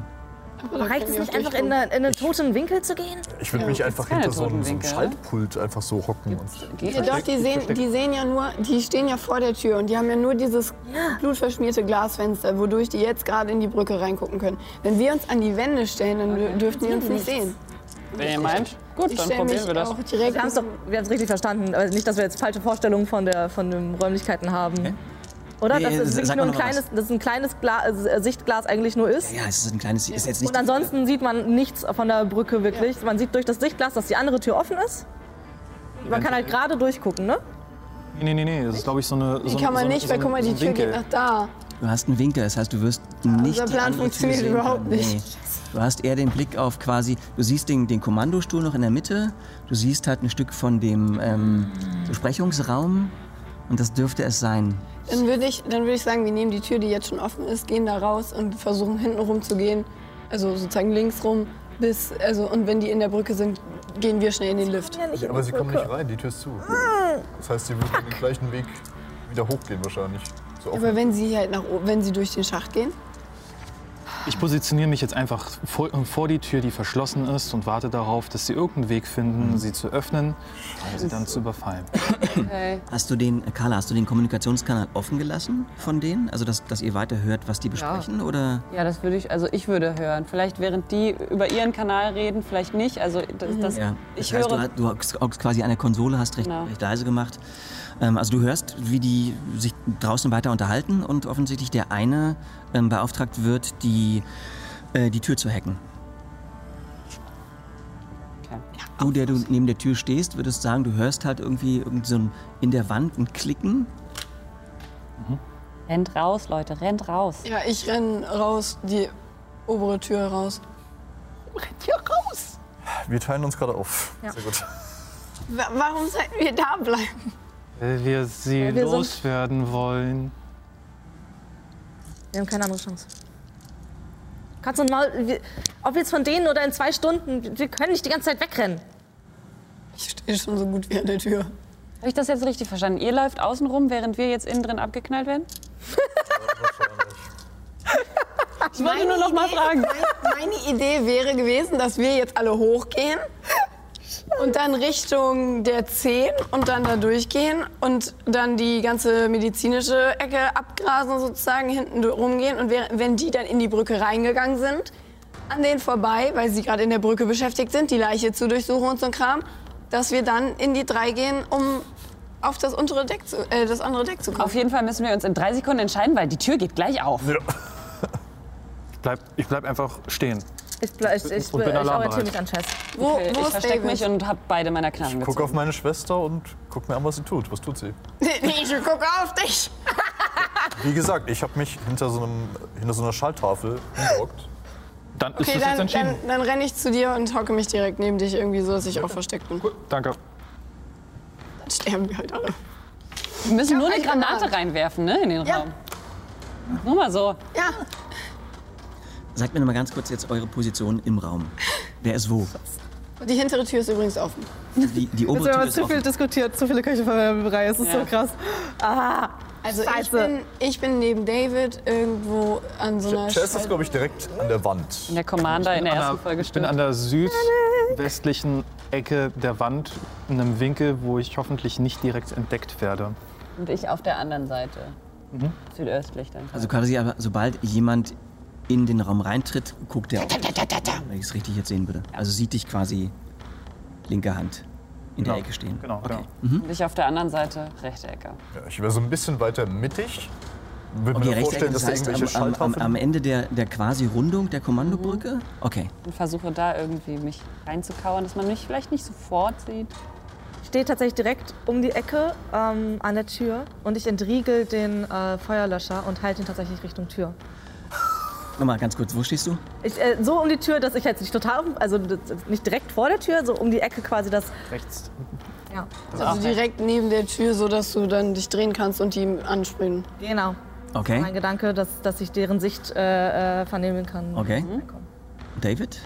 Aber da
Aber reicht es
können wir
nicht
auch
einfach in,
durchgucken.
eine, in einen toten Winkel zu gehen?
Ich würde
Ja,
mich
gibt's
einfach
keine
hinter so einem, so einem
Totenwinkel,
Schaltpult einfach so hocken. Und
Geht
Ja, doch, die sehen, die sehen ja nur, die stehen ja vor der Tür und die haben ja nur dieses blutverschmierte Glasfenster, wodurch die jetzt gerade in die Brücke reingucken können. Wenn wir uns an die Wände stellen, dann dür- dürften die uns nicht sehen.
Wenn ihr meint,
Ich
gut, dann
stelle mich
probieren wir das.
auch
Also Wir
direkt.
haben es doch, wir haben es richtig verstanden. Also nicht, dass wir jetzt falsche Vorstellungen von der, von den Räumlichkeiten haben. Oder?
Nee,
Dass es
sag
wirklich
mal
nur ein
noch was.
kleines, dass ein kleines Gla äh, Sichtglas eigentlich nur ist.
Ja, es ist ein kleines. Ist jetzt nicht
Und ansonsten sieht man nichts von der Brücke wirklich. Man sieht durch das Sichtglas, dass die andere Tür offen ist. Man kann halt gerade durchgucken, ne?
Nee, nee, nee, nee, das ist glaube ich so eine.
Die
so
kann
eine-
man
so eine-
nicht,
so
weil
eine-
guck mal,
so
die
ein
Tür geht
Winkel.
nach da.
Du hast einen Winkel, das heißt, du wirst nicht.
unser
die
Also Plan
andere Tür
funktioniert
sehen
überhaupt
können.
nicht.
Nee. Du hast eher den Blick auf quasi, du siehst den, den Kommandostuhl noch in der Mitte, du siehst halt ein Stück von dem ähm, Besprechungsraum und das dürfte es sein.
Dann würde ich, dann würde ich sagen, wir nehmen die Tür, die jetzt schon offen ist, gehen da raus und versuchen hinten rum zu gehen, also sozusagen links rum bis also und wenn die in der Brücke sind, gehen wir schnell in den Lift.
Ja, aber sie kommen nicht rein, die Tür ist zu. Das heißt, sie würden den gleichen Weg wieder hochgehen wahrscheinlich. So
Aber
offen.
wenn sie halt nach oben, wenn sie durch den Schacht gehen,
Ich positioniere mich jetzt einfach vor, äh, vor die Tür, die verschlossen ist und warte darauf, dass sie irgendeinen Weg finden, sie zu öffnen und sie dann zu überfallen.
Okay.
Hast du den, äh, Carla, hast du den Kommunikationskanal offen gelassen von denen? Also, dass, dass ihr weiter hört, was die besprechen? Oder?
Ja, das würde ich, also ich würde hören. Vielleicht während die über ihren Kanal reden, vielleicht nicht. Also das, das,
Ja, das
ich
heißt,
höre.
du, hast, du hast quasi eine Konsole, hast recht,
Genau.
recht leise gemacht. Ähm, also du hörst, wie die sich draußen weiter unterhalten und offensichtlich der eine ähm, beauftragt wird, die, äh, die Tür zu hacken.
Okay.
Du, der du neben der Tür stehst, würdest sagen, du hörst halt irgendwie irgend so ein, in der Wand ein Klicken.
Rennt raus, Leute, rennt raus.
ja, ich renn raus die obere Tür raus.
Wir teilen uns gerade auf. Sehr gut.
Wa- Warum sollten wir da bleiben?
Weil wir sie
Weil wir sonst-
loswerden wollen.
Wir haben keine andere Chance. Katz und Maul, wir, ob jetzt von denen oder in zwei Stunden, wir können nicht die ganze Zeit wegrennen.
Ich stehe schon so gut wie an der Tür.
Habe ich das jetzt richtig verstanden? Ihr läuft außen rum, während wir jetzt innen drin abgeknallt werden? ich wollte nur noch mal fragen.
Meine Idee wäre gewesen, dass wir jetzt alle hochgehen und dann Richtung der 10 und dann da durchgehen und dann die ganze medizinische Ecke abgrasen sozusagen, hinten rumgehen und wer- wenn die dann in die Brücke reingegangen sind, an denen vorbei, weil sie gerade in der Brücke beschäftigt sind, die Leiche zu durchsuchen und so ein Kram, dass wir dann in die 3 gehen, um auf das untere Deck zu, äh, das andere Deck zu kommen.
Auf jeden Fall müssen wir uns in drei Sekunden entscheiden, weil die Tür geht gleich auf.
bleib, ich bleib einfach stehen.
Ich, ble- ich, ich,
Und
ich, ich
bin alarmbereit.
orientiere mich an Chess.
Wo,
Okay,
wo
ich
ist
versteck
David?
mich
mich und habe beide meiner Knarren
Guck auf meine Schwester und guck mir an, was sie tut. Was tut sie?
Nee, ich gucke auf dich.
Wie gesagt, ich habe mich hinter so, einem, hinter so einer Schalltafel hingehockt.
Dann ist das
Okay,
jetzt
dann,
entschieden.
dann, dann renne ich zu dir und hocke mich direkt neben dich irgendwie so, dass ich auch versteckt bin.
Danke.
Dann sterben wir halt alle.
Wir müssen nur
hab
eine
eine
Granate
Granate.
reinwerfen, ne, in den
Ja.
Raum. Nur mal so.
Ja,
Sagt mir noch mal ganz kurz jetzt eure Position im Raum. Wer ist wo?
und die hintere Tür ist übrigens offen.
Die, die
Jetzt
obere
haben
Tür
wir
ist
zu viel
offen.
diskutiert, zu viele Köche von der Reihe. Es ist
Ja.
so krass. Ah,
Also ich
Scheiße.
bin, ich bin neben David irgendwo an so einer
Chess ist,
Schal-
glaube ich, direkt an der Wand.
Der Commander in der
An der-
ersten Folge
ich bin an
stirbt.
der südwestlichen Ecke der Wand, in einem Winkel, wo ich hoffentlich nicht direkt entdeckt werde.
Und ich auf der anderen Seite.
Mhm.
Südöstlich dann.
Also quasi, aber sobald jemand in den Raum reintritt, guckt er auf. Wenn ich es richtig jetzt sehen würde. Also sieht dich quasi linke Hand in der Ecke stehen.
Genau, genau.
Und ich auf der anderen Seite rechte Ecke.
Ja, ich wäre so ein bisschen weiter mittig. Würde
Okay,
mir
rechte Ecke,
vorstellen, dass
das
da
heißt
irgendwelche
am, am, am,
Schalltafeln.
am Ende der, der quasi Rundung der
Mhm.
Kommandobrücke? Okay.
Und versuche da irgendwie mich reinzukauern, dass man mich vielleicht nicht sofort sieht.
steht tatsächlich direkt um die Ecke ähm, an der Tür und ich entriegel den äh, Feuerlöscher und halte ihn tatsächlich Richtung Tür.
Nochmal ganz kurz, wo stehst du?
Ich, äh, so um die Tür, dass ich jetzt nicht total, auf- also das- nicht direkt vor der Tür, so um die Ecke quasi das.
Rechts.
Ja,
Ah.
Also direkt neben der Tür, so dass du dann dich drehen kannst und die anspringen.
genau. Mein
Okay.
Gedanke, dass, dass ich deren Sicht äh, äh, vernehmen kann.
Okay. David?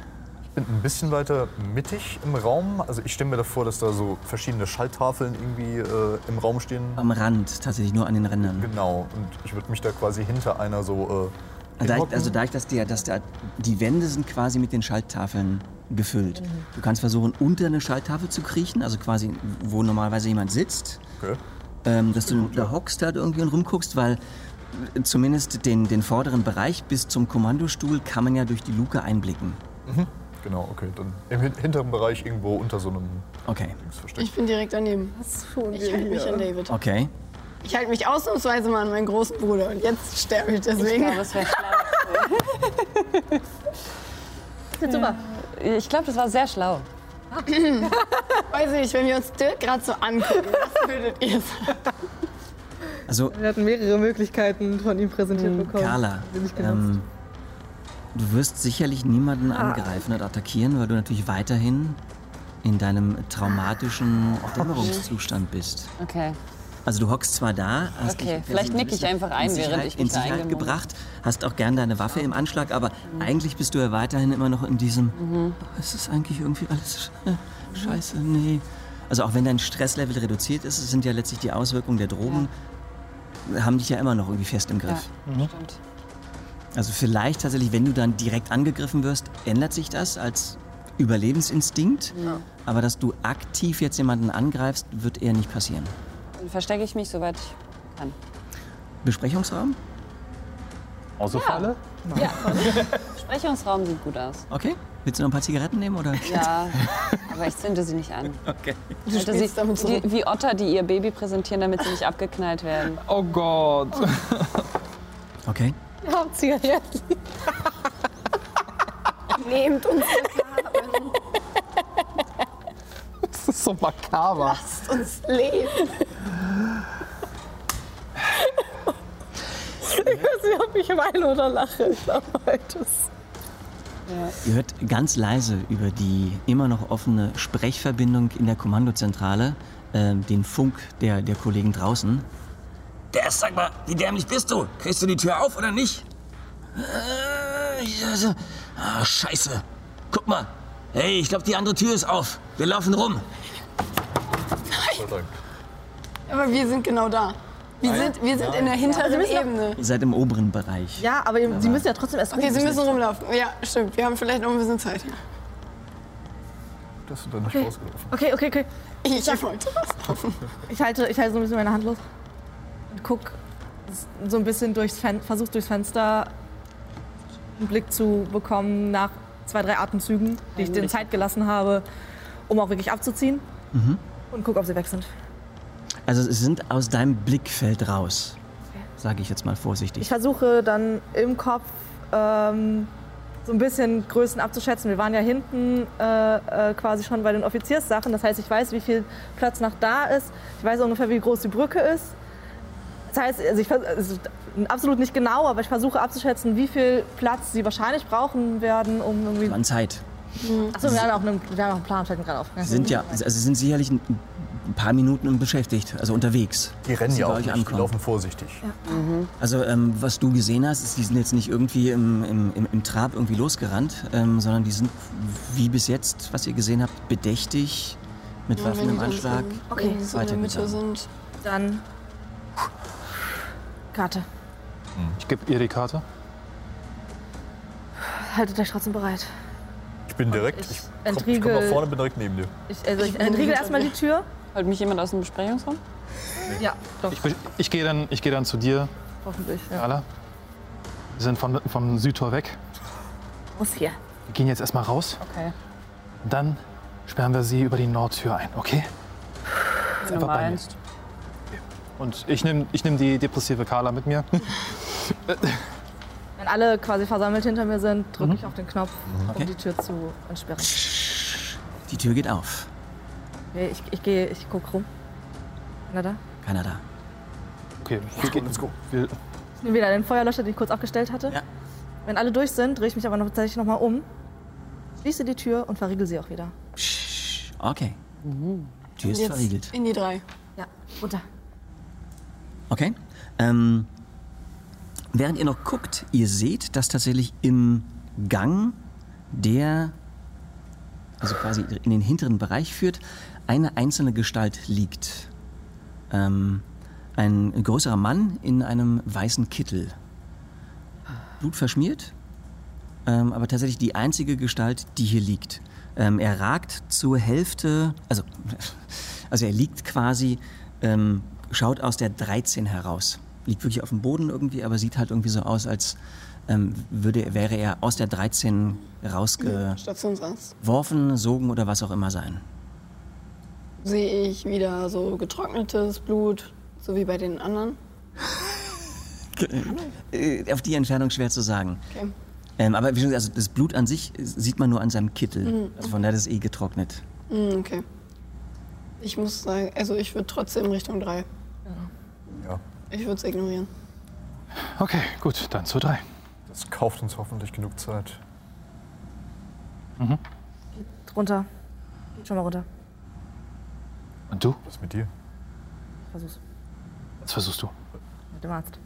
bin ein bisschen weiter mittig im Raum. Also ich stelle mir davor, dass da so verschiedene Schalltafeln irgendwie äh, im Raum stehen.
Am Rand, tatsächlich nur an den Rändern.
Genau. Und ich würde mich da quasi hinter einer so. Äh,
Da,
hinhocken.
also dadurch, dass, die, dass da, die Wände sind quasi mit den Schalttafeln gefüllt. Du kannst versuchen, unter eine Schalttafel zu kriechen, also quasi, wo normalerweise jemand sitzt,
okay.
ähm, dass du da hockst halt irgendwie und rumguckst, weil äh, zumindest den, den vorderen Bereich bis zum Kommandostuhl kann man ja durch die Luke einblicken.
Genau, okay. Dann im hin- hinteren Bereich irgendwo unter so einem
Okay,
Dings versteckt.
Ich bin direkt daneben. Was tun ich halte mich an David.
okay.
Ich halte mich ausnahmsweise mal an meinen großen Bruder und jetzt sterbe
Ich
ich deswegen.
glaube, es wäre schlau.
Jetzt super.
Ich glaube, das war sehr schlau.
Weiß ich nicht, wenn wir uns Dirk gerade so angucken, was würdet ihr sagen?
Also
Wir hatten mehrere Möglichkeiten von ihm präsentiert bekommen.
Carla,
Die nicht genutzt.
ähm, du wirst sicherlich niemanden angreifen oder attackieren, weil du natürlich weiterhin in deinem traumatischen Dämmerungszustand bist.
Okay.
Also du hockst zwar da, hast
Okay,
dich
vielleicht
so
nick ich
bisschen
einfach ein,
in Sicherheit,
während ich mich
in
da
Sicherheit
eingemummelt-
gebracht, hast auch gern deine Waffe im Anschlag, aber eigentlich bist du ja weiterhin immer noch in diesem.
Mhm.
"Oh, Es ist eigentlich irgendwie alles sch- äh, scheiße, nee. Also auch wenn dein Stresslevel reduziert ist, es sind ja letztlich die Auswirkungen der Drogen, haben dich ja immer noch irgendwie fest im Griff.
Mhm.
Stimmt.
Also vielleicht tatsächlich, wenn du dann direkt angegriffen wirst, ändert sich das als Überlebensinstinkt. Aber dass du aktiv jetzt jemanden angreifst, wird eher nicht passieren.
Dann verstecke ich mich, soweit ich kann.
Besprechungsraum?
Außerfalle?
Sprechungsraum sieht gut aus.
Okay. Willst du noch ein paar Zigaretten nehmen oder?
Ja, aber ich zünde sie nicht an.
Okay.
Du
Alter, sie,
spielst damit so.
die, wie Otter, die ihr Baby präsentieren, damit sie nicht abgeknallt werden.
Oh Gott.
Okay.
Nehmt uns
Das ist so makaber.
das Leben.
Ich weiß nicht, ob ich weine oder lache. Ich glaube, beides.
Ihr hört ganz leise über die immer noch offene Sprechverbindung in der Kommandozentrale ähm, den Funk der, der Kollegen draußen. Der ist, sag mal, wie dämlich bist du? Kriegst du die Tür auf oder nicht? Äh, ja, so. ah, scheiße. Guck mal. Hey, ich glaube, die andere Tür ist auf. Wir laufen rum.
Aber wir sind genau da. Wir sind, wir sind in der hinteren Ebene.
Ihr seid im oberen Bereich.
Ja, aber eben, sie müssen ja trotzdem erst
Okay,
rum.
sie müssen rumlaufen. Ja, stimmt. Wir haben vielleicht noch ein bisschen Zeit.
Das ist dann nicht rausgelaufen.
Okay, okay, okay.
Ich wollte was laufen.
Ich halte, ich halte so ein bisschen meine Hand los und guck so ein bisschen durchs Fen versuch durchs Fenster einen Blick zu bekommen nach zwei, drei Atemzügen, die ich den Zeit gelassen habe, um auch wirklich abzuziehen. Und guck, ob sie weg sind.
Also es sind aus deinem Blickfeld raus. Sage ich jetzt mal vorsichtig.
Ich versuche dann im Kopf
ähm, so ein bisschen Größen abzuschätzen. Wir waren ja hinten äh, äh, quasi schon bei den Offizierssachen. Das heißt, ich weiß, wie viel Platz noch da ist. Ich weiß ungefähr, wie groß die Brücke ist. Das heißt, also ich, vers- also absolut nicht genau, aber ich versuche abzuschätzen, wie viel Platz sie wahrscheinlich brauchen werden, um irgendwie.
an Zeit.
Achso, wir haben auch einen, wir haben auch einen Plan, fällt mir gerade auf.
Sie sind ja, also sie sind sicherlich ein ein paar Minuten beschäftigt, also unterwegs.
Die rennen
bis sie
ja
bei
auch
euch
nicht, die
ankommen.
laufen vorsichtig.
Also ähm, was du gesehen hast, ist, die sind jetzt nicht irgendwie im, im, im, im Trab irgendwie losgerannt, ähm, sondern die sind wie bis jetzt, was ihr gesehen habt, bedächtig mit
Ja,
Waffen
wenn
im
die dann
Anschlag.
so- Okay. so in der Mitte sind.
Dann. Karte.
Ich gebe ihr die Karte.
Haltet euch trotzdem bereit.
Ich bin direkt, ich, komm, ich komm
entriegel-
nach vorne, bin direkt neben dir.
Ich, also ich,
Ich
entriegel
bin-
erstmal die Tür.
Holt mich jemand aus dem Besprechungsraum?
Ja, doch,
Ich, bin- ich gehe dann, ich geh dann zu dir,
hoffentlich. Ja.
Ala. Wir sind von, vom Südtor weg.
Muss hier.
Wir gehen jetzt erstmal raus.
Okay.
Dann sperren wir sie über die Nordtür ein, okay? Ist einfach
Nummer
bei mir.
eins.
Und ich nehme ich nehm die depressive Carla mit mir.
Wenn alle quasi versammelt hinter mir sind, drücke ich auf den Knopf,
Mhm. Okay.
um die Tür zu entsperren.
Die Tür geht auf.
Nee, ich, ich gehe, ich gucke rum. Einer da?
Keiner da.
Okay, wir gehen. Wir,
Ich nehme wieder den Feuerlöscher, den ich kurz abgestellt hatte.
Ja.
Wenn alle durch sind, drehe ich mich aber noch tatsächlich nochmal um, schließe die Tür und verriegel sie auch wieder.
Okay. Tür ist
Mhm. Jetzt
verriegelt.
in die drei.
Ja, runter.
Okay. Ähm, während ihr noch guckt, ihr seht, dass tatsächlich im Gang, der also quasi in den hinteren Bereich führt, eine einzelne Gestalt liegt. Ähm, ein größerer Mann in einem weißen Kittel. Blutverschmiert, ähm, aber tatsächlich die einzige Gestalt, die hier liegt. Ähm, er ragt zur Hälfte, also, also er liegt quasi, ähm, schaut aus der 13 heraus. Liegt wirklich auf dem Boden irgendwie, aber sieht halt irgendwie so aus, als ähm, würde, wäre er aus der 13 rausgeworfen,
Stationsarzt.
sogen oder was auch immer sein.
Sehe ich wieder so getrocknetes Blut, so wie bei den anderen.
Äh, auf die Entfernung schwer zu sagen.
Okay.
Ähm, aber wie schon gesagt, also das Blut an sich äh, sieht man nur an seinem Kittel. Also von daher ist es eh getrocknet.
Hm, okay. Ich muss sagen, also ich würde trotzdem Richtung drei.
Ja.
Ich würde es ignorieren.
okay, gut, dann zu drei.
Das kauft uns hoffentlich genug Zeit.
Runter. Geht schon mal runter.
Und du?
Was mit dir?
Ich versuch's.
Was versuchst du?
Mit dem Arzt.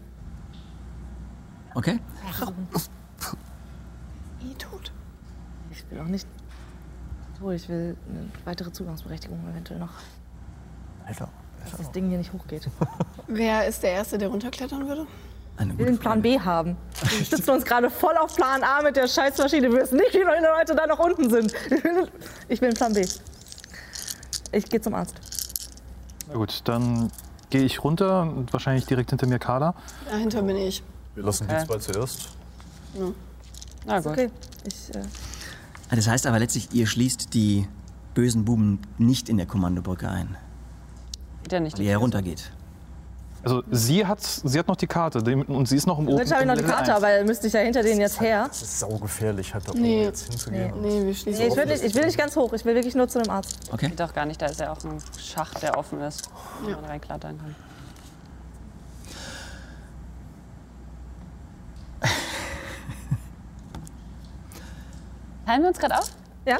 Okay?
Eh tot.
Ich will auch nicht. So, ich will eine weitere Zugangsberechtigung eventuell noch,
Alter.
dass das Ding hier nicht hochgeht.
Wer ist der Erste, der runterklettern würde?
Eine
Ich will
gute
den Plan B haben. Wir stützen uns gerade voll auf Plan A mit der Scheißmaschine. Wir wissen nicht, wie viele Leute da noch unten sind. Ich will den Plan B. Ich gehe zum Arzt.
Na gut, dann gehe ich runter und wahrscheinlich direkt hinter mir Carla.
Dahinter bin ich.
Wir lassen
Okay.
die zwei zuerst.
Na gut.
Okay. Ich, äh,
Ah, Das heißt aber letztlich, ihr schließt die bösen Buben nicht in der Kommandobrücke ein,
Geht ja nicht.
weil ihr heruntergeht.
Also sie hat, sie hat noch die Karte dem- und sie ist noch im Ofen.
Jetzt habe ich noch die Karte, aber dann müsste ich ja hinter denen jetzt her.
Das ist saugefährlich, halt da oben
Nee.
jetzt hinzugehen.
Nee, wir schließen
Nee, ich, will nicht, ich will nicht ganz hoch. Ich will wirklich nur zu dem Arzt.
Okay?
Geht doch gar nicht, da ist ja auch ein Schacht, der offen ist, wo man reinklettern kann. Teilen wir uns gerade auf?
Ja,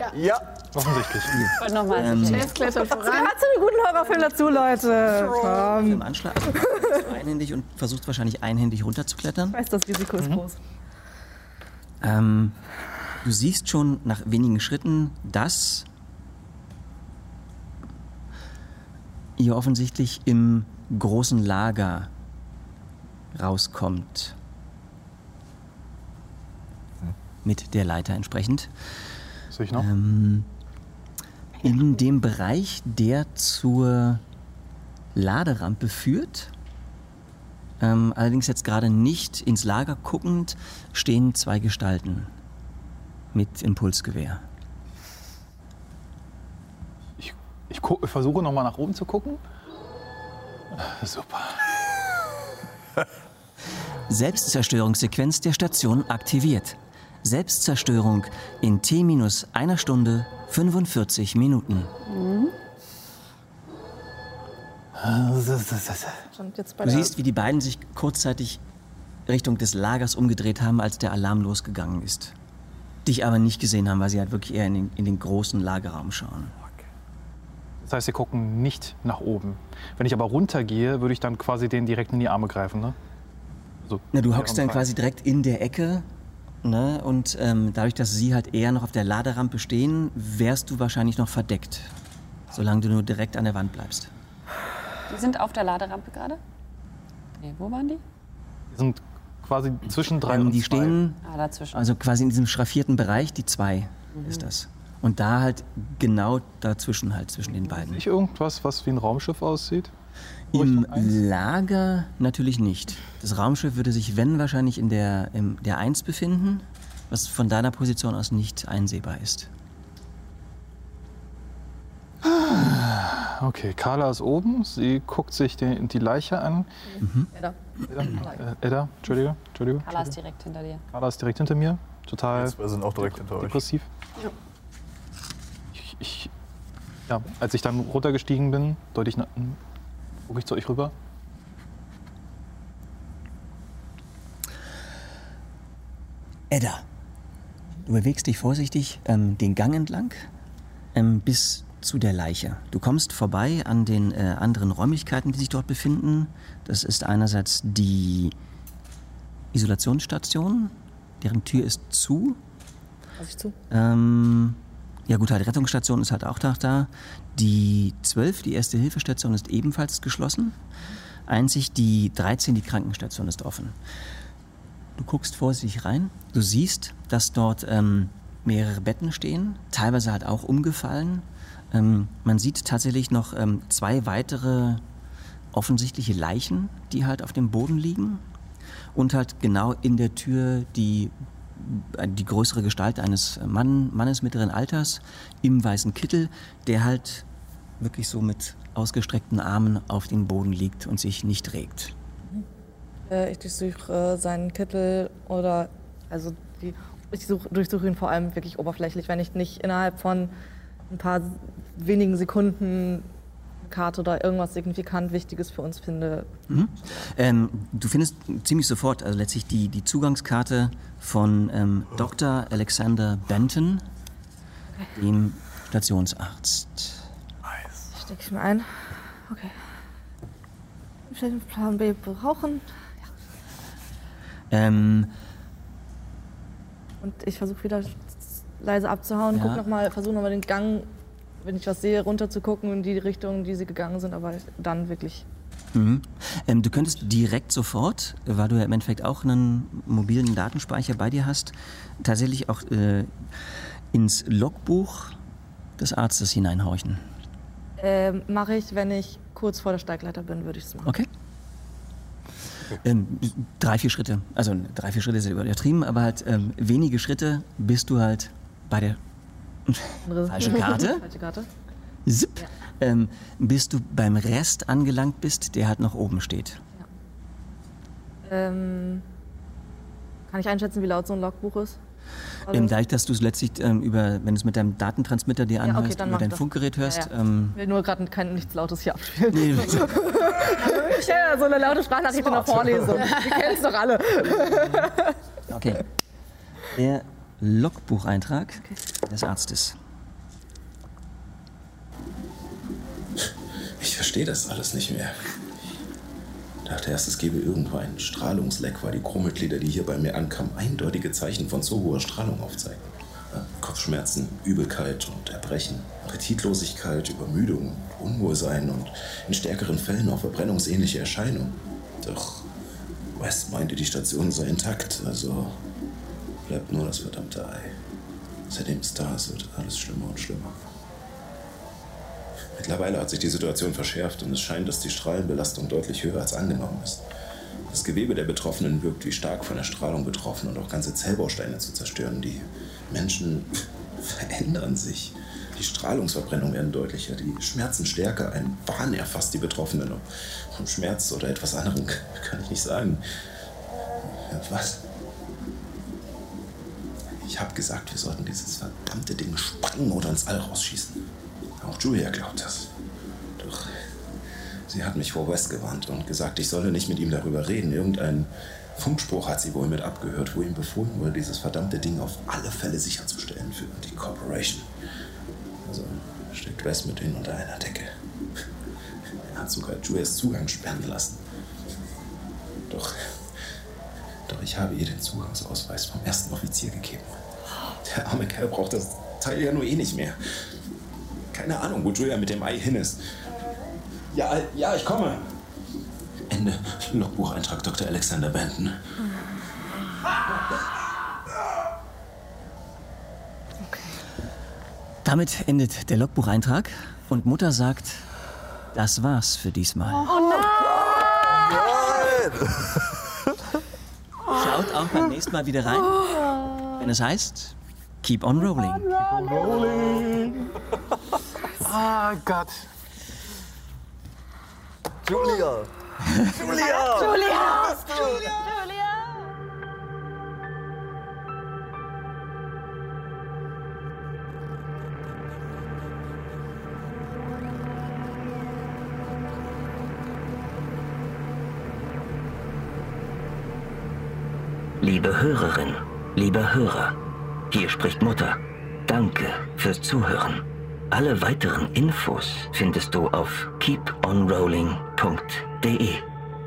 Offensichtlich.
Ich wollte nochmal.
Jetzt klettert voran.
Hat so einen guten Horrorfilm dazu, Leute. Komm.
Im Anschlag also du einhändig und versucht wahrscheinlich einhändig runterzuklettern.
Ich weiß, das Risiko
Mhm.
ist groß.
Ähm, du siehst schon nach wenigen Schritten, dass ihr offensichtlich im großen Lager rauskommt. Mit der Leiter entsprechend.
Sehe ich noch?
Ähm, In dem Bereich, der zur Laderampe führt, ähm, allerdings jetzt gerade nicht ins Lager guckend, stehen zwei Gestalten mit Impulsgewehr.
Ich, ich, gu- ich versuche nochmal nach oben zu gucken. Super.
Selbstzerstörungssequenz der Station aktiviert. Selbstzerstörung in T minus einer Stunde 45 Minuten.
Mhm.
Äh,
Jetzt bei der-
Du siehst, wie die beiden sich kurzzeitig Richtung des Lagers umgedreht haben, als der Alarm losgegangen ist. Dich aber nicht gesehen haben, weil sie halt wirklich eher in den, in den großen Lagerraum schauen.
Das heißt, sie gucken nicht nach oben. Wenn ich aber runtergehe, würde ich dann quasi den direkt in die Arme greifen, ne? So,
Na, du
die
hockst
Arme
dann quasi direkt in der Ecke. Ne? Und ähm, dadurch, dass sie halt eher noch auf der Laderampe stehen, wärst du wahrscheinlich noch verdeckt. Solange du nur direkt an der Wand bleibst.
Die sind auf der Laderampe gerade? Nee, wo waren die?
Die sind quasi zwischen drei
Ähm,
und
die
zwei.
stehen
Ah, dazwischen.
also quasi in diesem schraffierten Bereich, die zwei
Mhm.
ist das. Und da halt genau dazwischen halt, zwischen den beiden.
Nicht irgendwas, was wie ein Raumschiff aussieht?
Im Lager natürlich nicht. Das Raumschiff würde sich, wenn wahrscheinlich, in der, im, der 1 befinden, was von deiner Position aus nicht einsehbar ist.
Okay, Carla ist oben. Sie guckt sich den, die Leiche an.
Edda.
Äh, Edda, Entschuldige, Entschuldige.
Carla ist direkt hinter dir.
Carla ist direkt hinter mir. Total.
Die zwei sind auch direkt hinter euch.
Depressiv.
Ja.
Ich, ich, ja, als ich dann runtergestiegen bin, deute ich, na- gucke ich zu euch rüber.
Edda, du bewegst dich vorsichtig ähm, den Gang entlang ähm, bis zu der Leiche. Du kommst vorbei an den äh, anderen Räumlichkeiten, die sich dort befinden. Das ist einerseits die Isolationsstation, deren Tür ist zu.
Lass ich zu.
Ähm, ja gut, halt Rettungsstation ist halt auch noch da. Die 12, die erste Hilfestation, ist ebenfalls geschlossen. Einzig die 13, die Krankenstation, ist offen. Du guckst vorsichtig rein. Du siehst, dass dort ähm, mehrere Betten stehen, teilweise halt auch umgefallen. Ähm, man sieht tatsächlich noch ähm, zwei weitere offensichtliche Leichen, die halt auf dem Boden liegen. Und halt genau in der Tür die, äh, die größere Gestalt eines Mann, Mannes mittleren Alters im weißen Kittel, der halt wirklich so mit ausgestreckten Armen auf dem Boden liegt und sich nicht regt.
Äh, ich durchsuche äh, seinen Kittel oder
Also die, ich such, durchsuche ihn vor allem wirklich oberflächlich, wenn ich nicht innerhalb von ein paar wenigen Sekunden eine Karte oder irgendwas signifikant Wichtiges für uns finde.
Mhm. Ähm, du findest ziemlich sofort, also letztlich die, die Zugangskarte von ähm, Dr. Alexander Benton, dem Stationsarzt.
stecke ich mir ein. Okay. Ich werde den Plan B brauchen
Ähm,
Und ich versuche wieder leise abzuhauen,
Ja.
guck noch mal, versuche nochmal den Gang, wenn ich was sehe, runter zu gucken in die Richtung, in die sie gegangen sind, aber dann wirklich.
mhm. ähm, du könntest direkt sofort, weil du ja im Endeffekt auch einen mobilen Datenspeicher bei dir hast, tatsächlich auch äh, ins Logbuch des Arztes hineinhorchen.
Ähm, Mache ich, wenn ich kurz vor der Steigleiter bin, würde ich es machen.
Okay. Ähm, drei, vier Schritte. Also drei, vier Schritte ist ja übertrieben, aber halt ähm, wenige Schritte bist du halt bei der
Andere-
falschen Karte.
Falsche Karte.
Zip. Ähm, bis du beim Rest angelangt bist, der halt noch oben steht.
Ähm, kann ich einschätzen, wie laut so ein Logbuch ist? Also-
Ähm, dadurch, dass du es letztlich ähm, über, wenn du es mit deinem Datentransmitter dir
Ja,
anhörst,
okay, dann
über
mach
dein
das.
Funkgerät hörst,
Ja, ja.
Ähm,
Ich will nur gerade kein nichts Lautes hier abspielen.
Nee.
ich ja so eine laute Sprachnachricht in der Vorlesung. Wir kennen es doch alle.
Okay. Der Logbucheintrag des Arztes.
Ich verstehe das alles nicht mehr. Ich dachte erst, es gäbe irgendwo einen Strahlungsleck, weil die Krummmitglieder, die hier bei mir ankamen, eindeutige Zeichen von zu hoher Strahlung aufzeigten. Äh, Kopfschmerzen, Übelkeit und Erbrechen, Appetitlosigkeit, Übermüdung, Unwohlsein und in stärkeren Fällen auch verbrennungsähnliche Erscheinungen. Doch West meinte, die Station sei intakt, also bleibt nur das verdammte Ei. Seitdem es da ist, wird alles schlimmer und schlimmer. Mittlerweile hat sich die Situation verschärft und es scheint, dass die Strahlenbelastung deutlich höher als angenommen ist. Das Gewebe der Betroffenen wirkt wie stark von der Strahlung betroffen und auch ganze Zellbausteine zu zerstören. Die Menschen verändern sich. Die Strahlungsverbrennungen werden deutlicher, die Schmerzen stärker. Ein Wahn erfasst die Betroffenen. Ob Vom Schmerz oder etwas anderem kann ich nicht sagen. Äh, Was? Ich habe gesagt, wir sollten dieses verdammte Ding spacken oder ins All rausschießen. Auch Julia glaubt das. Doch sie hat mich vor West gewarnt und gesagt, ich solle nicht mit ihm darüber reden. Irgendein Funkspruch hat sie wohl mit abgehört, wo ihm befohlen wurde, dieses verdammte Ding auf alle Fälle sicherzustellen für die Corporation. Also steckt West mit denen unter einer Decke. Er hat sogar Julias Zugang sperren lassen. Doch, doch ich habe ihr den Zugangsausweis vom ersten Offizier gegeben. Der arme Kerl braucht das Teil ja nur eh nicht mehr. Keine Ahnung, wo Julia mit dem Ei hin ist. Ja, ja, ich komme. Ende. Logbucheintrag Dr. Alexander Benton.
Damit endet der Logbucheintrag und Mutter sagt, das war's für diesmal.
Oh nein!
Schaut auch beim nächsten Mal wieder rein, wenn es heißt, keep on rolling.
Rolling. Ah, Gott.
Julia!
Julia!
Julia!
Liebe Hörerin, lieber Hörer, hier spricht Mutter. Danke fürs Zuhören. Alle weiteren Infos findest du auf keeponrolling.de.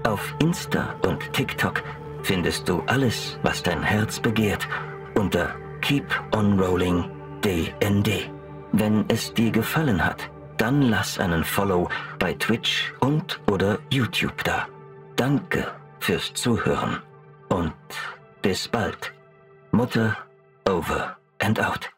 Auf Insta und TikTok findest du alles, was dein Herz begehrt, unter keeponrolling.dnd. Wenn es dir gefallen hat, dann lass einen Follow bei Twitch und oder YouTube da. Danke fürs Zuhören und bis bald. Mutter over and out.